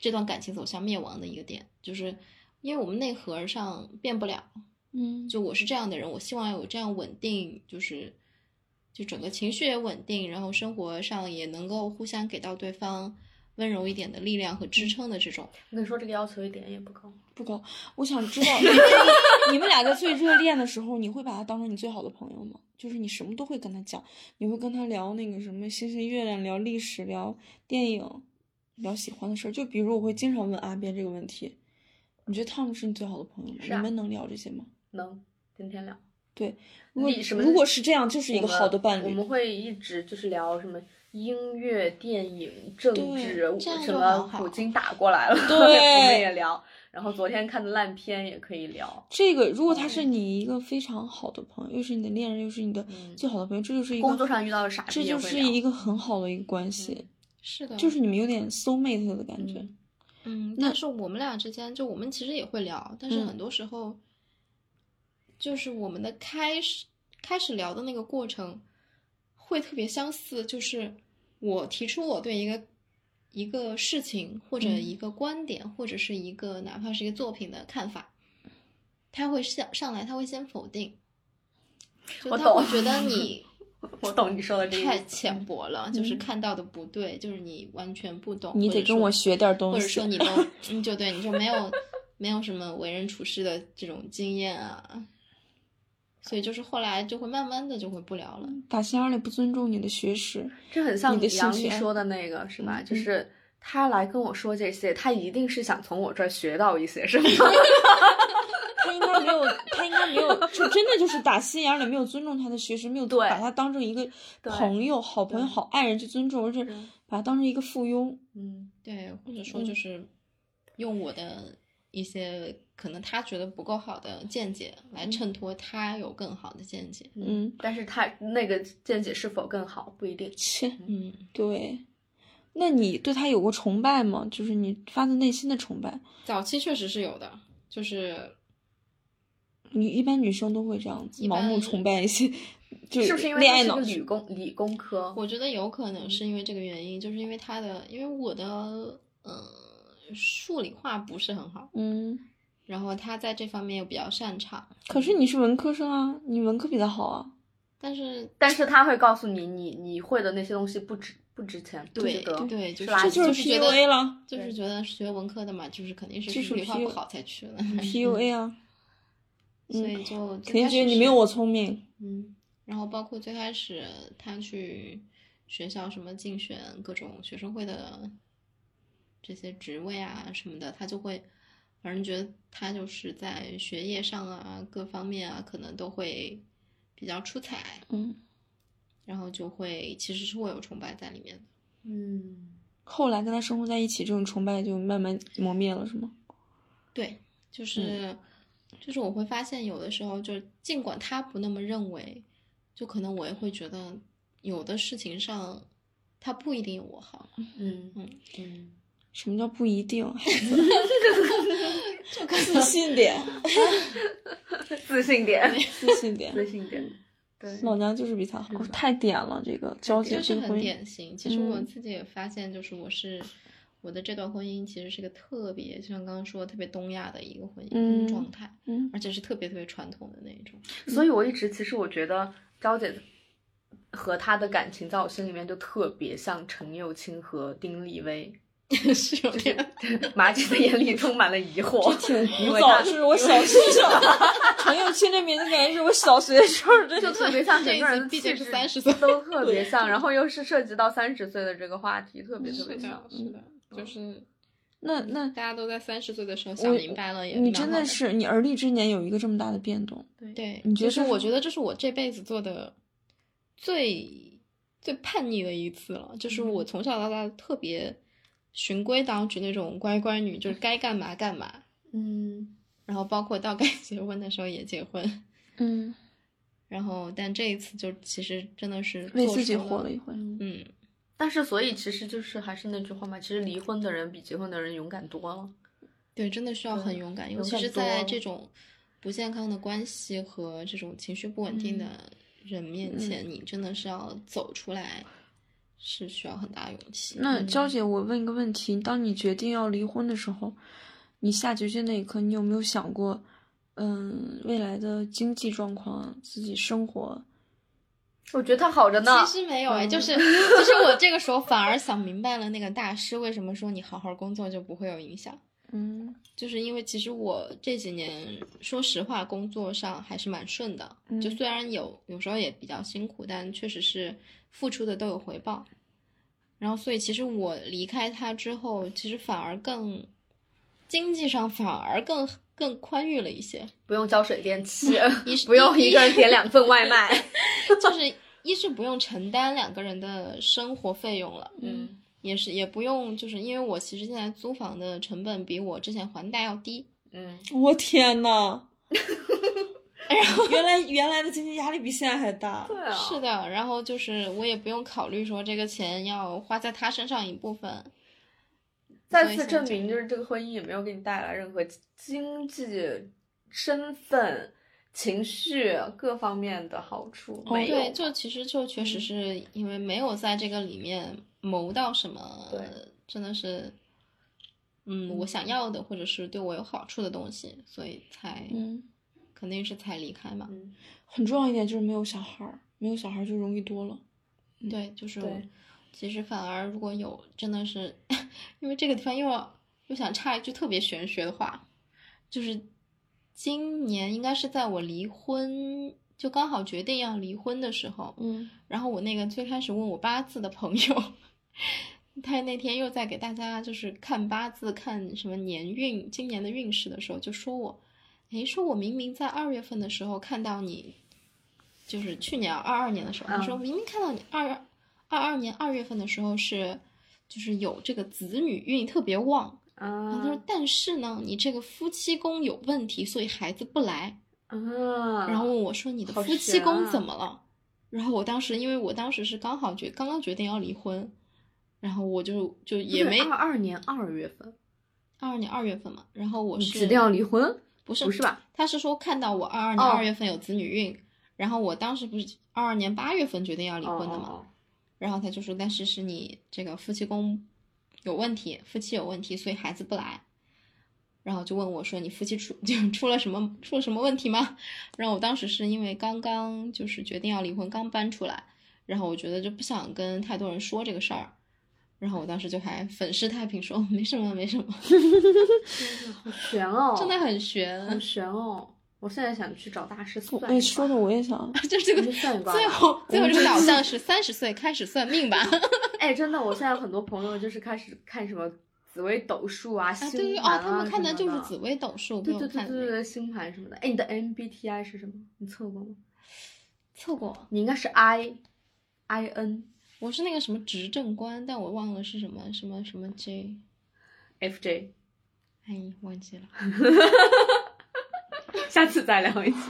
Speaker 4: 这段感情走向灭亡的一个点，就是因为我们内核上变不了。
Speaker 3: 嗯，
Speaker 4: 就我是这样的人，我希望有这样稳定，就是就整个情绪也稳定，然后生活上也能够互相给到对方温柔一点的力量和
Speaker 3: 嗯
Speaker 4: 支撑的这种。
Speaker 2: 我跟你说，这个要求一点也不高。
Speaker 3: 不高，我想知道你们你们俩在最热恋的时候，你会把他当成你最好的朋友吗？就是你什么都会跟他讲，你会跟他聊那个什么星星、月亮，聊历史，聊电影，聊喜欢的事儿。就比如我会经常问阿边这个问题，你觉得汤姆是你最好的朋友吗？
Speaker 2: 是啊
Speaker 3: 你们能聊这些吗？
Speaker 2: 能，今天聊。
Speaker 3: 如果
Speaker 2: 你什么
Speaker 3: 如果是这样，就是一
Speaker 2: 我
Speaker 3: 个
Speaker 2: 们
Speaker 3: 好的伴
Speaker 2: 我
Speaker 3: 侣。
Speaker 2: 们会一直就是聊什么音乐、电影、政
Speaker 3: 对
Speaker 2: 治，
Speaker 4: 这样
Speaker 2: 什
Speaker 4: 就
Speaker 2: 么
Speaker 4: 很好
Speaker 2: 古今打过来了，
Speaker 3: 对
Speaker 2: 我们也聊。然后昨天看的烂片也可以聊。
Speaker 3: 这个如果他是你一个非常好的朋友，又是你的恋人，又是你的
Speaker 2: 嗯
Speaker 3: 最好的朋友，这就是一个
Speaker 2: 工作上遇到的傻逼
Speaker 3: 这
Speaker 2: 也
Speaker 3: 就
Speaker 2: 会
Speaker 3: 是
Speaker 2: 聊
Speaker 3: 一个很好的一个关系，
Speaker 4: 是的，
Speaker 3: 就是你们有点 soul mate 的感觉。
Speaker 2: 嗯
Speaker 4: 嗯，
Speaker 3: 那
Speaker 4: 但是我们俩之间，就我们其实也会聊，但是
Speaker 3: 嗯
Speaker 4: 很多时候，就是我们的开始开始聊的那个过程，会特别相似。就是我提出我对一个一个事情或者
Speaker 3: 嗯
Speaker 4: 一个观点，或者是一个哪怕是一个作品的看法，他会上上来，他会先否定，就
Speaker 2: 我
Speaker 4: 他会
Speaker 2: 懂
Speaker 4: 觉得 你
Speaker 2: 我懂你说的这个
Speaker 4: 太
Speaker 2: 意思
Speaker 4: 浅薄了，就是
Speaker 3: 嗯
Speaker 4: 看到的不对，就是你完全不懂，
Speaker 3: 你
Speaker 4: 或者
Speaker 3: 得跟
Speaker 4: 说
Speaker 3: 我学点东
Speaker 4: 或
Speaker 3: 西，
Speaker 4: 者说你都嗯，就对，你就没有没有什么为人处事的这种经验啊，所以就是后来就会慢慢的就会不聊了。
Speaker 3: 打心眼里不尊重你的学识，
Speaker 2: 这很像
Speaker 3: 你的
Speaker 2: 杨
Speaker 3: 兴
Speaker 2: 幂
Speaker 3: 趣爱
Speaker 2: 说的那个是吧？
Speaker 3: 嗯
Speaker 2: 就
Speaker 3: 嗯
Speaker 2: 是他来跟我说这些，他一定是想从我这儿学到一些 什么。
Speaker 3: 他应该没有，他应该没有，就真的就是打心眼里没有尊重他的学识，没有
Speaker 2: 对
Speaker 3: 把他当成一个
Speaker 2: 对
Speaker 3: 朋友、好朋友、
Speaker 2: 对
Speaker 3: 好爱人去尊重，而是
Speaker 2: 嗯
Speaker 3: 把他当成一个附庸。
Speaker 2: 嗯，
Speaker 4: 对，或者说就是用我的一些可能他觉得不够好的见解来衬托他有更好的见解。
Speaker 3: 嗯，
Speaker 2: 但是他那个见解是否更好不一定。
Speaker 3: 切，
Speaker 4: 嗯，
Speaker 3: 对。那你对他有过崇拜吗？就是你发自内心的崇拜。
Speaker 4: 早期确实是有的，就是
Speaker 3: 女一般女生都会这样子
Speaker 4: 一
Speaker 3: 盲
Speaker 4: 般
Speaker 3: 目崇拜一些，就是
Speaker 2: 不是因为
Speaker 3: 恋
Speaker 2: 他
Speaker 3: 爱
Speaker 2: 是
Speaker 3: 脑
Speaker 2: 个？理工理工科？
Speaker 4: 我觉得有可能是因为这个原因，就是因为他的，因为我的呃数理化不是很好。
Speaker 3: 嗯，
Speaker 4: 然后他在这方面又比较擅长，
Speaker 3: 可是你是文科生啊，你文科比他好啊。
Speaker 4: 但是
Speaker 2: 但是他会告诉你，你你会的那些东西不值不值钱，不值
Speaker 4: 对
Speaker 2: 得。
Speaker 4: 对，就是
Speaker 3: 啊
Speaker 2: 垃圾
Speaker 4: 是
Speaker 2: 这就是
Speaker 4: 觉得
Speaker 3: PUA 了，
Speaker 4: 就是
Speaker 2: 对
Speaker 4: 觉得学文科的嘛，就是肯定是
Speaker 3: 技术
Speaker 4: 数理化
Speaker 3: PU
Speaker 4: 不好才去的，
Speaker 3: PUA 啊，
Speaker 4: 所以就
Speaker 3: 肯定觉得你没有我，聪明。
Speaker 4: 嗯，然后包括最开始他去学校什么竞选各种学生会的这些职位啊什么的，他就会。反正觉得他就是在学业上啊，各方面啊，可能都会比较出彩，
Speaker 3: 嗯，
Speaker 4: 然后就会其实是会有崇拜在里面的。
Speaker 2: 嗯，
Speaker 3: 后来跟他生活在一起，这种崇拜就慢慢磨灭了，是吗？
Speaker 4: 对，就是、
Speaker 3: 嗯
Speaker 4: 就是我会发现，有的时候就是尽管他不那么认为，就可能我也会觉得有的事情上他不一定有我好，
Speaker 2: 嗯
Speaker 4: 嗯
Speaker 2: 嗯，
Speaker 3: 什么叫不一定？
Speaker 4: 就可
Speaker 3: 自信点，
Speaker 2: 自信点，
Speaker 3: 自信点。
Speaker 2: 自信点， 对，
Speaker 3: 老娘就是比他好，太点了，这个娇姐
Speaker 4: 就
Speaker 3: 这
Speaker 4: 是
Speaker 3: 个
Speaker 4: 很
Speaker 3: 婚姻
Speaker 4: 典型。其实我
Speaker 3: 嗯
Speaker 4: 自己也发现，就是我是。我的这段婚姻其实是个特别，就像刚刚说，特别东亚的一个婚
Speaker 3: 嗯
Speaker 4: 姻状态，
Speaker 3: 嗯，
Speaker 4: 而且是特别特别传统的那一种。
Speaker 2: 所以我一直其实我觉得娇姐和她的感情在我心里面就特别像陈幼卿和丁立威，
Speaker 4: 是有
Speaker 2: 就
Speaker 4: 点
Speaker 2: 是马姐的眼里充满了疑惑，
Speaker 3: 挺
Speaker 2: 因
Speaker 3: 古
Speaker 2: 为
Speaker 3: 早，
Speaker 2: 他
Speaker 3: 是我小学上陈幼卿这名字，感觉是我小学的时候 这
Speaker 2: 就特别像整
Speaker 4: 这
Speaker 2: 个人
Speaker 4: 一
Speaker 2: 的
Speaker 4: 次毕
Speaker 2: 气
Speaker 4: 竟
Speaker 2: 质
Speaker 4: 是30岁
Speaker 2: 都特别像，然后又是涉及到三十岁的这个话题，特别特别像。
Speaker 4: 是的，就是
Speaker 3: 那那
Speaker 4: 大家都在三十岁的时候
Speaker 3: 嗯
Speaker 4: 想
Speaker 3: 我
Speaker 4: 明白了，也
Speaker 3: 你
Speaker 4: 蛮
Speaker 3: 真
Speaker 4: 好
Speaker 3: 的是你而立之年有一个这么大的变动，
Speaker 4: 对，
Speaker 3: 你觉
Speaker 4: 就
Speaker 3: 得
Speaker 4: 是
Speaker 3: 这
Speaker 4: 我
Speaker 3: 是
Speaker 4: 觉得这是我这辈子做的最最叛逆的一次了，就是
Speaker 3: 嗯
Speaker 4: 我从小到大特别循规蹈矩那种乖乖女，就是该干嘛干嘛，
Speaker 2: 嗯，
Speaker 4: 然后包括到该 结婚的时候也结婚，
Speaker 3: 嗯，
Speaker 4: 然后但这一次就其实真的是
Speaker 3: 为
Speaker 4: 做
Speaker 3: 自己
Speaker 4: 成
Speaker 3: 活
Speaker 4: 了
Speaker 3: 了，一回。
Speaker 4: 嗯，
Speaker 2: 但是所以其实就是还是那句话嘛，其实离婚的人比结婚的人勇敢多了。
Speaker 4: 对，真的需要
Speaker 2: 对
Speaker 4: 很勇敢，尤
Speaker 2: 勇
Speaker 4: 其
Speaker 2: 敢
Speaker 4: 是
Speaker 2: 多
Speaker 4: 在
Speaker 2: 了
Speaker 4: 这种不健康的关系和这种情绪不稳定的人面前，你真的是要走出来，是需要很大勇气。
Speaker 3: 那
Speaker 4: 嗯
Speaker 3: 娇姐，我问一个问题：当你决定要离婚的时候，你下决心那一刻，你有没有想过，嗯，未来的经济状况、自己生活
Speaker 5: 我觉得他好着呢。
Speaker 4: 其实没有哎，就是就是我这个时候反而想明白了，那个大师为什么说你好好工作就不会有影响，
Speaker 3: 嗯
Speaker 4: 就是因为其实我这几年说实话工作上还是蛮顺的，
Speaker 3: 嗯
Speaker 4: 就虽然有有时候也比较辛苦，但确实是付出的都有回报。然后所以其实我离开他之后，其实反而更经济上反而更更宽裕了一些，
Speaker 5: 不用交水电气，
Speaker 4: 一是
Speaker 5: 不用一个人点两份外卖。
Speaker 4: 就是一是不用承担两个人的生活费用了。
Speaker 3: 嗯
Speaker 4: 也是也不用，就是因为我其实现在租房的成本比我之前还贷要低，
Speaker 5: 嗯，
Speaker 3: 我天呐，原来原来的经济压力比现在还大。
Speaker 5: 对啊，
Speaker 4: 是的。然后就是我也不用考虑说这个钱要花在他身上一部分，
Speaker 5: 再
Speaker 4: 所以
Speaker 5: 次
Speaker 4: 现
Speaker 5: 证
Speaker 4: 在
Speaker 5: 明，就是这个婚姻也没有给你带来任何经济、身份、情绪各方面的好处，
Speaker 3: 哦
Speaker 5: 没有。嗯
Speaker 4: 对，就其实就确实是因为没有在这个里面谋到什么
Speaker 5: 对，
Speaker 4: 真的是，嗯，我想要的或者是对我有好处的东西，所以才
Speaker 3: 嗯，
Speaker 4: 肯定是才离开嘛。
Speaker 5: 嗯，
Speaker 3: 很重要一点就是没有小孩儿，没有小孩儿就容易多了。
Speaker 4: 对，就是
Speaker 5: 对
Speaker 4: 我其实反而如果有真的是， 因为这个地方又要又想插一句特别玄学的话，就是今年应该是在我离婚就刚好决定要离婚的时候，
Speaker 3: 嗯
Speaker 4: 然后我那个最开始问我八字的朋友， 他那天又在给大家就是看八字、看什么年运、今年的运势的时候，就说我，诶，说我明明在二月份的时候看到你，就是去年二二年的时候，他说
Speaker 5: 嗯
Speaker 4: 明明看到你二二二年二月份的时候是，就是有这个子女运特别旺，然后他
Speaker 2: 嗯
Speaker 4: 说
Speaker 5: 啊，
Speaker 4: 但嗯是呢，你这个夫妻宫有问题，所以孩子不来。
Speaker 5: 啊，
Speaker 4: 然后问我说：“你的
Speaker 5: 好
Speaker 4: 夫妻
Speaker 5: 悬
Speaker 4: 宫
Speaker 5: 啊
Speaker 4: 怎么了？”然后我当时，因为我当时是刚好决刚刚决定要离婚，然后我就就也没
Speaker 5: 二二年二月份，
Speaker 4: 二二年二月份嘛，然后我
Speaker 5: 你
Speaker 4: 是
Speaker 5: 决定要离婚？
Speaker 4: 不是
Speaker 5: 不是吧？
Speaker 4: 他是说看到我二二年
Speaker 5: 哦
Speaker 4: 二月份有子女运，然后我当时不是二二年八月份决定要离
Speaker 5: 哦
Speaker 4: 婚的
Speaker 5: 哦
Speaker 4: 嘛，
Speaker 5: 哦
Speaker 4: 然后他就说：“但是是你这个夫妻宫有问题，夫妻有问题，所以孩子不来。”然后就问我说：“你夫妻出 就出了什么出了什么问题吗？”然后我当时是因为刚刚就是决定要离婚，刚搬出来，然后我觉得就不想跟太多人说这个事儿，然后我当时就还粉饰太平说：“ 没什么，没 什么，
Speaker 5: 好悬哦，
Speaker 4: 真的很
Speaker 5: 好
Speaker 4: 悬。
Speaker 5: 悬哦！我现在想去找大师算一卦，
Speaker 3: 哎，说的我也想，”
Speaker 4: 就这个
Speaker 5: 你去算一卦吧
Speaker 4: 最后最后这个导 向是三十岁开始算命吧。
Speaker 5: 哎，真的，我现在很多朋友就是开始看什么紫微斗数啊、
Speaker 4: 啊，
Speaker 5: 星
Speaker 4: 对
Speaker 5: 盘
Speaker 4: 哦
Speaker 5: 啊，
Speaker 4: 他们看
Speaker 5: 什
Speaker 4: 的
Speaker 5: 么
Speaker 4: 就是紫。微斗数，给
Speaker 5: 对
Speaker 4: 我
Speaker 5: 对对
Speaker 4: 看的
Speaker 5: 对
Speaker 4: 那个
Speaker 5: 对，星盘什么的。哎，你的 MBTI 是什么？你测过吗？
Speaker 4: 测过。
Speaker 5: 你应该是 I I N
Speaker 4: 我是那个什么执政官，但我忘了是什么什么什么 J，
Speaker 5: F J，
Speaker 4: 哎，忘记了。
Speaker 5: 下次再聊一次。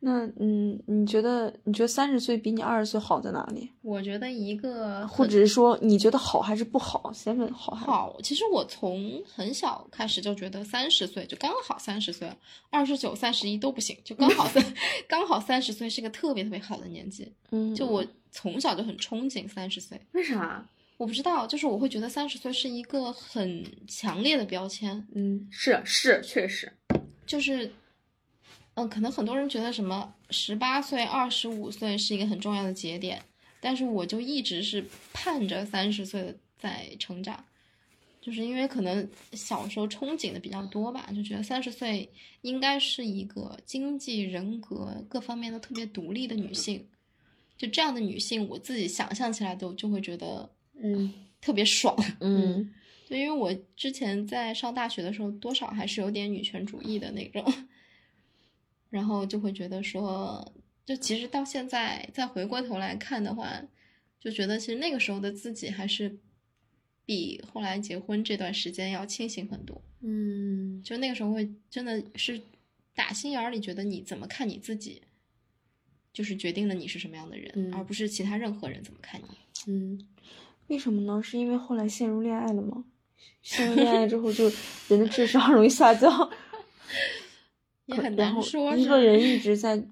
Speaker 3: 那嗯，你觉得你觉得三十岁比你二十岁好在哪里？
Speaker 4: 我觉得一个
Speaker 3: 啊或
Speaker 4: 很
Speaker 3: 者是说你觉得好还是不好？先问呃好还是
Speaker 4: 好，其实我从很小开始就觉得三十岁就刚好三十岁，二十九、三十一都不行，就刚好 三刚好三十岁是个特别特别好的年纪。
Speaker 3: 嗯，
Speaker 4: 就我从小就很憧憬三十岁，
Speaker 5: 为啥？
Speaker 4: 我不知道，就是我会觉得三十岁是一个很强烈的标签，
Speaker 5: 嗯，是是，确实，
Speaker 4: 就是，嗯，可能很多人觉得什么十八岁、二十五岁是一个很重要的节点，但是我就一直是盼着三十岁的在成长，就是因为可能小时候憧憬的比较多吧，就觉得三十岁应该是一个经济、人格各方面都特别独立的女性，就这样的女性，我自己想象起来都就会觉得
Speaker 5: 嗯
Speaker 4: 特别爽。
Speaker 3: 嗯
Speaker 4: 对，因为我之前在上大学的时候，多少还是有点女权主义的那种， 然后就会觉得说，就其实到现在再回过头来看的话，就觉得其实那个时候的自己还是比后来结婚这段时间要清醒很多。
Speaker 5: 嗯，
Speaker 4: 就那个时候会真的是打心眼儿里觉得你怎么看你自己，就是决定了你是什么样的人，
Speaker 5: 嗯
Speaker 4: 而不是其他任何人怎么看你。
Speaker 5: 嗯，
Speaker 3: 为什么呢？是因为后来陷入恋爱了吗？陷入恋爱之后，就人的智商容易下 降，
Speaker 4: 也很
Speaker 3: 然
Speaker 4: 难
Speaker 3: 后
Speaker 4: 说
Speaker 3: 一
Speaker 4: 是
Speaker 3: 个人一直在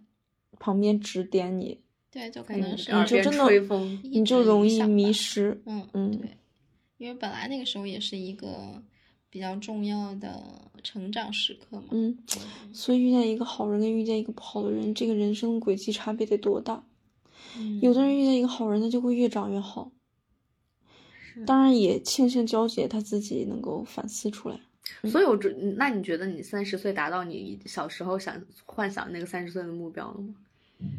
Speaker 3: 旁边指点你，
Speaker 4: 对，就可能
Speaker 5: 嗯
Speaker 4: 是
Speaker 5: 耳
Speaker 3: 你就
Speaker 5: 边
Speaker 3: 真的
Speaker 5: 吹风
Speaker 4: 一
Speaker 3: 你就
Speaker 4: 直
Speaker 3: 容
Speaker 4: 影
Speaker 3: 易
Speaker 4: 响
Speaker 3: 迷
Speaker 4: 吧
Speaker 3: 失。
Speaker 4: 嗯
Speaker 3: 嗯
Speaker 4: 对，因为本来那个时候也是一个比较重要的成长时刻嘛。
Speaker 3: 嗯，所以遇见一个好人跟遇见一个不好的人，这个人生轨迹差别得多大？
Speaker 4: 嗯
Speaker 3: 有的人遇见一个好人，他就会越长越好。
Speaker 4: 是
Speaker 3: 当然也庆幸娇姐她自己能够反思出来。
Speaker 2: 所以我觉，那你觉得你三十岁达到你小时候想幻想那个三十岁的目标了吗？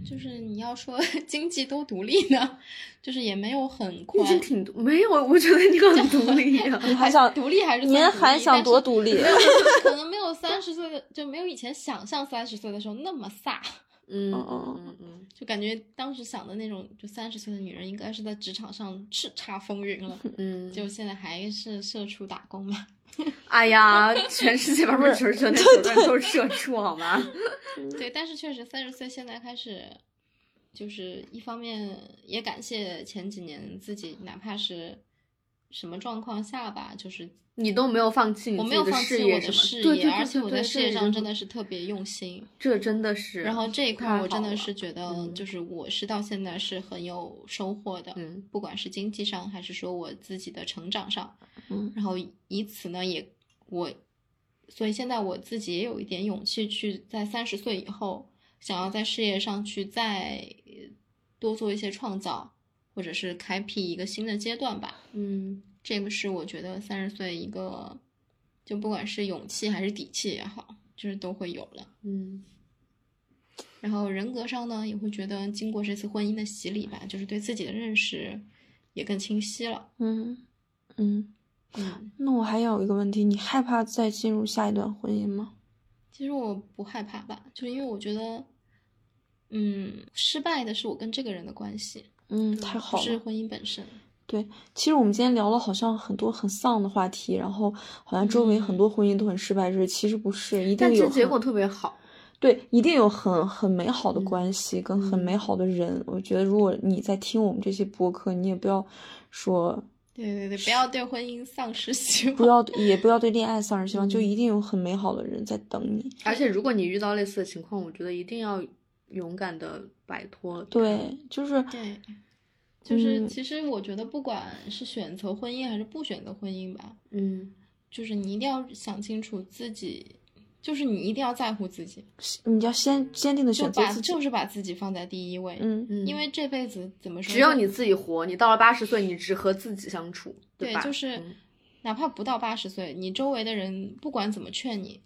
Speaker 4: 就是你要说 经济多独立呢，就是也没有很
Speaker 2: 你已
Speaker 4: 宽，
Speaker 2: 经挺独没有，我觉得你很独立 呀、
Speaker 3: 你还想
Speaker 4: 独立还是
Speaker 3: 您
Speaker 4: 算独
Speaker 3: 还
Speaker 4: 立
Speaker 3: 想
Speaker 4: 但
Speaker 3: 多
Speaker 4: 是
Speaker 3: 独立
Speaker 4: 没有就是可能没有三十岁的，就没有以前想象三十岁的时候那么飒，
Speaker 2: 嗯
Speaker 3: 嗯
Speaker 2: 嗯嗯
Speaker 4: 就感觉当时想的那种，就三十岁的女人应该是在职场上叱咤风云 了，
Speaker 2: 嗯，
Speaker 4: 就现在还是社畜打工嘛。
Speaker 2: 哎呀，全世 界百分之九十九点九的人都是社畜，好吗？
Speaker 4: 对，但是确实三十岁现在开始，就是一方面也感谢前几年自己，哪怕是什么状况下吧，就是
Speaker 2: 你都没有放弃你
Speaker 4: 我
Speaker 2: 自
Speaker 4: 没
Speaker 2: 己
Speaker 4: 有放
Speaker 2: 事
Speaker 4: 弃
Speaker 2: 业
Speaker 4: 我
Speaker 2: 什
Speaker 4: 的
Speaker 2: 么
Speaker 4: 事
Speaker 2: 对对
Speaker 4: 业，
Speaker 2: 对
Speaker 4: 而且
Speaker 2: 对
Speaker 4: 我
Speaker 2: 对
Speaker 4: 在
Speaker 2: 这
Speaker 4: 事业
Speaker 2: 已
Speaker 4: 上
Speaker 2: 经
Speaker 4: 真的是特别用心。
Speaker 2: 这真的是。
Speaker 4: 然后这一块
Speaker 2: 太
Speaker 4: 我真
Speaker 2: 好
Speaker 4: 的
Speaker 2: 了
Speaker 4: 是觉得，
Speaker 2: 嗯
Speaker 4: 就是我是到现在是很有收获的，
Speaker 2: 嗯
Speaker 4: 不管是经济上还是说我自己的成长上，
Speaker 3: 嗯
Speaker 4: 然后以此呢也我，所以现在我自己也有一点勇气去在三十岁以后，想要在事业上去再呃多做一些创造，或者是开辟一个新的阶段吧。
Speaker 2: 嗯，
Speaker 4: 这个是我觉得三十岁一个，就不管是勇气还是底气也好，就是都会有了。
Speaker 2: 嗯
Speaker 4: 然后人格上呢，也会觉得经过这次婚姻的洗礼吧，就是对自己的认识也更清晰了。
Speaker 3: 嗯嗯，
Speaker 4: 嗯，
Speaker 3: 那我还有一个问题，你害怕再进入下一段婚姻吗？
Speaker 4: 其实我不害怕吧，就因为我觉得，嗯，失败的是我跟这个人的关系，
Speaker 3: 嗯，太好了
Speaker 4: 不是。婚姻本身。
Speaker 3: 对，其实我们今天聊了好像很多很丧的话题，然后好像周围很多婚姻都很失败，这其实不是，一定
Speaker 2: 但
Speaker 3: 有
Speaker 2: 这结
Speaker 3: 很
Speaker 2: 果特别好。
Speaker 3: 对，一定有很很美好的
Speaker 2: 嗯
Speaker 3: 关系跟很
Speaker 2: 嗯
Speaker 3: 美好的人。我觉得如果你在听我们这些播客，你也不要说
Speaker 4: 对对对，不要对婚姻丧失希 望。
Speaker 3: 不要也不要对恋爱丧失希望，就
Speaker 2: 嗯
Speaker 3: 一定有很美好的人在等你。
Speaker 4: 哎
Speaker 2: 而且如果你遇到类似的情况，我觉得一定要勇敢的摆脱。，
Speaker 3: 对，就是
Speaker 4: 对，就是
Speaker 3: 嗯
Speaker 4: 其实我觉得，不管是选择婚姻还是不选择婚姻吧，
Speaker 2: 嗯，
Speaker 4: 就是你一定要想清楚自己，就是你一定要在乎自己，
Speaker 3: 你要先坚定的
Speaker 4: 就
Speaker 3: 选择
Speaker 4: 把
Speaker 3: 自己
Speaker 4: 就。是把自己放在第一位。
Speaker 3: 嗯，
Speaker 2: 嗯
Speaker 4: 因为这辈子怎么说，
Speaker 2: 只有你自己活，你到了八十岁，你只和自己相处，
Speaker 4: 对
Speaker 2: 吧？，
Speaker 4: 就是
Speaker 2: 嗯
Speaker 4: 哪怕不到八十岁，你周围的人不管怎么劝你，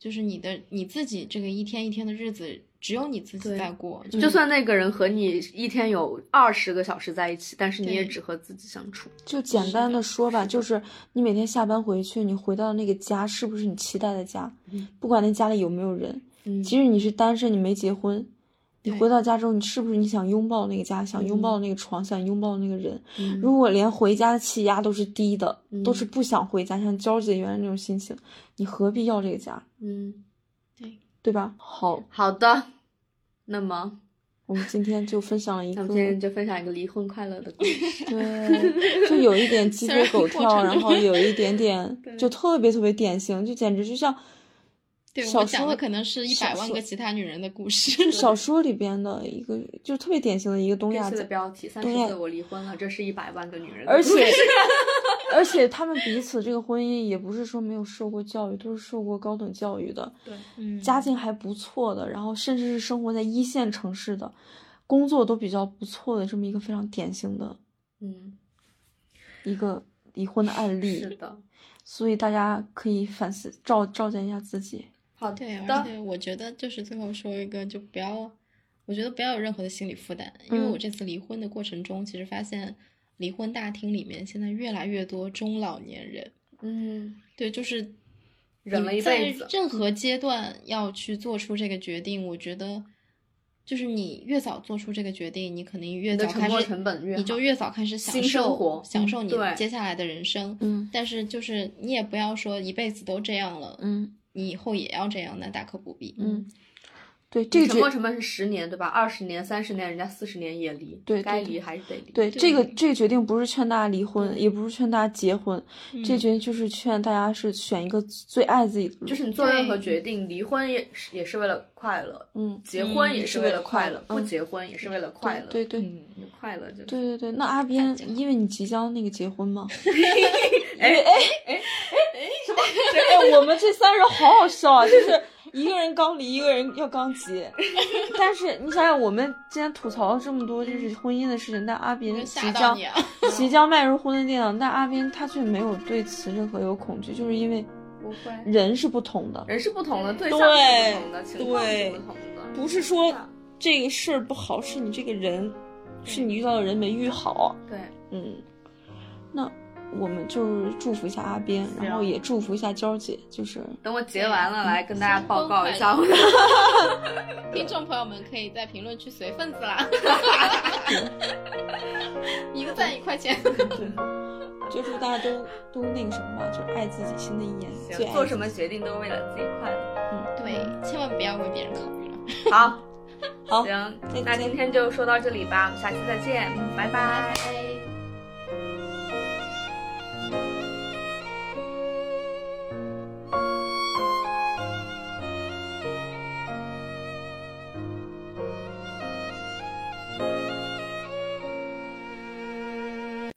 Speaker 4: 就是你的你自己这个一天一天的日子，只有你自己
Speaker 2: 对
Speaker 4: 在过，
Speaker 2: 就算那个人和你一天有二十个小时在一起，但是你也
Speaker 4: 对
Speaker 2: 只和自己相处。
Speaker 3: 就简
Speaker 4: 是
Speaker 3: 单
Speaker 4: 的
Speaker 3: 的说吧，就是你每天下班回去，你回到那个家，是不是你期待的家
Speaker 2: 嗯？
Speaker 3: 不管那家里有没有人，
Speaker 2: 嗯
Speaker 3: 即使你是单身，你没结婚，你
Speaker 4: 对
Speaker 3: 回到家之后，你是不是你想拥抱那个家，想拥
Speaker 2: 嗯
Speaker 3: 抱那个床，想拥抱那个人？
Speaker 2: 嗯
Speaker 3: 如果连回家的气压都是低的，都
Speaker 2: 嗯
Speaker 3: 是不想回家，像娇姐原来那种心情，你何必要这个家，
Speaker 2: 嗯，
Speaker 3: 对吧？好，
Speaker 2: 好的。那么，
Speaker 3: 我们今天就分享了一
Speaker 2: 那
Speaker 3: 个
Speaker 2: 我，们今天就分享一个离婚快乐的故 事。
Speaker 3: 对，就有一点鸡
Speaker 4: 虽
Speaker 3: 飞
Speaker 4: 然
Speaker 3: 狗
Speaker 4: 过
Speaker 3: 跳，
Speaker 4: 程
Speaker 3: 然后有一点 点
Speaker 2: 对
Speaker 3: 就特别特别典型，就简直就像
Speaker 4: 对我
Speaker 3: 小
Speaker 4: 们讲
Speaker 3: 说
Speaker 4: 的可能是一
Speaker 3: 小
Speaker 4: 百万
Speaker 3: 说
Speaker 4: 个其他女人的 故事。
Speaker 3: 小说里边的一个，就特别典型的一个东
Speaker 2: 这
Speaker 3: 亚
Speaker 2: 次的
Speaker 3: 家，
Speaker 2: 标题：三十
Speaker 3: 对
Speaker 2: 岁我离婚了，这是一百万个女人的
Speaker 3: 而
Speaker 2: 故事。
Speaker 3: 且而且他们彼此这个婚姻也不是说没有受过教育，都是受过高等教育的，
Speaker 2: 对，
Speaker 4: 嗯，
Speaker 3: 家境还不错的，然后甚至是生活在一线城市的，工作都比较不错的这么一个非常典型的
Speaker 2: 嗯，
Speaker 3: 一个离婚的案
Speaker 2: 是
Speaker 3: 例，
Speaker 2: 的，
Speaker 3: 所以大家可以反思照照见一下自己。
Speaker 2: 好
Speaker 4: 对，而
Speaker 2: 的，
Speaker 4: 且我觉得就是最后说一个，就不要，我觉得不要有任何的心理负担，因为
Speaker 3: 嗯
Speaker 4: 我这次离婚的过程中，其实发现离婚大厅里面现在越来越多中老年人，
Speaker 2: 嗯，
Speaker 4: 对，就是
Speaker 2: 忍
Speaker 4: 你
Speaker 2: 了一
Speaker 4: 在
Speaker 2: 辈子
Speaker 4: 任何阶段要去做出这个决定，我觉得就是你越早做出这个决定，你肯定越
Speaker 2: 你的
Speaker 4: 早
Speaker 2: 沉
Speaker 4: 开
Speaker 2: 没
Speaker 4: 始，
Speaker 2: 成本越
Speaker 4: 你就
Speaker 2: 好
Speaker 4: 越早开始享
Speaker 2: 新生活嗯
Speaker 4: 受享受你
Speaker 2: 对
Speaker 4: 接下来的人生。
Speaker 3: 嗯
Speaker 4: 但是就是你也不要说一辈子都这样了，
Speaker 3: 嗯
Speaker 4: 你以后也要这样，那大可不必。
Speaker 3: 嗯，对，
Speaker 2: 这
Speaker 3: 这
Speaker 2: 沉
Speaker 3: 这
Speaker 2: 没成本是十年，对吧？二十年、三十年，人家四十年也离，
Speaker 3: 对
Speaker 2: 该
Speaker 3: 对
Speaker 2: 离还是得离。
Speaker 3: 对
Speaker 4: 对
Speaker 3: 这个这个决定不是劝大家离婚，也不是劝大家结婚，
Speaker 4: 嗯
Speaker 3: 这决定就是劝大家是选一个最爱自己的路，
Speaker 2: 就是你做任何
Speaker 4: 对
Speaker 2: 决定，离婚也是也是为了快乐，
Speaker 3: 嗯，
Speaker 2: 结婚
Speaker 4: 嗯
Speaker 2: 也
Speaker 3: 是
Speaker 2: 为
Speaker 3: 为
Speaker 2: 了
Speaker 3: 了
Speaker 2: 快
Speaker 3: 快
Speaker 2: 乐，
Speaker 3: 乐
Speaker 2: 不
Speaker 3: 嗯
Speaker 2: 结婚也是为了快乐。
Speaker 3: 对对
Speaker 2: 嗯，你快乐就
Speaker 3: 对对对。那阿边
Speaker 4: 这，
Speaker 3: 因为你即将那个结婚嘛，
Speaker 4: 哎
Speaker 2: 哎哎哎哎，什么？
Speaker 3: 哎，我们这三人好好笑啊，就是一个人刚离，一个人要刚结。但是你想想，我们今天吐槽了这么多就是婚姻的事情，但阿
Speaker 4: 我
Speaker 3: 斌
Speaker 4: 就
Speaker 3: 即
Speaker 4: 吓到
Speaker 3: 将
Speaker 4: 你啊！
Speaker 3: 即将迈入婚的殿堂，但阿斌他却没有对此任何有恐惧，就是因为
Speaker 2: 不会，
Speaker 3: 人是不同的，
Speaker 2: 人是不同的，对
Speaker 3: 嗯对
Speaker 2: 象是不同的，情况是
Speaker 3: 对
Speaker 2: 不同的。
Speaker 3: 不是说这个事儿不好，是你这个人，是你遇到的人没遇好。
Speaker 2: 对，
Speaker 3: 嗯，那我们就是祝福一下阿边，
Speaker 2: 啊
Speaker 3: 然后也祝福一下娇姐，就是
Speaker 2: 等我结完了
Speaker 4: 对
Speaker 2: 来跟大家报告一
Speaker 3: 嗯
Speaker 2: 下我
Speaker 4: 新
Speaker 2: 的
Speaker 4: 婚。 听众朋友们可以在评论区随份子啦，一个赞一块钱。
Speaker 3: 就祝大家都都那个什么吧，就是爱自己新的一年， 最
Speaker 2: 行
Speaker 3: 爱
Speaker 2: 做
Speaker 3: 自
Speaker 2: 什么
Speaker 3: 己嗯
Speaker 2: 决定都为了自己快乐。
Speaker 4: 对，千万不要为别人考虑了。
Speaker 2: 好，
Speaker 3: 好。
Speaker 2: 行
Speaker 3: 再，
Speaker 2: 那
Speaker 3: 见
Speaker 2: 今天就说到这里吧，我们下期再见，拜拜。
Speaker 4: 拜拜